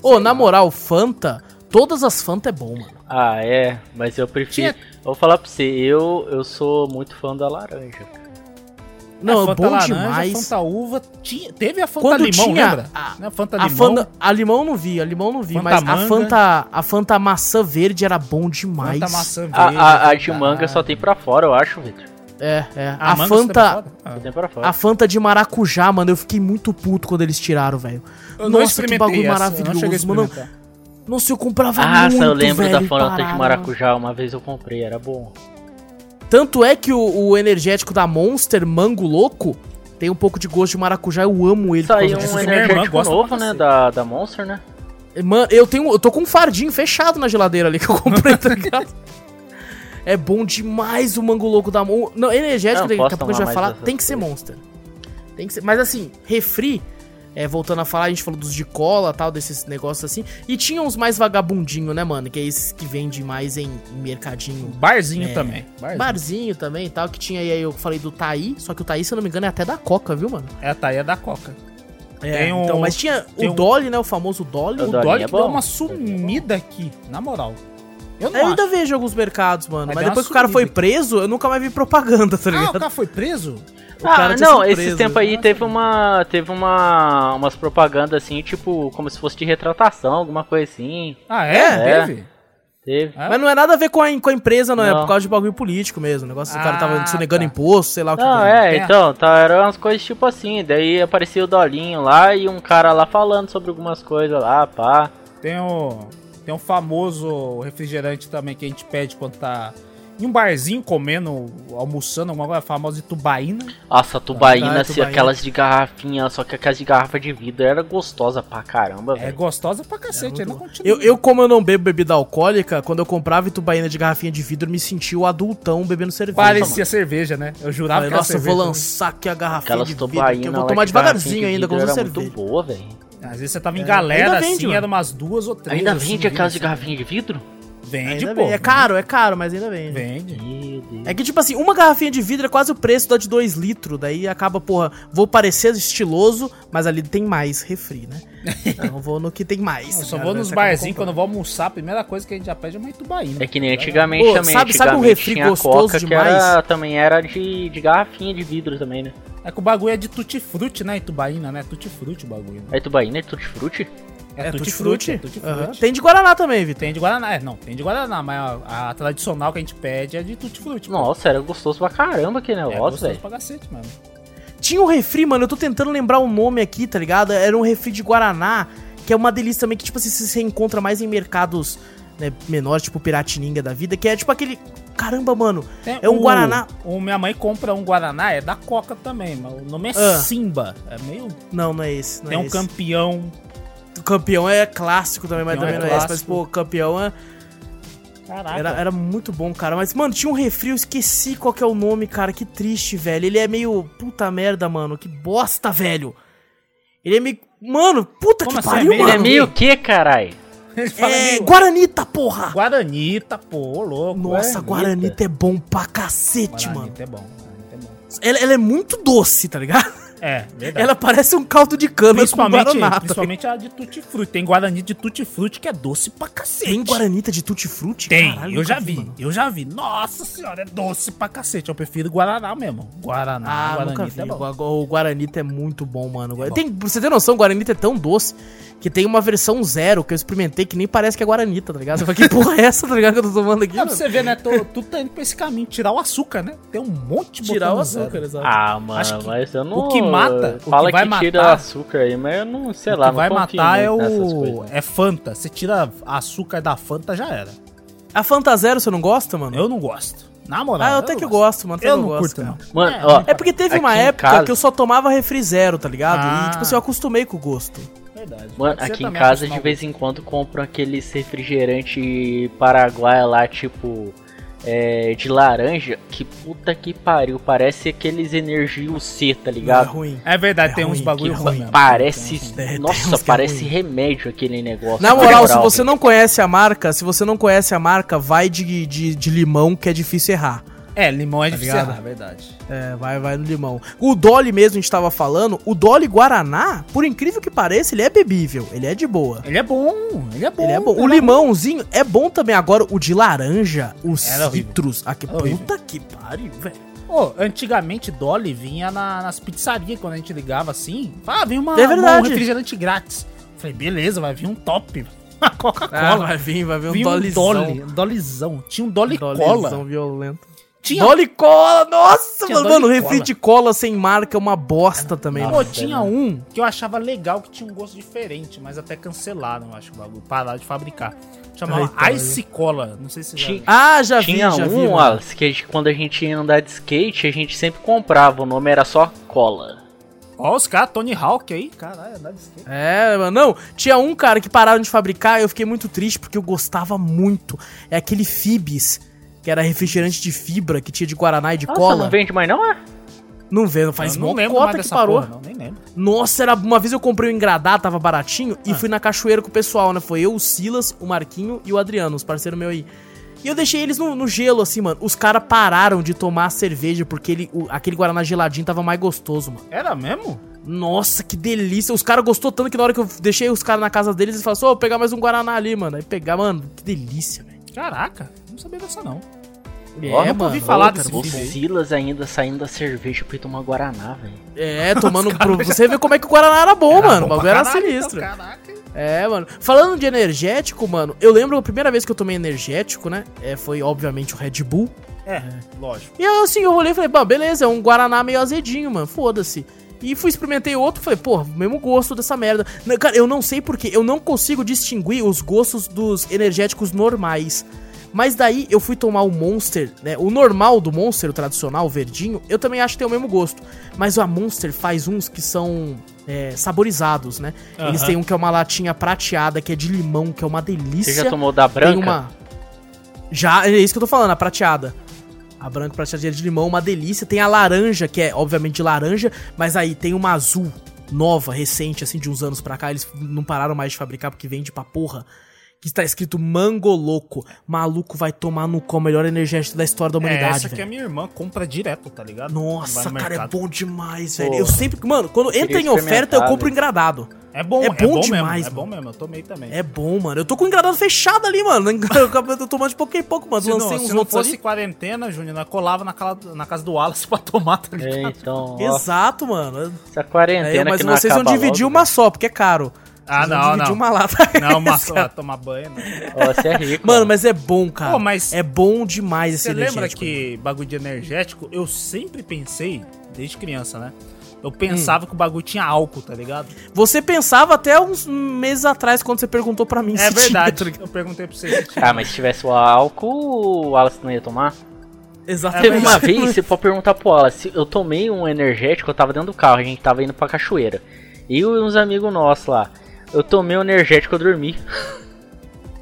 A: Ô, na moral, Fanta, todas as Fanta é bom, mano.
C: Ah, é, mas eu prefiro. Vou falar pra você, eu, eu sou muito fã da laranja.
A: Não, é
B: Fanta
A: bom
B: laranja,
A: demais.
B: Fanta uva, tinha, teve a Fanta
A: Quando
B: limão,
A: tinha
B: lembra?
A: a-
B: Né, Fanta
A: A, Fanta, a limão não vi, a limão não vi,
B: Fanta
A: mas a
B: manga.
A: Fanta, a Fanta maçã verde era bom demais.
B: Fanta maçã verde.
C: A, a, a de
B: cara.
C: manga só tem pra fora, eu acho, Victor.
A: É, é.
B: A,
A: A,
B: manga você também
A: Fanta,
B: foda? Ah.
C: Só tem pra fora.
A: a Fanta de maracujá, mano, eu fiquei muito puto quando eles tiraram, velho.
B: Eu não
A: Nossa, que
B: experimentei
A: bagulho
B: essa, eu não cheguei
A: maravilhoso,
B: a
A: mano.
B: experimentar.
A: Nossa, eu comprava
C: Ah,
A: é muito,
C: só eu lembro
A: velho,
C: da Fanta
A: parada,
C: de maracujá, uma vez eu comprei, era bom.
A: Tanto é que o, o energético da Monster, Mango Louco, tem um pouco de gosto de maracujá, eu amo ele. por causa
C: Saiu
A: disso.
C: um
B: Minha irmã
C: energético
B: gosta pra
C: novo, né,
B: cacete.
C: da, da Monster, né?
A: Mano, eu tenho. Eu tô com um fardinho fechado na geladeira ali que eu comprei, tá
C: <laughs>
A: ligado? É bom demais o mango louco da mão. Não, energético,
C: Não,
A: daqui a
C: posso
A: pouco a gente vai
C: tomar mais
A: falar,
C: dessas
A: tem que ser
C: coisas.
A: monster. Tem que ser. Mas assim, refri, é, voltando a falar, a gente falou dos de cola tal, desses negócios assim. E tinha uns mais vagabundinho, né, mano? Que é esses que vendem mais em, em mercadinho.
B: Barzinho
A: É.
B: também. Barzinho.
A: Barzinho também e tal, que tinha aí, eu falei do Taí, só que o Taí, se eu não me engano, é até da Coca, viu, mano?
B: É, tá aí é da Coca.
A: É,
B: Tem um-
A: então, mas tinha
B: tem
A: o
B: um-
A: Dolly, né? O famoso Dolly.
C: Eu
B: O
A: O-
C: Dolinho
B: Dolly
C: é
B: que deu
C: bom.
B: uma sumida aqui, na moral. Eu não
A: Eu
B: acho.
A: ainda vejo em alguns mercados, mano.
B: Mas
A: Mas,
B: deu
A: depois
B: uma
A: que o cara foi
B: sumida.
A: preso, eu nunca mais vi propaganda, tá
B: Ah, o
A: ligado?
B: cara foi preso?
A: <laughs> O
C: Ah,
A: cara tinha
C: não,
A: sido
C: esses
A: preso.
C: tempos aí teve uma. Teve uma. umas propagandas assim, tipo, como se fosse de retratação, alguma coisa assim.
B: Ah, é?
C: É.
B: Teve?
C: Teve.
A: Mas não é nada a ver com a, com a empresa, não, É
C: Não.
A: por causa de bagulho político mesmo. O negócio do cara
B: Ah,
A: tava sonegando
B: tá.
A: imposto, sei lá o Ah, que.
C: Não,
A: que
C: é,
B: terra.
C: então, tá, eram umas coisas tipo assim, daí aparecia o Dolinho lá e um cara lá falando sobre algumas coisas lá, pá.
B: Tem o, tem um famoso refrigerante também que a gente pede quando tá em um barzinho comendo, almoçando, alguma coisa famosa de tubaína.
C: Nossa, tubaína,
A: Ah, é,
C: se
A: tubaína.
C: aquelas de garrafinha, só que aquelas de garrafa de vidro era gostosa pra caramba,
B: É
C: velho.
B: gostosa pra cacete, ainda continua.
A: Eu, eu, como eu não bebo bebida alcoólica, quando eu comprava tubaína de garrafinha de vidro, eu me sentia o adultão bebendo cerveja. mano.
B: Parecia cerveja, né? Eu jurava
A: Falei,
B: que era
A: nossa, eu vou
B: cerveja. né?
A: lançar aqui a garrafinha
C: Aquelas
A: de vidro, que
C: tubaína
A: eu
C: lá
A: vou tomar
C: de garrafinha
A: devagarzinho
C: de
A: ainda,
C: vidro
A: como
C: era
A: cerveja.
C: muito boa, velho.
B: Às vezes você tava
A: É,
B: em galera,
A: Ainda vende,
B: assim,
A: mano.
B: era umas duas ou três.
C: Ainda
B: assim,
C: vende aquelas de
B: assim.
C: garrafinha de vidro?
B: Vende,
A: Ainda
B: pô.
A: vende. É caro, é caro, mas ainda vende.
B: Vende.
C: Meu Deus.
A: É que, tipo assim, uma garrafinha de vidro é quase o preço da de 2 litros. Daí acaba, porra, vou parecer estiloso, mas ali tem mais refri, né? Então vou no que tem mais.
B: Eu
A: tá
B: só
A: ligado?
B: vou
A: Daí
B: nos
A: você acaba
B: barzinhos, quando
A: comprando.
B: eu vou almoçar, a primeira coisa que a gente já pede é uma itubaína.
C: É que nem antigamente
A: Pô,
C: também.
A: sabe- sabe um
C: antigamente
A: refri
C: tinha
A: gostoso
C: coca que
A: demais?
C: era, também era de, de garrafinha de vidro também, né?
B: É que o bagulho é de tutti-frutti, né? Itubaína, né? Tutti-frutti o bagulho.
C: Aí tubaína é tutti-frutti?
A: É
B: tutti-frutti,
A: tutti-frutti?
B: é tutti-frutti.
A: Aham. Tem de Guaraná também, Vitor.
B: Tem de Guaraná, é, não, tem de Guaraná, mas a, a tradicional que a gente pede é de tutti-frutti. pô.
C: Nossa, era gostoso pra caramba aquele
B: é
C: negócio,
B: gostoso
C: velho.
B: pra cacete mesmo.
A: Tinha um refri, mano, eu tô tentando lembrar o nome aqui, tá ligado? Era um refri de Guaraná, que é uma delícia também, que, tipo assim, você encontra mais em mercados né, menores, tipo Piratininga da vida, que é tipo aquele... Caramba, mano,
B: Tem
A: É um Guaraná.
B: O, minha mãe compra um Guaraná, é da Coca também, mas o nome é
A: Ah.
B: Simba. É meio.
A: não, não é esse. Não
B: tem
A: é
B: um
A: esse.
B: campeão.
A: O campeão é clássico também, mas
B: Campeão
A: também
B: é
A: não é esse. Mas,
B: clássico.
A: pô, campeão é,
B: Caraca.
A: era, era muito bom, cara. Mas, mano, tinha um refri, eu esqueci qual que é o nome, cara. Que triste, velho. Ele é meio. Puta merda, mano. Que bosta, velho. Ele é meio. Mano, puta que
B: Como assim?
A: pariu,
B: É meio-
A: mano.
C: Ele é meio o que, carai?
B: <laughs> Ele fala
A: É,
B: meio-
A: Guaranita, porra!
B: Guaranita, pô, ô louco.
A: Nossa,
B: Guaranita.
A: Guaranita é bom pra cacete, mano.
B: Guaranita é bom. Guaranita é bom.
A: Ela, ela é muito doce, tá ligado?
B: É, verdade.
A: Ela parece um caldo de cana com
B: Principalmente,
A: guaraná. tá ligado?
B: principalmente a de tutti-frutti. Tem guarani de tutti-frutti que é doce pra cacete.
A: Tem Guaranita de tutti-frutti?
B: Tem,
A: Caralho,
B: eu
A: nunca
B: já vi,
A: mano.
B: eu já vi. Nossa senhora, é doce pra cacete. Eu prefiro Guaraná mesmo. Guaraná,
A: Ah,
B: Guaraná
A: nunca vi.
B: tá bom.
A: O o Guaranita é muito bom, mano. Tem, pra você ter noção, o Guaranita é tão doce que tem uma versão zero que eu experimentei que nem parece que é Guaranita, tá ligado? Você fala, que porra é essa, tá ligado? Que eu tô tomando aqui,
B: É, pra
A: mano?
B: você ver, né? Tô, tu tá indo pra esse caminho, tirar o açúcar, né? Tem um monte
A: Tirar o
B: botando zero.
A: açúcar, exato.
C: Ah, mano,
B: Acho que
C: mas eu não.
B: o que mata, o que
C: Fala que,
B: vai
C: tira
B: matar-
C: açúcar aí, mas eu não sei
B: O
C: lá, né,
B: que vai
C: não confio
B: matar é
C: muito nessas
B: o.
C: coisas.
B: É Fanta. Você tira açúcar da Fanta, já era.
A: A Fanta Zero você não gosta, mano?
B: Eu não gosto. Na moral.
A: ah, eu até
B: não
A: que eu gosto, mano. até
B: Eu
A: que
B: não
A: gosto,
B: curto,
A: cara.
B: não.
C: Mano,
B: É,
C: ó,
A: É porque teve
C: Aqui
A: uma
C: em
A: época
C: casa-
A: que eu só tomava refri zero, tá ligado?
B: Ah.
A: E, tipo assim, eu acostumei com o gosto. é
B: Verdade.
C: Mano,
B: Você
C: aqui em
B: também é
C: casa de
B: acostuma-
C: vez em quando compram aqueles refrigerante paraguaia lá, tipo é, de laranja, que puta que pariu, parece aqueles Energio C, tá
A: Não, é
C: ligado?
A: ruim.
B: É verdade,
A: É
B: tem uns
A: ruim,
B: bagulho
A: que
B: ruim
A: ruim.
B: mesmo.
A: tem
C: Parece.
A: uns- tem
C: nossa,
A: uns que é
C: parece
A: ruim.
C: remédio aquele negócio.
A: Na moral, se você não conhece a marca, se você não conhece a marca, vai de, de, de limão que é difícil errar.
B: É, limão é difícil
A: Tá ligado?
B: errar, verdade.
A: É, vai, vai no limão. O Dolly mesmo, a gente tava falando, o Dolly Guaraná, por incrível que pareça, ele é bebível, ele é de boa.
B: Ele é bom, ele é bom.
A: Ele é bom. O
B: cara.
A: limãozinho é bom também. Agora, o de laranja, os
B: Era horrível.
A: citros. Ah, que
B: Era horrível.
A: puta que pariu, velho.
B: Ô, antigamente Dolly vinha na- nas pizzarias quando a gente ligava assim. Ah, vem uma,
A: É verdade.
B: uma- um refrigerante grátis. Falei, beleza, vai vir um top. Uma Coca-Cola.
A: vai vir, vai vir
B: vinha um Dolly, um Dollyzão. Tinha um Dolly Cola.
A: violento.
B: Tinha,
A: Dolly Cola, nossa,
B: Tinha
A: mano.
B: Dolly
A: Mano, refri
B: Cola.
A: de cola sem marca é uma bosta também.
B: pô,
A: mano.
B: tinha um que eu achava legal, que tinha um gosto diferente, mas até cancelaram, eu acho, o bagulho. Pararam de fabricar. Chamava
A: Ai, tá,
B: Ice Cola. Não sei se já...
C: Tinha-
A: Ah, já
C: Tinha
A: vi, já vi.
C: um,
A: mano.
C: Alice, que a gente- quando a gente ia andar de skate, a gente sempre comprava, o nome era só cola.
B: Ó, os caras, Tony Hawk aí. Caralho, andar de skate.
A: É, mano, não, tinha um cara que pararam de fabricar e eu fiquei muito triste porque eu gostava muito. É aquele Fibs, que era refrigerante de fibra que tinha de Guaraná e de
C: Nossa,
A: cola.
C: não vende mais não, é?
A: Não vê, não faz
B: Eu não
A: mó
B: lembro mais
A: cota que
B: dessa
A: parou.
B: porra, não, nem lembro.
A: Nossa, era, uma vez eu comprei um engradá, tava baratinho,
B: Ah.
A: e fui na cachoeira com o pessoal, né? Foi eu, o Silas, o Marquinho e o Adriano, os parceiros meus aí. E eu deixei eles no, no gelo, assim, mano. Os caras pararam de tomar a cerveja porque ele, o- aquele Guaraná geladinho tava mais gostoso, mano.
B: Era mesmo?
A: Nossa, que delícia. Os caras gostou tanto que na hora que eu deixei os caras na casa deles, eles falaram assim, ô, vou pegar mais um Guaraná ali, mano. Aí pegar, mano, que delícia, velho. É,
B: Caraca, não sabia dessa não.
C: Ó,
B: nunca ouvi
A: mano,
B: falar
A: ô, cara,
B: desse
C: O
B: filme aí.
C: Silas ainda saindo da cerveja pra ir tomar Guaraná, velho.
B: <laughs>
A: É, tomando... pro- Você vê como é que o Guaraná era bom,
B: Era
A: mano. O
B: bom
A: bagulho
B: pra
A: era
B: caralho,
A: sinistro.
B: então, caraca.
A: É, mano. Falando de energético, mano, eu lembro a primeira vez que eu tomei energético, né? É, foi, obviamente, o Red Bull.
B: É, lógico.
A: E eu, assim, eu olhei e falei, bah, beleza, é um Guaraná meio azedinho, mano, foda-se. E fui, experimentei outro, falei, pô, mesmo gosto dessa merda. Não, Cara, eu não sei porquê, eu não consigo distinguir os gostos dos energéticos normais. Mas daí eu fui tomar o Monster, né? O normal do Monster, o tradicional, o verdinho, eu também acho que tem o mesmo gosto. Mas a Monster faz uns que são é, saborizados, né? Eles
B: Aham.
A: têm um que é uma latinha prateada, que é de limão, que é uma
C: Você
A: delícia.
C: já tomou da
A: Tem
C: branca?
A: uma. Já, é isso que eu tô falando, a prateada. A branca prateadinha de limão, uma delícia. Tem a laranja, que é obviamente de laranja, mas aí tem uma azul nova, recente, assim, de uns anos pra cá. Eles não pararam mais de fabricar porque vende pra porra. Que está escrito Mango Louco. Maluco vai tomar no cu, o melhor energético da história da
B: É,
A: humanidade,
B: essa aqui
A: velho.
B: a minha irmã compra direto, tá ligado? Vai
A: Nossa,
B: no
A: cara, é
B: mercado.
A: bom demais, velho.
C: Porra.
A: Eu sempre. Mano, quando entra em oferta, eu
C: experimentar,
A: compro
C: velho.
A: engradado.
B: É bom,
A: É
B: é
A: bom
B: bom, mesmo,
A: demais,
B: é bom mesmo, eu tomei também.
A: É bom, mano. Eu tô com o engradado fechado ali, mano. <laughs> Eu tô tomando de pouco em pouco, mano.
B: Se não,
A: Lancei uns
B: se não
A: outros ali.
B: fosse quarentena, Júnior, nós colava na, cala- na casa do Wallace <laughs> pra tomar, tá ligado?
A: <laughs>
C: É, então, ó,
A: Exato, mano.
C: essa
A: É,
C: quarentena
A: mas
C: que não
A: vocês vão
C: acaba
A: dividir
C: logo, né?
A: uma só, porque é caro.
B: Ah,
A: Vocês vão
B: não,
A: dividir
B: não.
A: uma lata.
B: <laughs>
A: é <laughs>
B: Não, mas pra tomar banho, não.
C: velho. Ó, você é rico.
A: Mano, mas é bom, cara.
B: Pô, mas-
A: É bom demais esse
B: Você lembra
A: energético.
B: que bagulho de energético, eu sempre pensei, desde criança, né? Eu
A: Hum.
B: pensava que o bagulho tinha álcool, tá ligado?
A: Você pensava até uns meses atrás, quando você perguntou pra mim
B: É
A: tinha,
B: verdade.
A: tá ligado?
B: Eu perguntei pra você. se tinha.
C: Ah, mas se tivesse o álcool, o Wallace não ia tomar?
A: <laughs> Exatamente.
B: É
A: <laughs>
C: Teve uma vez, você pode perguntar pro Wallace, eu tomei um energético, eu tava dentro do carro, a gente tava indo pra cachoeira. E eu e uns amigos nossos lá. Eu tomei um energético, eu dormi.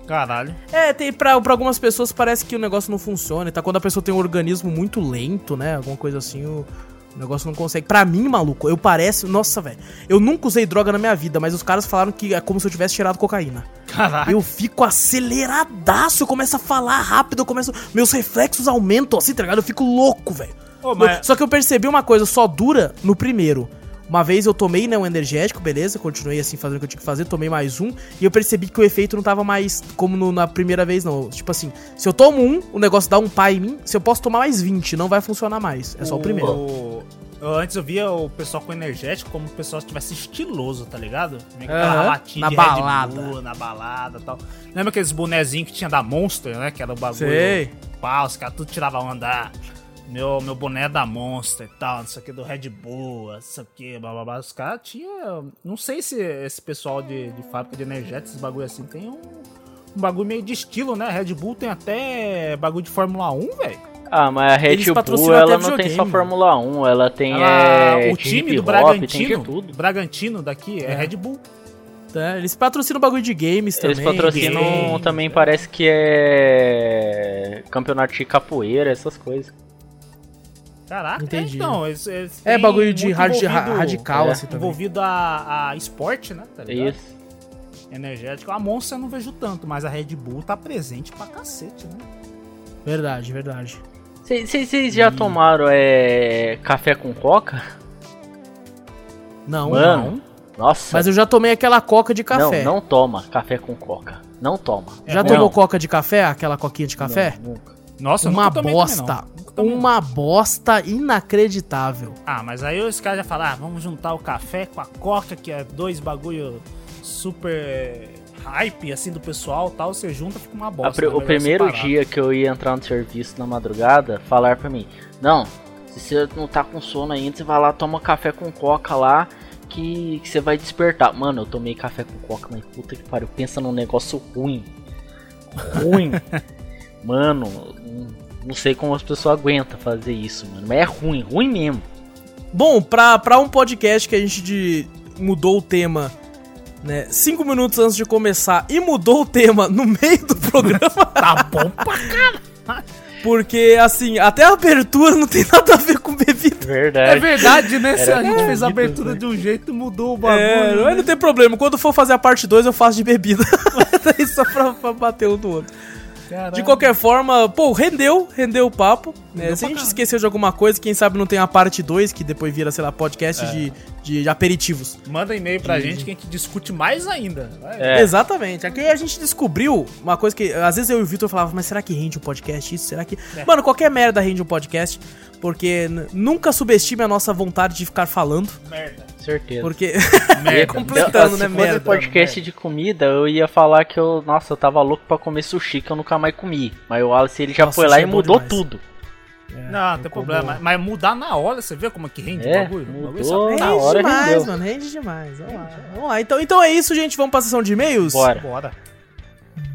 B: Caralho.
A: É, tem, pra, pra algumas pessoas parece que o negócio não funciona, tá? Quando a pessoa tem um organismo muito lento, né? Alguma coisa assim, o, o negócio não consegue. Pra mim, maluco, eu parece. Nossa, velho. Eu nunca usei droga na minha vida, mas os caras falaram que é como se eu tivesse tirado cocaína.
B: Caralho.
A: Eu fico aceleradaço, eu começo a falar rápido, eu começo. Meus reflexos aumentam assim, tá ligado? Eu fico louco, velho.
B: Ô, mas-
A: Só que eu percebi uma coisa, só dura no primeiro. Uma vez eu tomei, né, um energético, beleza? Continuei assim fazendo o que eu tinha que fazer, tomei mais um, e eu percebi que o efeito não tava mais como no- na primeira vez, não. Tipo assim, se eu tomo um, o negócio dá um pai em mim, se eu posso tomar mais 20, não vai funcionar mais. É só o primeiro.
B: Eu- antes eu via o pessoal com energético como o pessoal estivesse estiloso, tá ligado? Meio que
A: Aham.
B: aquela latinha
A: Na
B: de Red
A: balada.
B: Bull, na balada e tal. Lembra aqueles bonezinhos que tinha da Monster, né? Que era o bagulho.
A: Sei.
B: Pau, os caras tudo tirava onda. "Ah, Meu, meu boné é da Monster e tal, não sei o que, do Red Bull, não sei o que, blá blá blá. Os caras tinham. Não sei se esse pessoal de, de fábrica de energéticos, esses bagulho assim, tem um, um bagulho meio de estilo, né? Red Bull tem até bagulho de Fórmula 1, velho.
C: Ah, mas a
A: Eles
C: Red Bull,
A: patrocinam até
C: ela não tem
A: videogame.
C: só Fórmula 1, ela tem
B: Ela-
C: é,
B: o time
C: hip
B: do
C: hop, Tem de
B: Bragantino,
C: tudo. É.
B: Bragantino daqui é, Red Bull.
A: Tá, eles patrocinam bagulho de games também. né?
C: Eles patrocinam
A: game.
C: também, parece que é. Campeonato de capoeira, essas coisas.
B: Caraca,
A: Entendi.
B: É, então, eles, eles
A: É
B: têm
A: bagulho de
B: muito
A: hard,
B: envolvido-
A: radical,
C: é,
A: assim, também.
B: Envolvido a, a esporte, né? Tá
C: É
B: ligado?
C: isso.
B: Energético. A Monster eu não vejo tanto, mas a Red Bull tá presente pra cacete, né?
A: Verdade, verdade.
C: Vocês já tomaram é, café com coca?
A: Não,
C: Mano,
A: não.
C: Nossa,
A: Mas eu já tomei aquela coca de café.
C: Não, não toma café com coca. Não toma.
A: Já
B: É,
A: tomou
C: não.
A: coca de café? Aquela coquinha de café?
C: Não, nunca.
B: Nossa, eu
A: Uma
B: nunca tomei também, não.
A: bosta.
B: Nunca tomei, não.
A: Uma bosta inacreditável.
B: Ah, mas aí os caras já falaram, ah, vamos juntar o café com a coca, que é dois bagulho super hype, assim, do pessoal e tal. Você junta, fica uma bosta.
C: A pri-
B: né?
C: o
B: Melhor
C: primeiro
B: separar.
C: dia que eu ia entrar no serviço na madrugada, falar pra mim, não, se você não tá com sono ainda, você vai lá, toma um café com coca lá, que, que você vai despertar. Mano, eu tomei café com coca, mas puta que pariu, pensa num negócio ruim. <laughs> Ruim. mano, não- não sei como as pessoas aguentam fazer isso, mano. Mas é ruim, ruim mesmo.
A: Bom, pra, pra um podcast que a gente de- mudou o tema, né? Cinco minutos antes de começar e mudou o tema no meio do <laughs> programa,
B: Tá bom pra
A: porque assim, até a abertura não tem nada a ver com bebida.
B: É
C: Verdade.
B: verdade, né? Se a
C: Era
B: gente fez a
C: bonito,
B: abertura
C: né?
B: de um jeito, mudou o bagulho.
A: É,
B: né?
A: mas não tem problema. Quando for fazer a parte 2, eu faço de <laughs> bebida. Daí só pra, pra bater um do outro.
B: Caralho.
A: De qualquer forma, pô, rendeu, rendeu o papo. né?
B: Rendeu
A: Se
B: pra
A: a gente
B: caralho.
A: esqueceu de alguma coisa, quem sabe não tem a parte 2, que depois vira, sei lá, podcast
C: É.
A: de, de aperitivos.
B: Manda e-mail pra gente que a gente discute mais ainda. Vai.
C: É.
A: Exatamente. Aqui a gente descobriu uma coisa que às vezes eu e o Vitor falava, mas será que rende um podcast isso? Será que.
B: É.
A: Mano, qualquer merda rende um podcast, porque n- nunca subestime a nossa vontade de ficar falando,
B: Merda.
C: Certeza.
A: porque.
C: <laughs> É,
B: Merda.
A: completando,
C: eu-
A: né,
C: Se
A: merda,
C: fosse podcast de comida, eu ia falar que eu, nossa, eu tava louco pra comer sushi que eu nunca mais comi. Mas o Alice ele já
A: Nossa,
C: foi lá
A: sushi
C: e
A: é bom
C: mudou
A: demais.
C: tudo.
B: Não, não tem
A: como-
B: problema. Mas mudar na hora, você vê como é que rende
C: É,
B: o bagulho? O bagulho
C: mudou.
B: só-
A: <laughs> Rende
C: Na hora
A: demais,
C: rendeu.
A: mano, rende demais. Vamos lá. Vamos lá. Então, então é isso, gente. Vamos pra sessão de e-mails?
C: Bora.
B: Bora.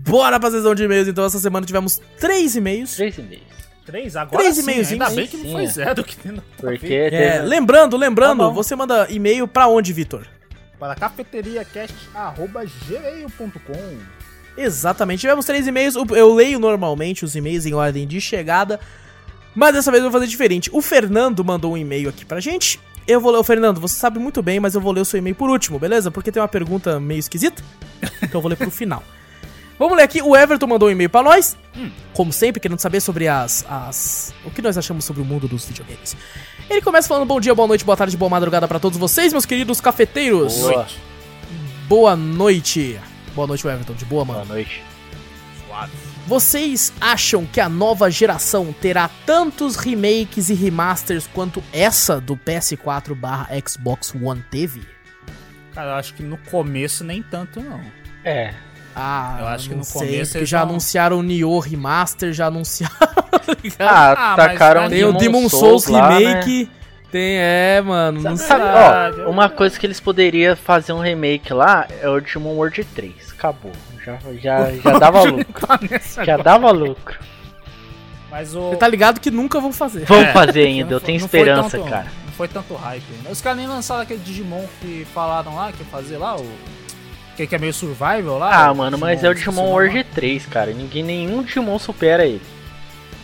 A: Bora pra sessão de e-mails. Então, essa semana tivemos três e-mails.
C: Três e meio.
B: Três agora
A: Três
B: sim,
A: e-mailzinhos,
B: Ainda
A: sim,
B: bem que não
C: sim,
B: foi
C: é.
B: zero. Que não
C: Porque
B: Tá
A: É,
C: teve...
A: lembrando, lembrando,
C: Tá bom.
A: você manda e-mail pra onde, Vitor?
B: feito. Para cafeteriacast.gmail.com
A: Exatamente. Tivemos três e-mails. O- Eu leio normalmente os e-mails em ordem de chegada. Mas dessa vez eu vou fazer diferente. O Fernando mandou um e-mail aqui pra gente. Eu vou ler. Ô, Fernando, você sabe muito bem, mas eu vou ler o seu e-mail por último, beleza? Porque tem uma pergunta meio esquisita. <laughs> Então eu vou ler pro final. Vamos ler aqui. O Everton mandou um e-mail pra nós. Como sempre, querendo saber sobre as, as. O que nós achamos sobre o mundo dos videogames. Ele começa falando bom dia, boa noite, boa tarde, boa madrugada pra todos vocês, meus queridos cafeteiros. Boa
B: Noite.
C: Boa.
A: noite. Boa noite, Everton. De boa, mano.
C: Boa noite.
B: Suave.
A: Vocês acham que a nova geração terá tantos remakes e remasters quanto essa do PS4 barra Xbox One teve?
B: Cara, eu acho que no começo nem tanto, não.
C: É.
A: Ah,
B: Eu acho que no
A: sei,
B: começo
A: porque
B: eles
A: já
B: não-
A: anunciaram o Nioh Remaster, já anunciaram...
C: Ah,
B: Ah, mas
C: tacaram
B: pra
A: tem o Demon Souls,
B: né?
A: Remake, tem... É, mano, não sei.
C: né? Sabe,
B: Verdade,
C: ó, uma coisa que eles poderiam fazer um remake lá é o Demon World 3. Acabou. Já, já,
A: <laughs>
C: já dava
B: <laughs>
C: lucro.
B: Tá nessa
C: Já
B: agora.
C: dava lucro.
B: Mas o.
A: Você tá ligado que nunca vão fazer.
C: Vamos
B: É,
C: fazer
B: não
C: ainda, eu
B: foi-
C: tenho
B: não foi
C: esperança,
B: tanto-
C: cara.
B: Não foi tanto hype. ainda. Os caras nem lançaram aquele Digimon que falaram lá, que ia fazer lá, o. Que, que é meio survival lá.
C: Ah, mano, mas é o Digimon
B: esqueci nome.
C: World 3, cara. Ninguém, nenhum Digimon supera ele.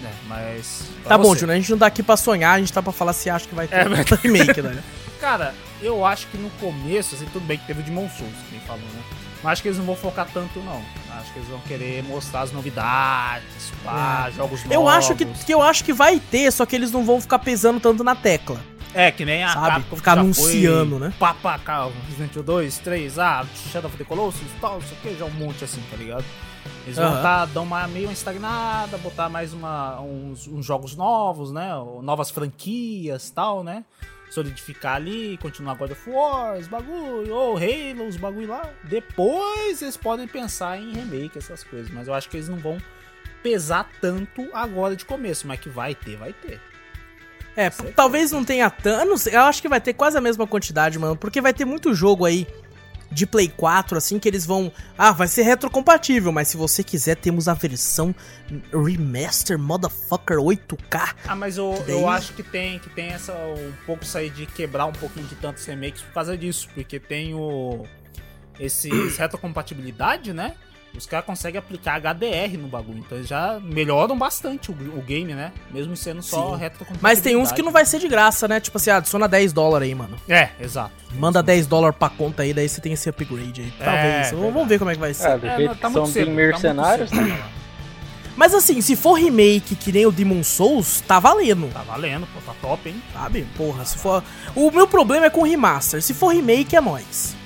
B: É, mas. pra
A: Tá bom,
B: você.
A: Júnior, a gente não tá aqui pra sonhar, a gente tá pra falar se acha que vai ter
B: É, mas-
A: remake,
B: <laughs>
A: né?
B: Cara, eu acho que no começo, assim, tudo bem que teve o Demon Souls, que nem falou, né? Mas acho que eles não vão focar tanto, não. Acho que eles vão querer mostrar as novidades, pá, jogos novos.
A: É. Eu acho que, que eu acho que vai ter, só que eles não vão ficar pesando tanto na tecla.
B: É, que
A: <laughs>
B: nem a
A: Sabe?
B: Capcom
A: Ficar
B: que já
A: anunciando,
B: foi
A: né?
B: Papa, calma. Resident Evil 2, 3, ah, Shadow of the Colossus, tal, não sei o que, já um monte assim, tá ligado? Eles vão
A: Aham.
B: tá, dar uma, meio uma estagnada, botar mais uma, uns, uns jogos novos, né? Ou Novas franquias tal, né? Solidificar ali, continuar God of War, os bagulho, ou Halo, os bagulho lá. Depois eles podem pensar em remake, essas coisas. Mas eu acho que eles não vão pesar tanto agora de começo, mas que vai ter, vai ter.
A: É, p- talvez não tenha tanto. Eu, não sei, eu acho que vai ter quase a mesma quantidade, mano. Porque vai ter muito jogo aí de Play 4, assim, que eles vão. Ah, vai ser retrocompatível, mas se você quiser, temos a versão Remaster Motherfucker 8K.
B: Ah, mas eu,
A: Que daí-
B: eu acho que tem, que tem essa um pouco sair de quebrar um pouquinho de tantos remakes por causa disso, porque tem o esse, esse retrocompatibilidade, né? Os caras conseguem aplicar HDR no bagulho. Então eles já melhoram bastante o, o game, né? Mesmo sendo só
A: Sim.
B: retrocompatibilidade.
A: Mas tem uns que não vai ser de graça, né? Tipo assim, ah, adiciona 10 dólares aí, mano.
B: É, exato.
A: Manda 10 dólares pra conta aí, daí você tem esse upgrade aí. Talvez.
B: verdade.
A: Vamos ver como é que vai ser.
C: Ah, do
B: É,
C: jeito
B: não, tá
C: que
B: muito
C: são
B: cedo,
C: de
B: tá muito
C: mercenários,
B: cedo.
C: né?
A: Mas assim, se for remake que nem o Demon Souls, tá valendo.
B: Tá valendo, pô, tá top, hein?
A: Sabe? Ah, Porra, se for. O meu problema é com remaster. Se for remake, é nóis.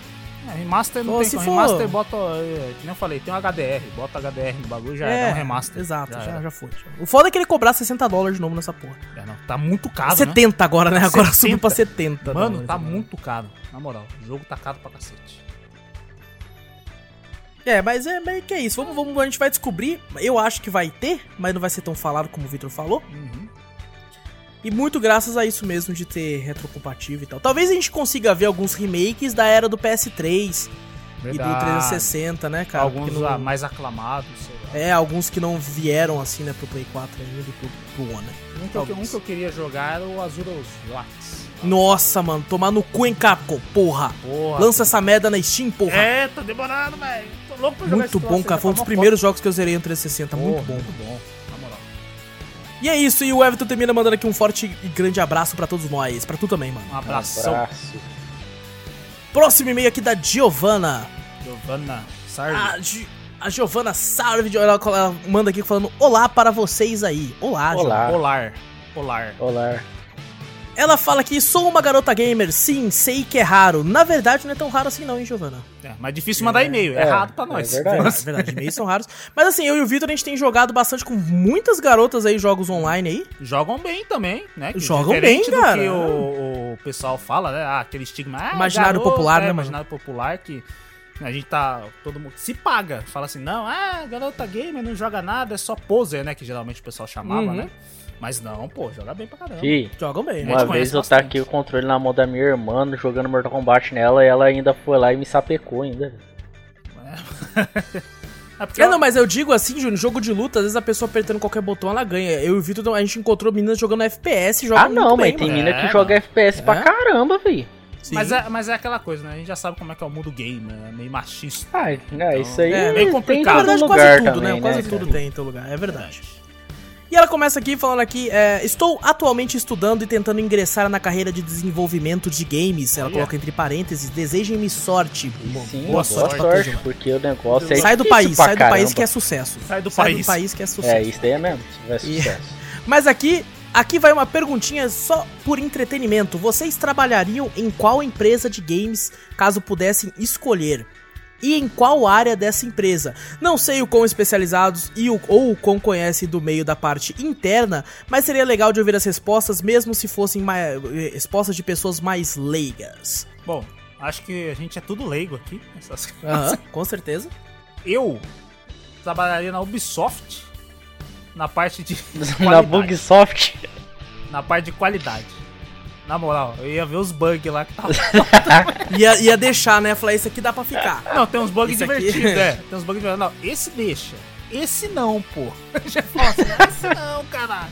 B: É, remaster não
A: Pô,
B: tem
A: se
B: como.
A: for-
B: Remaster bota. é, que nem eu falei, tem um HDR. Bota HDR no bagulho já é, dá um remaster.
A: Exato, já,
B: era.
A: já foi. já. O foda é que ele cobrar 60 dólares de novo nessa porra.
B: É, não, tá muito caro, né?
A: 70 agora, né? Agora
B: 70.
A: subiu pra 70.
B: Mano,
A: dólares
B: tá
A: agora.
B: muito caro. Na moral, o jogo tá caro pra cacete.
A: É, mas é meio que é isso. Vamos, vamos, a gente vai descobrir. Eu acho que vai ter, mas não vai ser tão falado como o Victor falou.
B: Uhum.
A: E muito graças a isso mesmo de ter retrocompatível e tal. Talvez a gente consiga ver alguns remakes da era do PS3 e do 360, né, cara?
B: Alguns
A: Porque não-
B: ah, mais aclamados, sei lá.
A: É, alguns que não vieram assim, né, pro Play 4 ainda e pro, pro One.
B: Um que, eu,
A: Alguns.
B: um que eu queria jogar era o Azuros Lats.
A: Nossa, mano, tomar no cu em Capcom, porra!
B: Porra.
A: Lança essa merda na Steam, porra!
B: É, tá demorando, velho. Tô louco pra jogar
A: muito
B: esse
A: bom,
B: troço,
A: cara.
B: ele
A: Foi um
B: tá
A: dos
B: mó
A: primeiros jogos que eu zerei em 360.
B: foda.
A: Muito
B: Porra,
A: bom.
B: Muito bom, na moral.
A: E é isso, e o Everton termina mandando aqui um forte e grande abraço pra todos nós. Pra tu também, mano.
B: Um abração,
C: Abraço.
A: Próximo e-mail aqui da Giovanna.
B: Giovanna. Sarve.
A: A, Gi a Giovanna Sarve, ela, ela manda aqui falando olá para vocês aí. Olá, Giovanna.
C: Olá.
B: Polar. Polar.
C: Olá.
A: Ela fala que sou uma garota gamer. Sim, sei que é raro. Na verdade, não é tão raro assim não, hein, Giovanna?
B: É, mas difícil mandar e-mail. É,
C: É,
B: errado pra
C: é
B: nós.
C: verdade.
A: É verdade, e-mails são raros. Mas assim, eu e o Vitor, a gente tem jogado bastante com muitas garotas aí, jogos online aí.
B: Jogam bem também, né? Que
A: Jogam
B: diferente
A: bem,
B: do
A: cara.
B: que o, o pessoal fala, né? Ah, aquele estigma. Ah,
A: Imaginário popular, né, mano?
B: Imaginário popular que a gente tá. Todo mundo se paga. Fala assim, não, ah, garota gamer não joga nada, é só poser, né? Que geralmente o pessoal chamava,
A: Uhum.
B: né? Mas não, pô, joga bem pra caramba.
C: Fih,
A: Jogam bem, né?
B: gente
C: uma
B: conhece
C: vez eu
B: bastante.
C: taquei o controle na mão da minha irmã, jogando Mortal Kombat nela, e ela ainda foi lá e me sapecou ainda.
B: É porque
A: É, não, mas eu digo assim, Júnior, jogo de luta, às vezes a pessoa apertando qualquer botão, ela ganha. Eu e o Vitor, a gente encontrou meninas jogando FPS, jogam
C: ah,
A: muito
C: não,
A: bem,
C: mas tem
A: mano.
C: mina
B: É,
C: que joga FPS
A: É?
C: pra caramba, velho.
B: Mas
A: Sim.
B: é, mas é aquela coisa, né? A gente já sabe como é que é o mundo gamer, né? meio machista.
C: Ah, é, isso aí
A: é,
C: é,
B: meio
C: meio
A: Na
B: complicado.
C: complicado.
A: verdade, quase
C: lugar
A: tudo,
C: também,
A: né? Quase
C: cara?
A: tudo tem em teu lugar, é verdade. E ela começa aqui falando aqui, é, estou atualmente estudando e tentando ingressar na carreira de desenvolvimento de games. Ela
B: Olha.
A: coloca entre parênteses, desejem-me sorte. Bom,
C: Sim,
B: Boa
C: boa,
B: sorte
C: sorte,
B: pra todo mundo.
C: porque o negócio é
A: sai do
C: difícil
A: país,
C: pra
A: sai do país
C: caramba.
A: que é sucesso.
B: Sai do
A: Sai do
B: país.
A: país que é sucesso.
C: É, isso daí é mesmo, se tiver
A: E-
C: sucesso.
A: <laughs>
C: <laughs>
A: Mas aqui, aqui vai uma perguntinha só por entretenimento. Vocês trabalhariam em qual empresa de games caso pudessem escolher? E em qual área dessa empresa? Não sei o quão especializados e o, ou o quão conhecem do meio da parte interna, mas seria legal de ouvir as respostas, mesmo se fossem mai- eh, respostas de pessoas mais leigas.
B: Bom, acho que a gente é tudo leigo aqui. Essas coisas.
A: Aham, <laughs> com certeza.
B: <laughs> Eu trabalharia na Ubisoft na parte de
C: Na
B: qualidade.
C: Bugsoft.
B: Na parte de qualidade. Na moral, eu ia ver os bugs lá que tava.
A: Ia, ia deixar, né? Falar, isso aqui dá pra ficar.
B: Não, tem uns bugs
A: Esse aqui-
B: divertidos, é. Tem uns bugs divertidos. Não, esse deixa. Esse não, pô. <laughs> Já fala assim, esse não, caralho.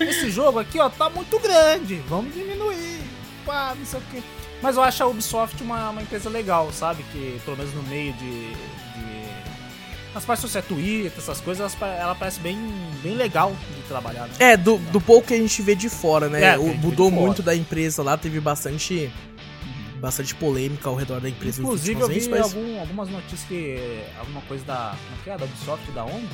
B: Esse jogo aqui, ó, tá muito grande. Vamos diminuir. Pá, não sei o quê. Mas eu acho a Ubisoft uma, uma empresa legal, sabe? Que pelo menos no meio de. de... As partes sociais, Twitter, essas coisas, elas pa- ela parece bem, bem legal de trabalhar, né?
A: É, do, do pouco que a gente vê de fora, né?
B: É,
A: O-
B: que a gente vê
A: mudou
B: de fora.
A: muito da empresa lá, teve bastante bastante polêmica ao redor da empresa. nos
B: Inclusive, eu
A: últimos
B: vi
A: meses, mas
B: algum- algumas notícias que. Alguma coisa da. Como é que é? Da Ubisoft, da ONG?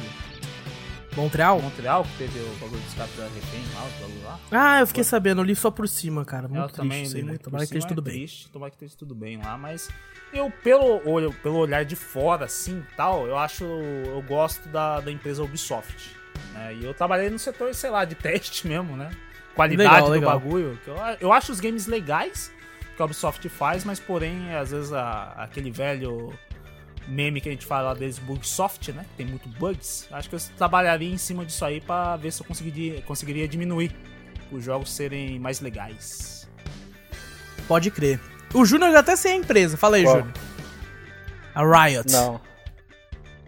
A: Montreal?
B: Montreal, que teve o bagulho dos caras da refém lá, os bagulho lá.
A: Ah, eu fiquei sabendo, eu li só por cima, cara. Muito
B: É, Eu
A: triste
B: também
A: isso
B: li
A: aí, né?
B: muito
A: Tomara
B: por
A: que esteja
B: cima,
A: tudo
B: é
A: bem.
B: Triste, tomara que esteja tudo bem lá, mas eu, pelo, olho, pelo olhar de fora, assim, tal, eu acho, eu gosto da, da empresa Ubisoft. né? E eu trabalhei no setor, sei lá, de teste <laughs> mesmo, né? Qualidade
A: Legal,
B: do
A: legal.
B: bagulho. que eu, eu acho os games legais que a Ubisoft faz, mas porém, às vezes, a- aquele velho meme que a gente fala deles, Bugsoft, né? Que tem muito bugs. Acho que eu trabalharia em cima disso aí pra ver se eu conseguiria, conseguiria diminuir os jogos serem mais legais.
A: Pode crer. O Júnior já até sem a empresa. Fala aí,
C: Qual?
A: Júnior. A Riot.
C: Não.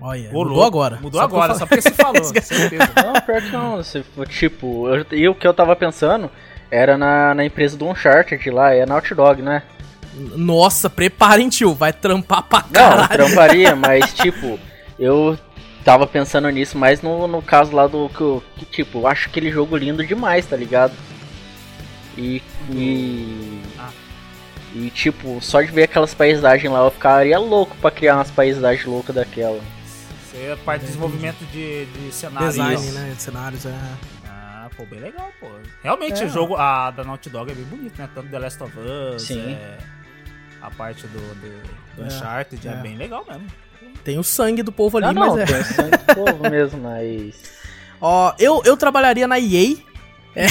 A: Olha,
B: Ô,
A: mudou
B: louco,
A: agora.
B: Mudou
A: Só porque eu
B: agora, só porque você
A: <laughs>
B: falou, certeza.
C: Não, pior que não. Se for, tipo, eu, e o que eu tava pensando era na, na empresa do Uncharted lá, é na Naughty Dog, né?
A: Nossa, preparem, tio. Vai trampar pra
C: Não,
A: caralho.
C: tramparia, mas tipo, eu tava pensando nisso, mas no, no caso lá do que, eu- que, tipo, eu acho aquele jogo lindo demais, tá ligado? E. E,
B: Ah.
C: e tipo, só de ver aquelas paisagens lá, eu ficaria louco pra criar umas paisagens loucas daquela.
B: Isso aí é parte de desenvolvimento de, de cenário.
A: Design,
B: ó.
A: né? Cenários, é.
B: Ah, pô, bem legal, pô. Realmente, o jogo a, da Naughty Dog é bem bonito, né? Tanto The Last of Us,
C: Sim.
B: é, a parte do, do, do
A: É,
B: Uncharted, é.
A: é.
B: bem legal mesmo.
A: Tem o sangue do povo ali,
C: Ah, não, não,
A: mas é.
C: tem sangue do povo mesmo, mas.
A: Ó, eu, eu trabalharia na EA. É.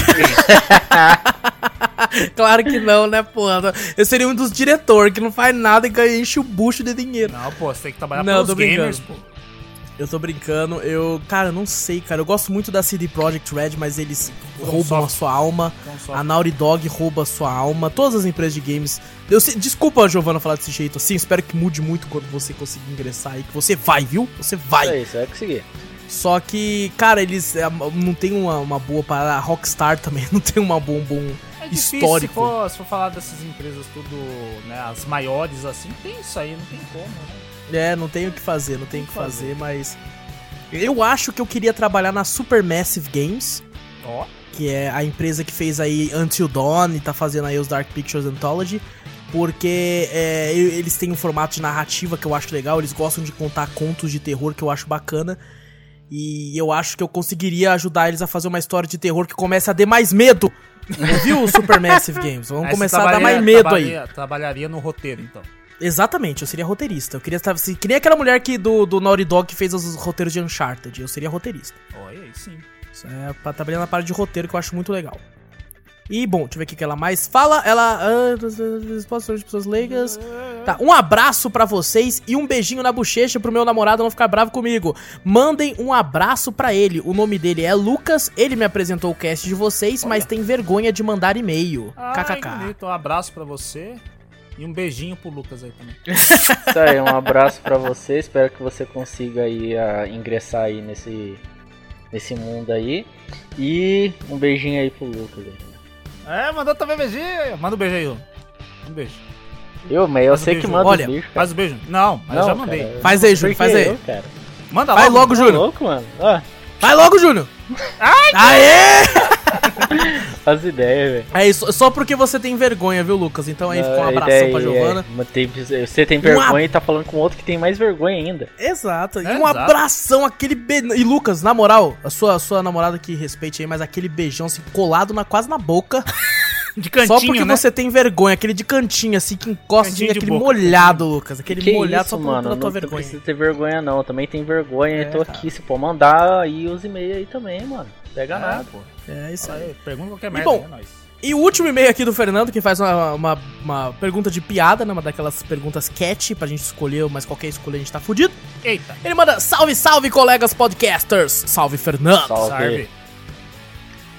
A: <laughs> claro que não, né, porra? Eu seria um dos diretores que não faz nada e ganha, enche o bucho de dinheiro.
B: Não, pô, você tem que trabalhar
A: Não, tô
B: pelos gamers, pô.
A: Eu tô brincando, eu. Cara, eu não sei, cara. Eu gosto muito da CD Projekt Red, mas eles roubam a
B: Soft.
A: sua alma.
B: Então, só...
A: A Naughty Dog rouba a sua alma. Todas as empresas de games. Eu sei- desculpa, Giovana, falar desse jeito assim. Espero que mude muito quando você conseguir ingressar aí. Que você vai, viu? Você vai.
C: É isso, vai conseguir.
A: Só que, cara, eles é, não tem uma, uma boa para A Rockstar também <laughs> não tem uma bom bom.
B: É difícil,
A: histórico.
B: Se for, se for falar dessas empresas tudo, né, as maiores assim, tem isso aí, não tem como, né?
A: É, não tem o que fazer, não tem o que
B: Tem que fazer.
A: fazer, mas. Eu acho que eu queria trabalhar na Supermassive Games,
B: Ó,
A: que é a empresa que fez aí Until Dawn e tá fazendo aí os Dark Pictures Anthology, porque é, e- eles têm um formato de narrativa que eu acho legal, eles gostam de contar contos de terror que eu acho bacana. E eu acho que eu conseguiria ajudar eles a fazer uma história de terror que comece a dar mais
B: <laughs>
A: medo. Viu, Supermassive Games? Vamos
B: aí você
A: começar a dar
B: trabalharia-
A: mais medo aí.
B: trabalharia- Trabalharia no roteiro, então.
A: Exatamente, eu seria roteirista. Eu queria estar. se- Que nem aquela mulher que do, do Naughty Dog que fez os roteiros de Uncharted. Eu seria roteirista.
B: Olha aí, sim.
A: Isso é pra trabalhar na parte de roteiro que eu acho muito legal. E bom, deixa eu ver o que que ela mais fala. Ela. ah, Respostas de pessoas leigas. Tá, um abraço pra vocês e um beijinho na bochecha pro meu namorado não ficar bravo comigo. Mandem um abraço pra ele. O nome dele é Lucas. Ele me apresentou o cast de vocês, mas
B: Olha.
A: tem vergonha de mandar e-mail.
B: Ai,
A: KKK.
B: bonito. Um abraço pra você e um beijinho pro Lucas aí também.
C: Isso aí, um abraço pra você, espero que você consiga aí ah, ingressar aí nesse, nesse mundo aí. E um beijinho aí pro Lucas. aí.
B: É, mandou também beijinho. Manda um beijo aí, Lu. Um beijo.
C: Eu, mas eu
B: Faz o
C: sei que
B: beijo.
C: manda
A: um Olha,
C: os bichos, cara.
B: Faz o beijo. Não, mas eu já mandei.
C: cara, eu-
A: Faz aí,
C: por
A: Júlio,
C: que
A: faz aí.
C: eu, cara?
B: Manda
A: Vai
B: logo.
A: logo,
C: Tá
A: Júlio.
C: louco, mano? Ó,
A: Vai logo, Júlio. Aê!
C: as ideias, velho. Ah,
A: É isso, só porque você tem vergonha, viu, Lucas? Então aí fica um
C: A
A: abração pra
C: ideia
A: Giovana.
C: é, mas tem- você tem
A: Um
C: vergonha e tá falando com outro que tem mais vergonha ainda.
A: Exato. E
B: É,
A: um
B: exato.
A: abração, aquele beijão. E Lucas, na moral, a sua, a sua namorada que respeite aí, mas aquele beijão assim, colado na, quase na boca.
B: De
A: só porque
B: cantinho, né?
A: você tem vergonha, aquele de cantinho assim, que encosta, assim,
B: Cantinho de
A: aquele
B: boca.
A: molhado, Lucas. Aquele
C: que
A: molhado
C: isso,
A: só por
C: mano?
A: conta da
C: não
A: tua
C: tem-
A: vergonha.
C: precisa ter vergonha, não. Eu também tenho vergonha
A: É,
C: e tô
A: cara.
C: aqui. Se for mandar aí os e-mails aí também, mano. Pega nada.
B: É, pô.
A: É isso
B: Isso
A: aí.
B: aí, pergunta qualquer
A: E
B: merda.
A: bom,
B: é nóis.
A: E o último e-mail aqui do Fernando, que faz uma, uma, uma pergunta de piada, né? Uma daquelas perguntas cat pra gente escolher, mas qualquer escolha a gente tá fudido.
B: Eita,
A: Ele manda salve, salve, colegas podcasters! Salve, Fernando!
C: Salve.
B: sarve.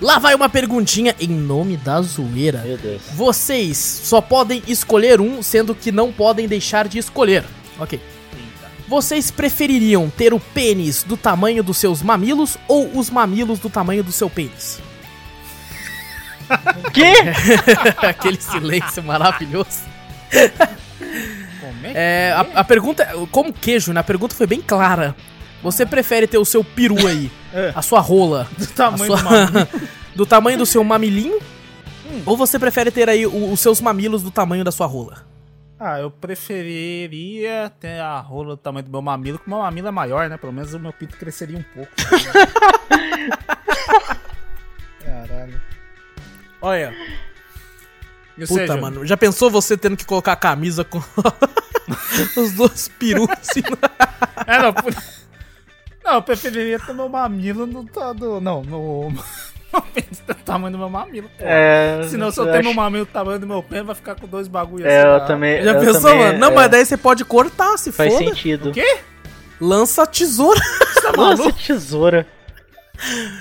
A: Lá vai uma perguntinha em nome da zoeira.
C: Meu Deus.
A: Vocês só podem escolher um, sendo que não podem deixar de escolher. Ok.
B: Eita.
A: Vocês prefeririam ter o pênis do tamanho dos seus mamilos ou os mamilos do tamanho do seu pênis? <laughs>
C: Que?
A: Aquele silêncio maravilhoso.
B: Como é que
A: É, a, a pergunta, como queijo, né? A pergunta foi bem clara. Você prefere ter o seu peru aí,
B: <laughs> É.
A: a sua rola,
B: do
A: a
B: tamanho do
A: sua-
B: maluco?
A: do tamanho do seu mamilinho?
B: Hum.
A: Ou você prefere ter aí o- os seus mamilos do tamanho da sua rola?
B: <laughs> Ah, eu preferiria ter a rola do tamanho do meu mamilo, que o meu mamilo é maior, né? Pelo menos o meu pinto cresceria um
A: <laughs>
B: pouco. Caralho.
A: Olha,
B: E
A: Puta,
B: Sérgio?
A: mano, já pensou você tendo que colocar a camisa com <laughs> os dois perus assim?
B: É, não, pu- <laughs> não, eu preferiria ter meu mamilo no. ta- do- Não, no. <laughs> meu pênis do tamanho do meu mamilo. pô.
C: É,
B: Senão, se eu
C: eu
B: tenho
C: acho-
B: meu mamilo do tamanho do meu pênis, vai ficar com dois bagulho assim, tá?
C: É, eu
B: lá.
C: também.
A: Já
C: eu
A: pensou,
C: também,
A: mano? Não,
C: é,
A: mas daí você pode cortar, se
C: Faz
A: foda.
C: sentido.
B: O quê?
A: Lança a tesoura.
C: Nossa, tesoura.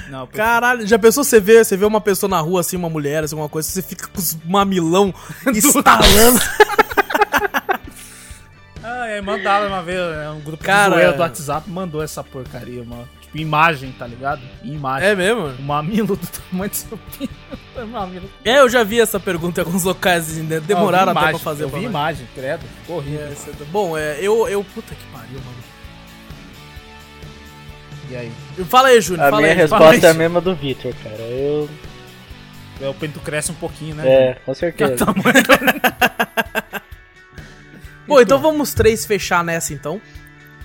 B: Não, eu prefiro-
A: Caralho, já pensou você vê, você vê uma pessoa na rua assim, uma mulher, assim, alguma coisa, você fica com os
B: <laughs>
A: mamilão estalando.
B: Ah, é, mandaram uma vez, é, um né, um grupo
A: Cara- é.
B: de zoeira do WhatsApp mandou essa porcaria, mano. Que tipo, imagem, tá ligado? Em imagem.
A: É mesmo?
B: O mamilo do tamanho do seu pinto. <laughs> O mamilo.
A: É, eu já vi essa pergunta em alguns locais, né? demoraram
B: Eu
A: até pra
B: vi imagem,
A: fazer.
B: Eu vi
A: pra-
B: imagem, credo. Ficou Horrível.
A: É, cê- Bom, é, eu, eu... Puta que pariu, mano.
B: E aí?
A: Fala aí, Júnior.
C: A
A: fala
C: minha
A: aí, fala
C: resposta é a
A: aí.
C: mesma do Victor, cara. Eu.
B: É, O pinto cresce um pouquinho, né? <laughs>
C: É, com
A: Então,
C: certeza.
A: Bom, então vamos três fechar nessa, então.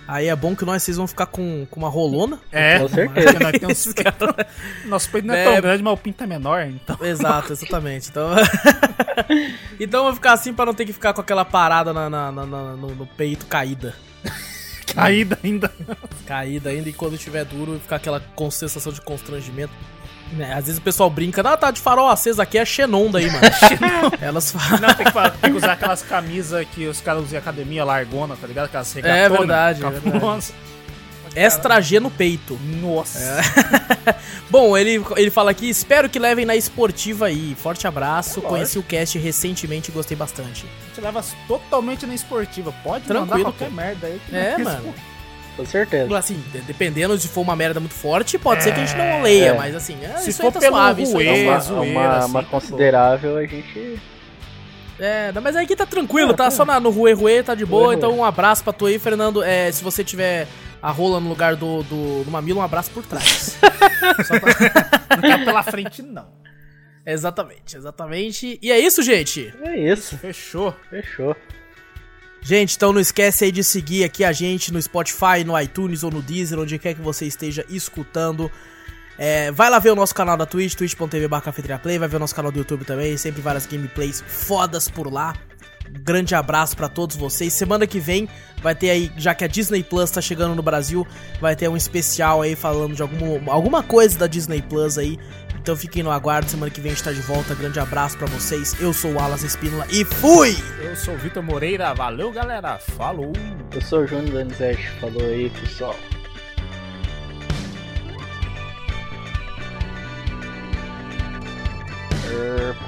A: Aí é bom que nós vocês vão ficar com, com uma rolona.
B: É,
C: Com certeza.
B: porque <laughs> nós temos- Nosso peito não é,
A: É.
B: tão grande, mas o pinto é menor, então.
A: <laughs> Exato, exatamente. Então, <laughs> então eu vou ficar assim pra não ter que ficar com aquela parada na, na- na- na- no, no peito caída.
B: Caída ainda.
A: Caída ainda, e quando estiver duro, ficar aquela con- sensação de constrangimento. Né, Às vezes o pessoal brinca, ah, tá de farol aceso aqui, é Xenon daí,
B: <laughs>
A: mano. <laughs> Elas falam.
B: <laughs> Não, tem que, fa- tem que usar aquelas camisas que os caras usam em academia largona, tá ligado? Aquelas regatonas.
A: verdade, é verdade.
B: Nossa.
A: Extra G no peito.
B: Nossa.
A: É. Bom, ele, ele fala aqui, espero que levem na esportiva aí. Forte abraço,
B: É lógico.
A: conheci o cast recentemente e gostei bastante.
B: A gente leva totalmente na esportiva. Pode mandar
A: Tranquilo,
B: qualquer
A: pô.
B: merda aí. que
A: É,
B: nós-
A: mano.
C: Com certeza.
A: Assim, de- dependendo se for uma merda muito forte, pode ser que a gente não leia,
C: É.
A: mas assim, é,
B: Se
A: isso
B: for
A: aí tá
B: pelo
A: suave, isso aí
C: É
A: tá
C: uma,
A: suave.
B: zoeira,
C: uma-
B: assim, tá
C: uma
B: bom.
C: considerável, a gente.
A: É, não, mas aí aqui tá tranquilo, tá só na- no Rue Rue, tá de boa,
C: Ruê.
A: então um abraço pra tu aí, Fernando. É, se você tiver a rola no lugar do, do, do mamilo, um abraço por trás. Só pra-
B: Não quer pela frente, não.
A: Exatamente, exatamente. E é isso, gente.
C: É isso,
B: Fechou.
C: fechou.
A: Gente, então não esquece aí de seguir aqui a gente no Spotify, no iTunes ou no Deezer, onde quer que você esteja escutando. É, vai lá ver o nosso canal da Twitch, twitch.tv Play, vai ver o nosso canal do YouTube também, sempre várias gameplays fodas por lá. Um Grande abraço pra todos vocês. Semana que vem vai ter aí, já que a Disney Plus tá chegando no Brasil, vai ter um especial aí falando de algum, alguma coisa da Disney Plus aí. Então fiquem no aguardo, semana que vem a gente tá de volta. Grande abraço pra vocês. Eu sou o Alas Espínola e fui!
B: Eu sou o Vitor Moreira. Valeu, galera. Falou.
C: Eu sou o Júnior Danizete, falou aí, pessoal. Erpa.